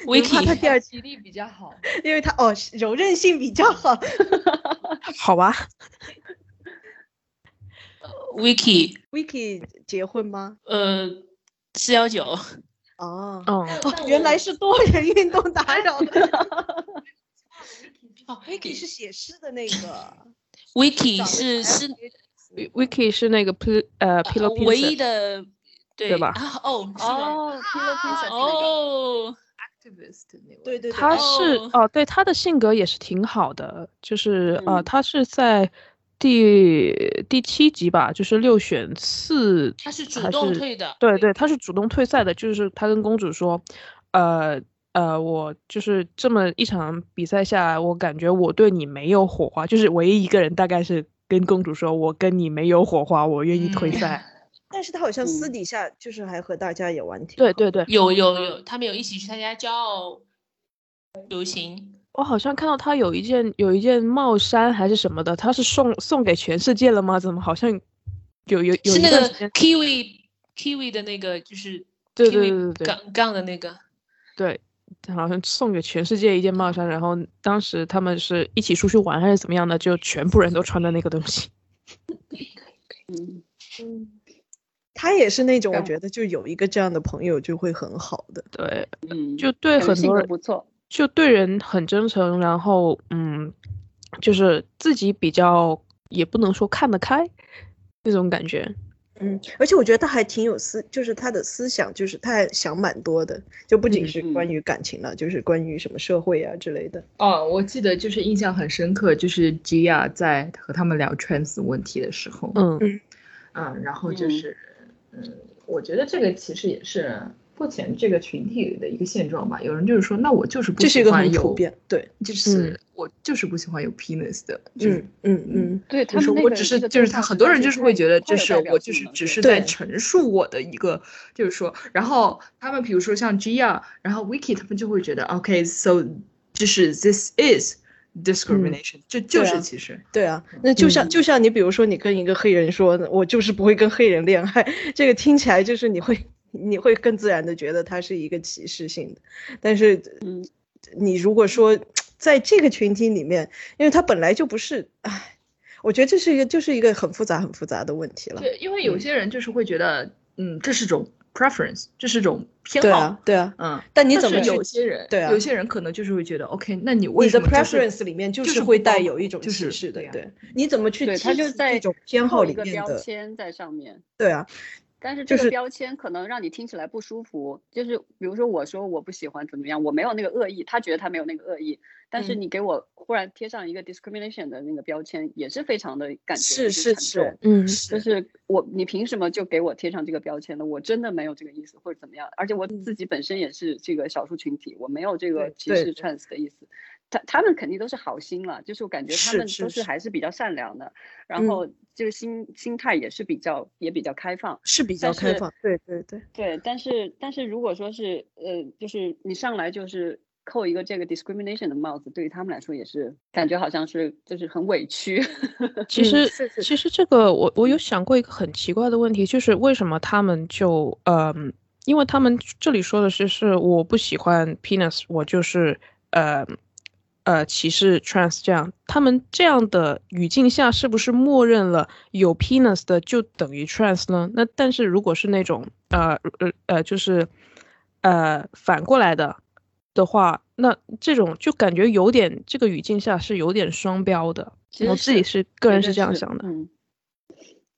S2: 你怕他
S6: Vicky，
S2: 第二，
S7: 体力比较好，
S2: 因为他哦柔韧性比较好。
S3: 好吧？
S6: Vicky，
S2: Vicky 结婚吗？
S6: 呃，四幺九，
S2: 哦，
S3: 嗯，
S2: 哦原来是多人运动打扰的。
S6: 哦
S2: Vicky 是写诗的那个，
S6: Vicky
S2: 长得
S6: 是
S2: 可爱
S6: 是
S3: Wiki 是那个 P 呃 Pillow
S6: 呃
S3: Princess，
S6: 唯一的对
S3: 对吧
S6: 啊哦是哦
S4: 哦，Pillow Princess 那个，
S6: 哦，
S7: activist 那位，
S2: 对对对，
S3: 他
S2: 哦
S3: 是
S6: 哦
S3: 哦，对他的性格也是挺好的，就是呃，
S4: 嗯
S3: 他是在第第七集吧，就是六选四
S6: 他是主
S3: 还
S6: 动
S3: 是
S6: 退的，
S3: 对
S8: 嗯
S3: 对，他是主动退赛的，就是他跟公主说，呃呃，我就是这么一场比赛下来，我感觉我对你没有火花，就是唯一一个人大概是跟公主说，我跟你没有火花，我愿意退
S6: 嗯
S3: 赛。
S2: 但是他好像私
S4: 嗯
S2: 底下就是还和大家也玩挺
S3: 对
S2: 好
S3: 对对，
S6: 有有有，他们有一起去参加骄傲游行，
S3: 我好像看到他有一件有一件帽衫还是什么的，他是送送给全世界了吗？怎么好像有有有
S6: 是
S3: 一
S6: 那
S3: 段
S6: 个
S3: 时间，
S6: Kiwi Kiwi 的那个就是
S3: 对对对
S6: Kiwi
S3: 对对
S6: 杠杠的那个，
S3: 对，好像送给全世界一件帽衫，然后当时他们是一起出去玩还是怎么样的，就全部人都穿的那个东西。
S4: 嗯，
S2: 嗯，他也是那种我
S7: 干
S2: 觉得就有一个这样的朋友就会很好的。
S3: 对，
S4: 嗯，
S3: 就对
S4: 感觉
S3: 很
S4: 性
S3: 多
S4: 格
S3: 人
S4: 不错，
S3: 就对人很真诚，然后嗯，就是自己比较也不能说看得开那种感觉。
S2: 嗯，而且我觉得他还挺有思，就是他的思想，就是他还想蛮多的，就不仅
S3: 嗯
S2: 是关
S4: 嗯
S2: 于感情了，就是关于什么社会啊之类的。
S7: 哦，我记得就是印象很深刻，就是 Gia 在和他们聊 trans 问题的时候，
S3: 嗯
S7: 嗯，然后就
S4: 嗯
S7: 是，嗯，我觉得这个其实也是目前这个群体的一个现状吧。有人就是说，那我就是不
S2: 这是
S7: 喜
S2: 一个
S7: 欢
S2: 很普
S7: 有，
S2: 遍，对，
S7: 就是
S3: 嗯
S7: 我就是不喜欢有 penis 的，就是
S2: 嗯嗯嗯，
S4: 对他
S7: 就
S4: 们
S7: 是
S4: 那
S7: 我
S4: 个
S7: 只
S4: 这
S7: 是
S4: 个
S7: 就
S4: 对
S7: 是他
S4: 话
S7: 很
S4: 实
S7: 多
S4: 在
S7: 人就是
S4: 太
S7: 会觉得
S4: 太
S7: 就
S4: 有
S7: 是
S4: 代表
S7: 我就
S4: 性
S7: 是
S4: 了
S7: 只
S4: 对
S7: 是在
S2: 对
S7: 陈述我的一个就是说，然后他们比如说像 Gia，然后 Vicky 他们就会觉得 OK，so、就是 this is
S8: 嗯
S7: discrimination，、这就
S2: 对
S7: 是
S2: 啊
S7: 其实
S2: 对啊，那就
S4: 嗯
S2: 像就像你比如说你跟一个黑人说，我就是不会跟黑人恋爱，这个听起来就是你会你会更自然的觉得他是一个歧视性的，但是
S4: 嗯
S2: 你如果说在这个群体里面，因为他本来就不是，唉，我觉得这是一个就是一个很复杂很复杂的问题了。
S8: 对，因为
S7: 嗯
S8: 有些人就是会觉得，嗯，这是种 preference，这是种偏
S2: 对
S8: 好
S2: 啊，，对啊，
S8: 嗯。
S2: 但你
S8: 但
S2: 怎么
S8: 是
S2: 去
S8: 有些人，
S2: 对啊
S8: 有些人可能就是会觉得，OK，那你为
S2: 你
S8: 什
S2: 的
S8: 么、就是、
S2: preference 里面就
S8: 就是是
S2: 会
S8: 不
S2: 带
S8: 包
S2: 有一种
S8: 就
S2: 歧
S8: 是
S2: 视的
S8: 对，啊
S2: 对，你怎么去
S4: 对，他
S2: 剔
S4: 就
S2: 除
S4: 在
S2: 这种偏好
S4: 扣一
S2: 里
S4: 个
S2: 面
S4: 标
S2: 的，
S4: 签在上面。
S2: 对啊，
S4: 但是
S2: 就
S4: 这
S2: 是
S4: 个标签可能让你听起来不舒服，就是比如说我说我不喜欢怎么样，我没有那个恶意，他觉得他没有那个恶意，但是
S2: 嗯
S4: 你给我忽然贴上一个 discrimination 的那个标签，也是非常的感觉
S2: 是
S4: 就是沉重
S2: 是，
S3: 嗯
S4: 就是我，你凭什么就给我贴上这个标签呢？我真的没有这个意思，或者怎么样？而且我自己本身也是这个少数群体，我没有这个
S2: 对
S4: 歧
S2: 对
S4: 视
S2: 对
S4: trans 的意思。他他们肯定都是好心了，就是我感觉他
S2: 是
S4: 们
S2: 是
S4: 都
S2: 是
S4: 是还是比较善良的，然
S2: 嗯
S4: 后就是心心态也是比较也比较开放。
S2: 是比较
S4: 但
S2: 开
S4: 是
S2: 放，对对对，
S4: 对，但是但是如果说是呃，就是你上来就是扣一个这个 discrimination 的帽子，对于他们来说也是感觉好像是就是很委屈。
S3: 其实、
S4: 嗯是是
S3: 其实这个我我有想过一个很奇怪的问题，就是为什么他们就嗯，因为他们这里说的是是我不喜欢 penis，我就是呃呃歧视 trans 这样，他们这样的语境下是不是默认了有 penis 的就等于 trans 呢？那但是如果是那种呃呃呃就是呃反过来的的话，那这种就感觉有点这个语境下是有点双标的。
S4: 其实
S3: 我自己
S4: 是
S3: 是个人
S4: 觉
S3: 是
S4: 得
S3: 这样想的。
S4: 嗯，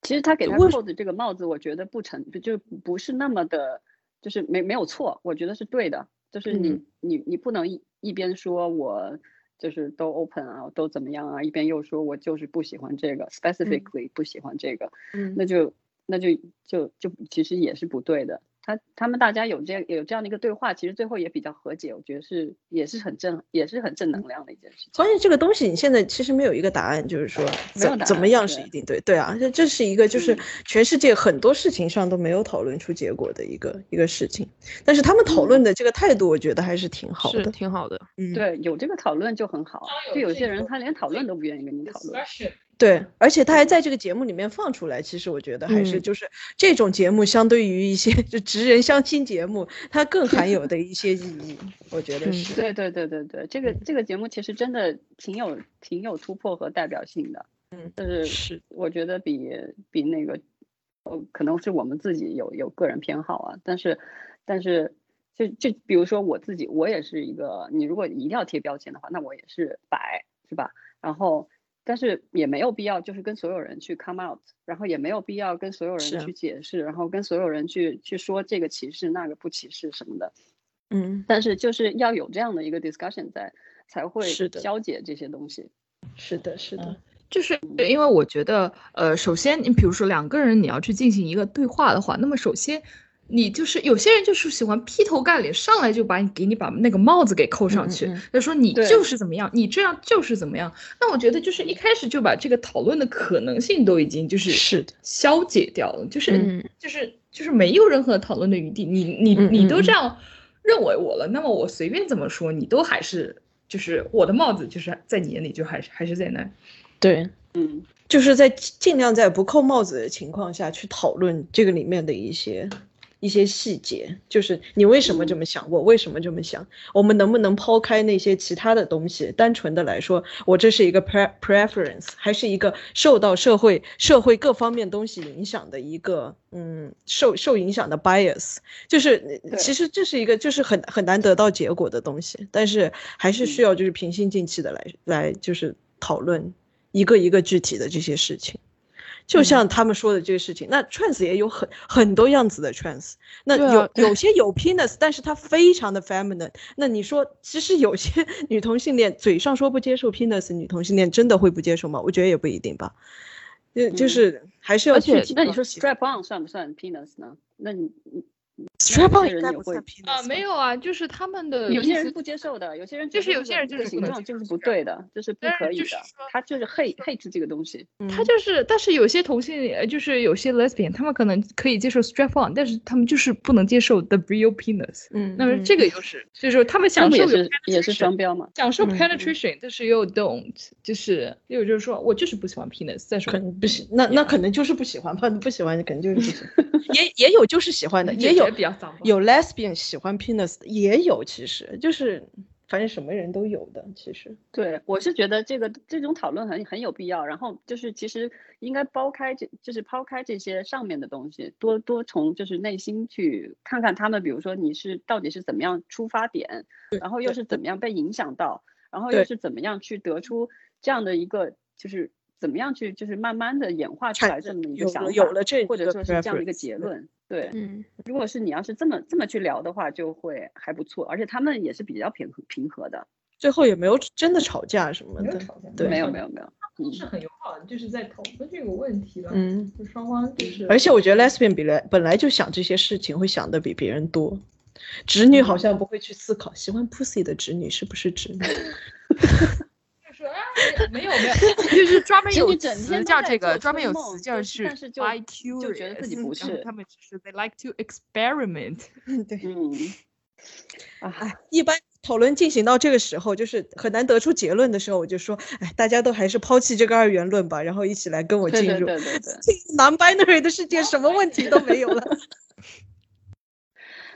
S4: 其实他给他
S3: 为
S4: 扣的这个帽子，我觉得不成，就不是那么的，就是没没有错，我觉得是对的。就是你、
S3: 嗯
S4: 你你不能一一边说我就是都 open 啊，都怎么样啊，一边又说我就是不喜欢这个，specifically
S3: 嗯
S4: 不喜欢这个，
S2: 嗯
S4: 那就那就就就其实也是不对的。他他们大家有这样有这样的一个对话，其实最后也比较和解，我觉得是也是很正也是很正
S3: 嗯
S4: 能量的一件事情。
S2: 关键这个东西，你现在其实没有一个答案，就是说
S4: 没有
S2: 怎
S4: 答
S2: 怎么
S4: 案
S2: 样是
S4: 对
S2: 一定对，对啊，这这是一个就是全世界很多事情上都没有讨论出结果的一个一个事情，但是他们讨论的这个态度，我觉得还是挺好
S3: 是
S2: 的，
S3: 挺好的，
S2: 嗯，
S4: 对，有这个讨论就很好
S6: 稍。
S4: 就
S6: 有
S4: 有
S6: 这
S4: 些人
S6: 个
S4: 他连讨论都不愿意跟你讨论。
S6: discussion
S2: 对，而且他还在这个节目里面放出来，其实我觉得还是
S3: 嗯
S2: 就是这种节目相对于一些就职人相亲节目，它更含有的一些意义，我觉得
S3: 嗯
S2: 是，
S4: 对对对对对，这
S6: 嗯
S4: 个这个节目其实真的挺有挺有突破和代表性的。
S2: 嗯，
S4: 就是
S3: 是
S4: 我觉得比比那个，呃，可能是我们自己有有个人偏好啊，但是但是就就比如说我自己，我也是一个，你如果一定要贴标签的话，那我也是白，是吧？然后但是也没有必要就是跟所有人去 come out，然后也没有必要跟所有
S2: 是
S4: 人去解释，然后跟所有人去去说这个歧视那个不歧视什么的。
S2: 嗯，
S4: 但是就是要有这样的一个 discussion 在，才会
S2: 是的
S4: 消解这些东西。
S2: 是的，是的，
S7: 就是因为我觉得，呃，首先你比如说两个人你要去进行一个对话的话，那么首先你就是有些人就是喜欢劈头盖脸，上来就把你给你把那个帽子给扣上去，
S2: 嗯嗯
S7: 他说你
S4: 对
S7: 就是怎么样，你这样就是怎么样。那我觉得就是一开始就把这个讨论的可能性都已经就是
S2: 是的
S7: 消解掉了，就是、
S3: 嗯
S7: 就是就是没有任何讨论的余地。你你
S3: 嗯嗯
S7: 你都
S3: 嗯
S7: 这样认为我了，那么我随便怎么说，你都还是就是我的帽子就是在你眼里就还是还是在那儿。
S3: 对，
S4: 嗯，
S2: 就是在尽尽量在不扣帽子的情况下去讨论这个里面的一些一些细节，就是你为什么这么想，我为什么这么想，我们能不能抛开那些其他的东西，单纯的来说，我这是一个 pre preference，还是一个受到社会社会各方面东西影响的一个嗯受受影响的 bias，就是呃
S4: 对
S2: 其实这是一个就是很很难得到结果的东西，但是还是需要就是平心静气的来来就是讨论一个一个具体的这些事情。就像他们说的这个事情，那 trans 也有很很多样子的 trans，那
S3: 对啊
S2: 有、有些有 penis，但是它非常的 feminine。那你说，其实有些 女同性恋嘴上说不接受 penis，女同性恋真的会不接受吗？我觉得也不一定吧。就就
S4: 嗯
S2: 是还是要
S3: 而且
S2: 具体
S4: 那你
S2: 到
S4: 说
S2: 其
S4: strap on 算不算 penis 呢？那你你
S2: strap
S4: 那有
S2: on 应
S4: 些人
S2: 该
S4: 也
S2: 不算
S4: 会
S2: penis
S7: 啊、没
S2: 吧
S7: 有啊，就是他们的
S4: 有
S7: 意
S4: 些
S7: 思
S4: 人不接受的，有些人觉
S7: 就
S4: 得
S7: 是有
S4: 这个
S7: 些人就
S4: 这个
S7: 是不
S4: 形
S7: 能
S4: 状
S7: 接
S4: 就是
S7: 受
S4: 不
S7: 的
S4: 对的，这是不
S7: 但是
S4: 可以
S7: 就
S4: 的
S7: 是说，
S4: 他就是 hate hate 这个东西。
S7: 他就是，但是有些同性恋，呃就是有些 lesbian，他们可能可以接受 strap on，但是他们就是不能接受 the real penis。
S2: 嗯
S7: 那么这个就是，就是说他们
S4: 他
S7: 享
S4: 们
S7: 受
S4: 也
S7: 有
S4: 是也是
S7: penetration
S4: 双标嘛？
S7: 享受
S2: 嗯嗯
S7: penetration，、但是又 don't，就是又就是说我就是不喜欢 penis，但是
S2: 可
S7: 我
S2: 能不喜，那那可能就是不喜欢吧，不喜欢可能就是不喜欢， 也也有就是喜欢的，
S7: 就
S2: 也
S7: 觉
S2: 有
S7: 得比较糟糕
S2: 有 lesbian 喜欢 penis 的也有，其实就是反正什么人都有的，其实。
S4: 对，我是觉得这个这种讨论很很有必要，然后就是其实应该抛开这，就是抛开这些上面的东西，多多从就是内心去看看他们，比如说你是到底是怎么样出发点，然后又是怎么样被影响到，然后又是怎么样去得出这样的一个就是怎么样去就是慢慢的演化出来这么一个
S2: 有
S4: 想法，
S2: 了有了这
S4: 或者
S2: 个
S4: 说是这样的一个
S2: preference，
S4: 结论，对。
S3: 嗯，
S4: 如果是你要是这么这么去聊的话，就会还不错，而且他们也是比较平衡平和的，
S2: 最后也没有真的吵架什么
S8: 没有
S2: 的。
S8: 吵架，
S2: 对
S4: 没有没有没有，嗯，
S8: 是很友好的，就是在讨论这个问题了。
S3: 嗯，
S8: 就双方就是，
S2: 而且我觉得 lesbian 比来本来就想这些事情，会想的比别人多。直女好像不会去思考，喜欢 pussy 的直女是不是 直女？
S8: 就说啊，没有没有，
S5: 就是专门
S4: 其实
S5: 有
S4: 你整天
S5: 词
S4: 都
S5: 叫
S4: 在
S5: 这个，
S4: 做
S5: 专门有
S4: 春
S5: 词
S4: 梦
S5: 叫
S4: 但
S5: 是
S4: 但是就
S5: by
S4: 就觉得自己
S5: curious，
S4: 不
S7: 呃
S5: 然后
S4: 是
S5: 他们就是 they like to experiment。
S4: 嗯，啊，
S2: 哎，一般讨论进行到这个时候，就是很难得出结论的时候，我就说，哎，大家都还是抛弃这个二元论吧，然后一起来跟我
S4: 对
S2: 进
S4: 对
S2: 入
S4: 对 对对，
S2: 进入 non-binary 的世界，什么问题都没有了。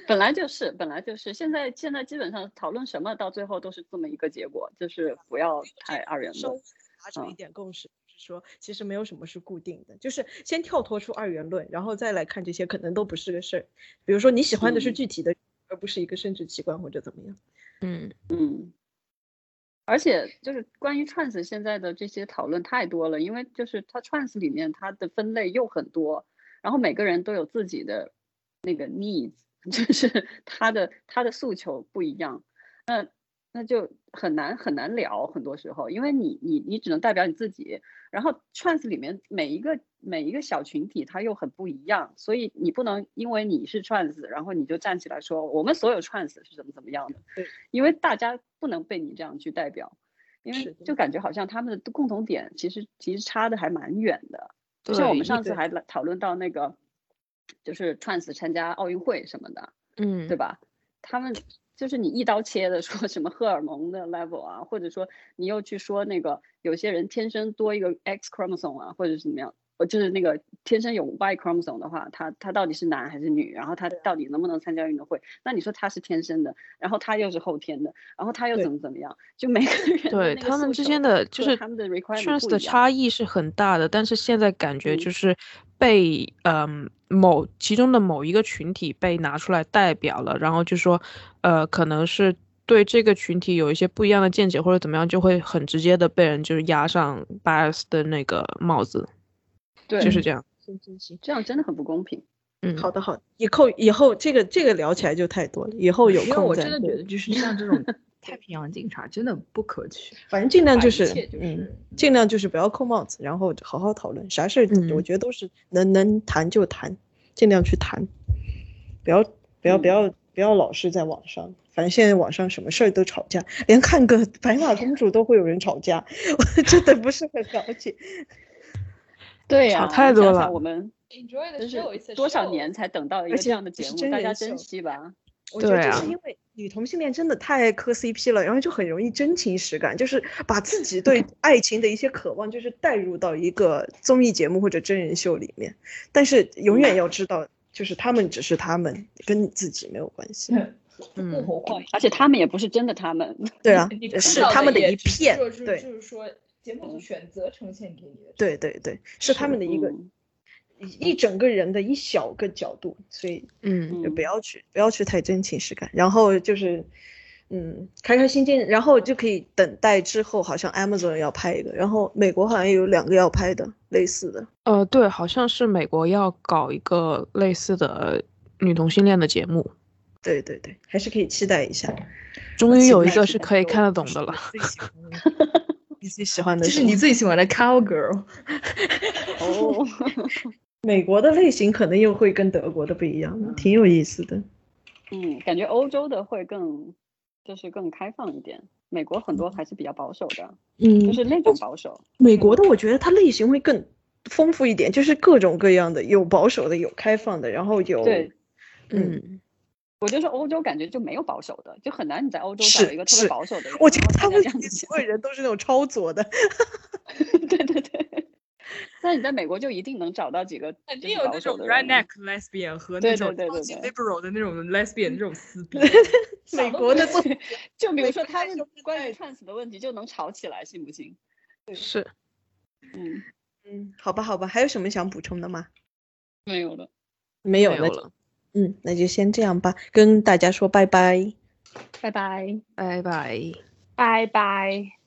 S4: 本来就是本来就是，现在现在基本上讨论什么到最后都是这么一个结果，就是不要太二元
S2: 稍微
S4: 论，
S2: 达成一
S4: 嗯
S2: 点共识，就是说其实没有什么是固定的，就是先跳脱出二元论，然后再来看这些可能都不是个事儿。比如说你喜欢的是
S4: 嗯
S2: 具体的，而不是一个生殖器官或者怎么样。
S3: 嗯，
S4: 嗯。而且就是关于 trans 现在的这些讨论太多了，因为就是它 trans 里面它的分类又很多，然后每个人都有自己的那个 needs，就是他的他的诉求不一样，那那就很难很难聊，很多时候，因为你你你只能代表你自己，然后 trans 里面每一个每一个小群体它又很不一样，所以你不能因为你是 trans，然后你就站起来说我们所有 trans 是怎么怎么样的，因为大家不能被你这样去代表，因
S2: 是
S4: 为
S2: 的
S4: 就感觉好像他们的共同点其实其实差的还蛮远的，就像我们上次还来讨论到那个，就是 trans 参加奥运会什么的，
S3: 嗯，
S4: 对吧？他们就是你一刀切的说什么荷尔蒙的 level 啊，或者说你又去说那个有些人天生多一个 X chromosome 啊，或者是怎么样，呃，就是那个天生有 Y chromosome 的话，他他到底是男还是女？然后他
S3: 啊
S4: 到底能不能参加运动会？那你说他是天生的，然后他又是后天的，然后他又
S2: 对
S4: 怎么怎么样？就每个人的
S3: 对
S4: 那个
S3: 他们
S4: 诉
S3: 之
S4: 求
S3: 间的就
S4: 和
S3: 是
S4: 他们的 requirement 不
S3: trans 的
S4: 一样
S3: 差异是很大的，但是现在感觉
S4: 嗯
S3: 就是被嗯、某其中的某一个群体被拿出来代表了，然后就说呃可能是对这个群体有一些不一样的见解或者怎么样，就会很直接的被人就是压上 bias 的那个帽子，
S4: 对，
S3: 就是这样。
S2: 行行行，
S4: 这样真的很不公平。
S3: 嗯，
S2: 好的好的，以后以后这个这个聊起来就太多了，以后有
S7: 因为
S2: 空
S7: 我
S2: 再
S7: 真的觉得就是像 这种太平洋警察真的不可取。
S2: 反正尽量
S7: 把
S2: 就
S7: 一
S2: 是
S7: 切就是
S2: 嗯，尽量就是不要扣帽子，然后好好讨论啥事儿，
S3: 嗯
S2: 我觉得都是能能谈就谈，尽量去谈，不要不
S7: 嗯
S2: 要不要不要老是在网上，反正现在网上什么事儿都吵架，连看个白马公主都会有人吵架， 我真的不是很了解。
S4: 对
S3: 差
S4: 呀、
S3: 太
S4: 你
S3: 多
S4: 想想
S3: 了
S4: 我们
S8: enjoy
S4: 就
S8: the
S4: 是
S8: show，it's a
S4: 多少
S8: show
S4: 年才等到一
S2: 而
S4: 个
S2: 且
S4: 这样的
S2: 这
S4: 节
S2: 是
S4: 目，
S2: 真
S4: 大
S2: 人
S4: 家
S2: 秀
S4: 珍惜吧。
S2: 我觉得
S3: 对
S2: 就
S3: 啊
S2: 是因为女同性恋真的太磕 CP 了，然后就很容易真情实感，就是把自己 对爱情的一些渴望，就是带入到一个综艺节目或者真人秀里面。但是永远要知道，就是他们只是他们，跟你自己没有关 系。
S3: 嗯
S8: 幕后话语
S4: 而且他们也不是真的他们，
S2: 对啊
S8: 你，看
S2: 是
S8: 到
S2: 他们的
S8: 也
S2: 一
S8: 只是
S2: 片
S8: 就，是
S2: 对
S8: 就是说节目组
S7: 嗯
S8: 选择呈现给你的，
S2: 对对对，是他们的一个
S4: 嗯
S2: 一一整个人的一小个角度，所以
S3: 嗯
S2: 就不
S4: 嗯
S2: 要去不要去太真情实感，然后就是，嗯，开开心心，然后就可以等待之后，好像 Amazon 要拍一个，然后美国好像有两个要拍的类似的，
S3: 呃对，好像是美国要搞一个类似的女同性恋的节目，
S2: 对对对，还是可以期待一下。
S3: 终于
S2: 期
S3: 有一
S2: 待
S3: 个
S2: 期
S3: 是
S2: 待
S3: 可以
S2: 有
S3: 看得
S2: 就
S3: 懂的
S2: 是
S3: 了。
S2: 自己喜欢的你自己喜欢的
S7: 这
S2: 什
S7: 是
S2: 么，
S7: 你最喜欢的 cowgirl，
S4: 哦，
S2: 美国的类型可能又会跟德国的不一样，挺有意思的。
S4: 嗯，感觉欧洲的会更就是更开放一点，美国很多还是比较保守的，
S2: 嗯
S4: 就是那种保守。
S2: 美国的，我觉得它类型会更丰富一点，就是各种各样的，有保守的，有开放的，然后有
S4: 对，
S2: 嗯
S3: 嗯
S4: 我就说欧洲感觉就没有保守的，就很难你在欧洲
S2: 是
S4: 找一个特
S2: 是
S4: 别保守的人。
S2: 我觉
S4: 然
S2: 得
S4: 后
S2: 他
S4: 参加
S2: 们
S4: 这样
S2: 里
S4: 的
S2: 面
S4: 节
S2: 所有人都是那种超左的，
S4: 目对对对， 那你在美国就一定能找到几个
S7: 肯
S4: 就
S7: 定
S4: 是
S7: 有
S4: 保
S7: 那
S4: 守
S7: 种
S4: 的人啊
S7: redneck lesbian 和
S4: 对对
S7: 那种
S4: 对
S7: 超
S4: 对
S7: 级
S4: 对
S7: liberal 的那种 lesbian 这种撕逼。
S4: 美
S7: 都
S4: 国
S7: 不
S4: 的
S7: 会
S4: 最，就比如
S7: 美
S4: 说
S7: 国
S4: 他
S7: 的
S4: 们
S7: 就是
S4: 关于
S7: 在
S4: trans 的问题就能吵起来，信不信？
S10: 是
S4: 嗯，
S2: 嗯，好吧，好吧，还有什么想补充的吗？
S4: 没有了。
S2: 没有
S10: 没有
S2: 那就
S10: 了。
S2: 嗯，那就先这样吧，跟大家说拜拜。
S4: 拜拜，
S10: 拜拜。
S4: 拜拜。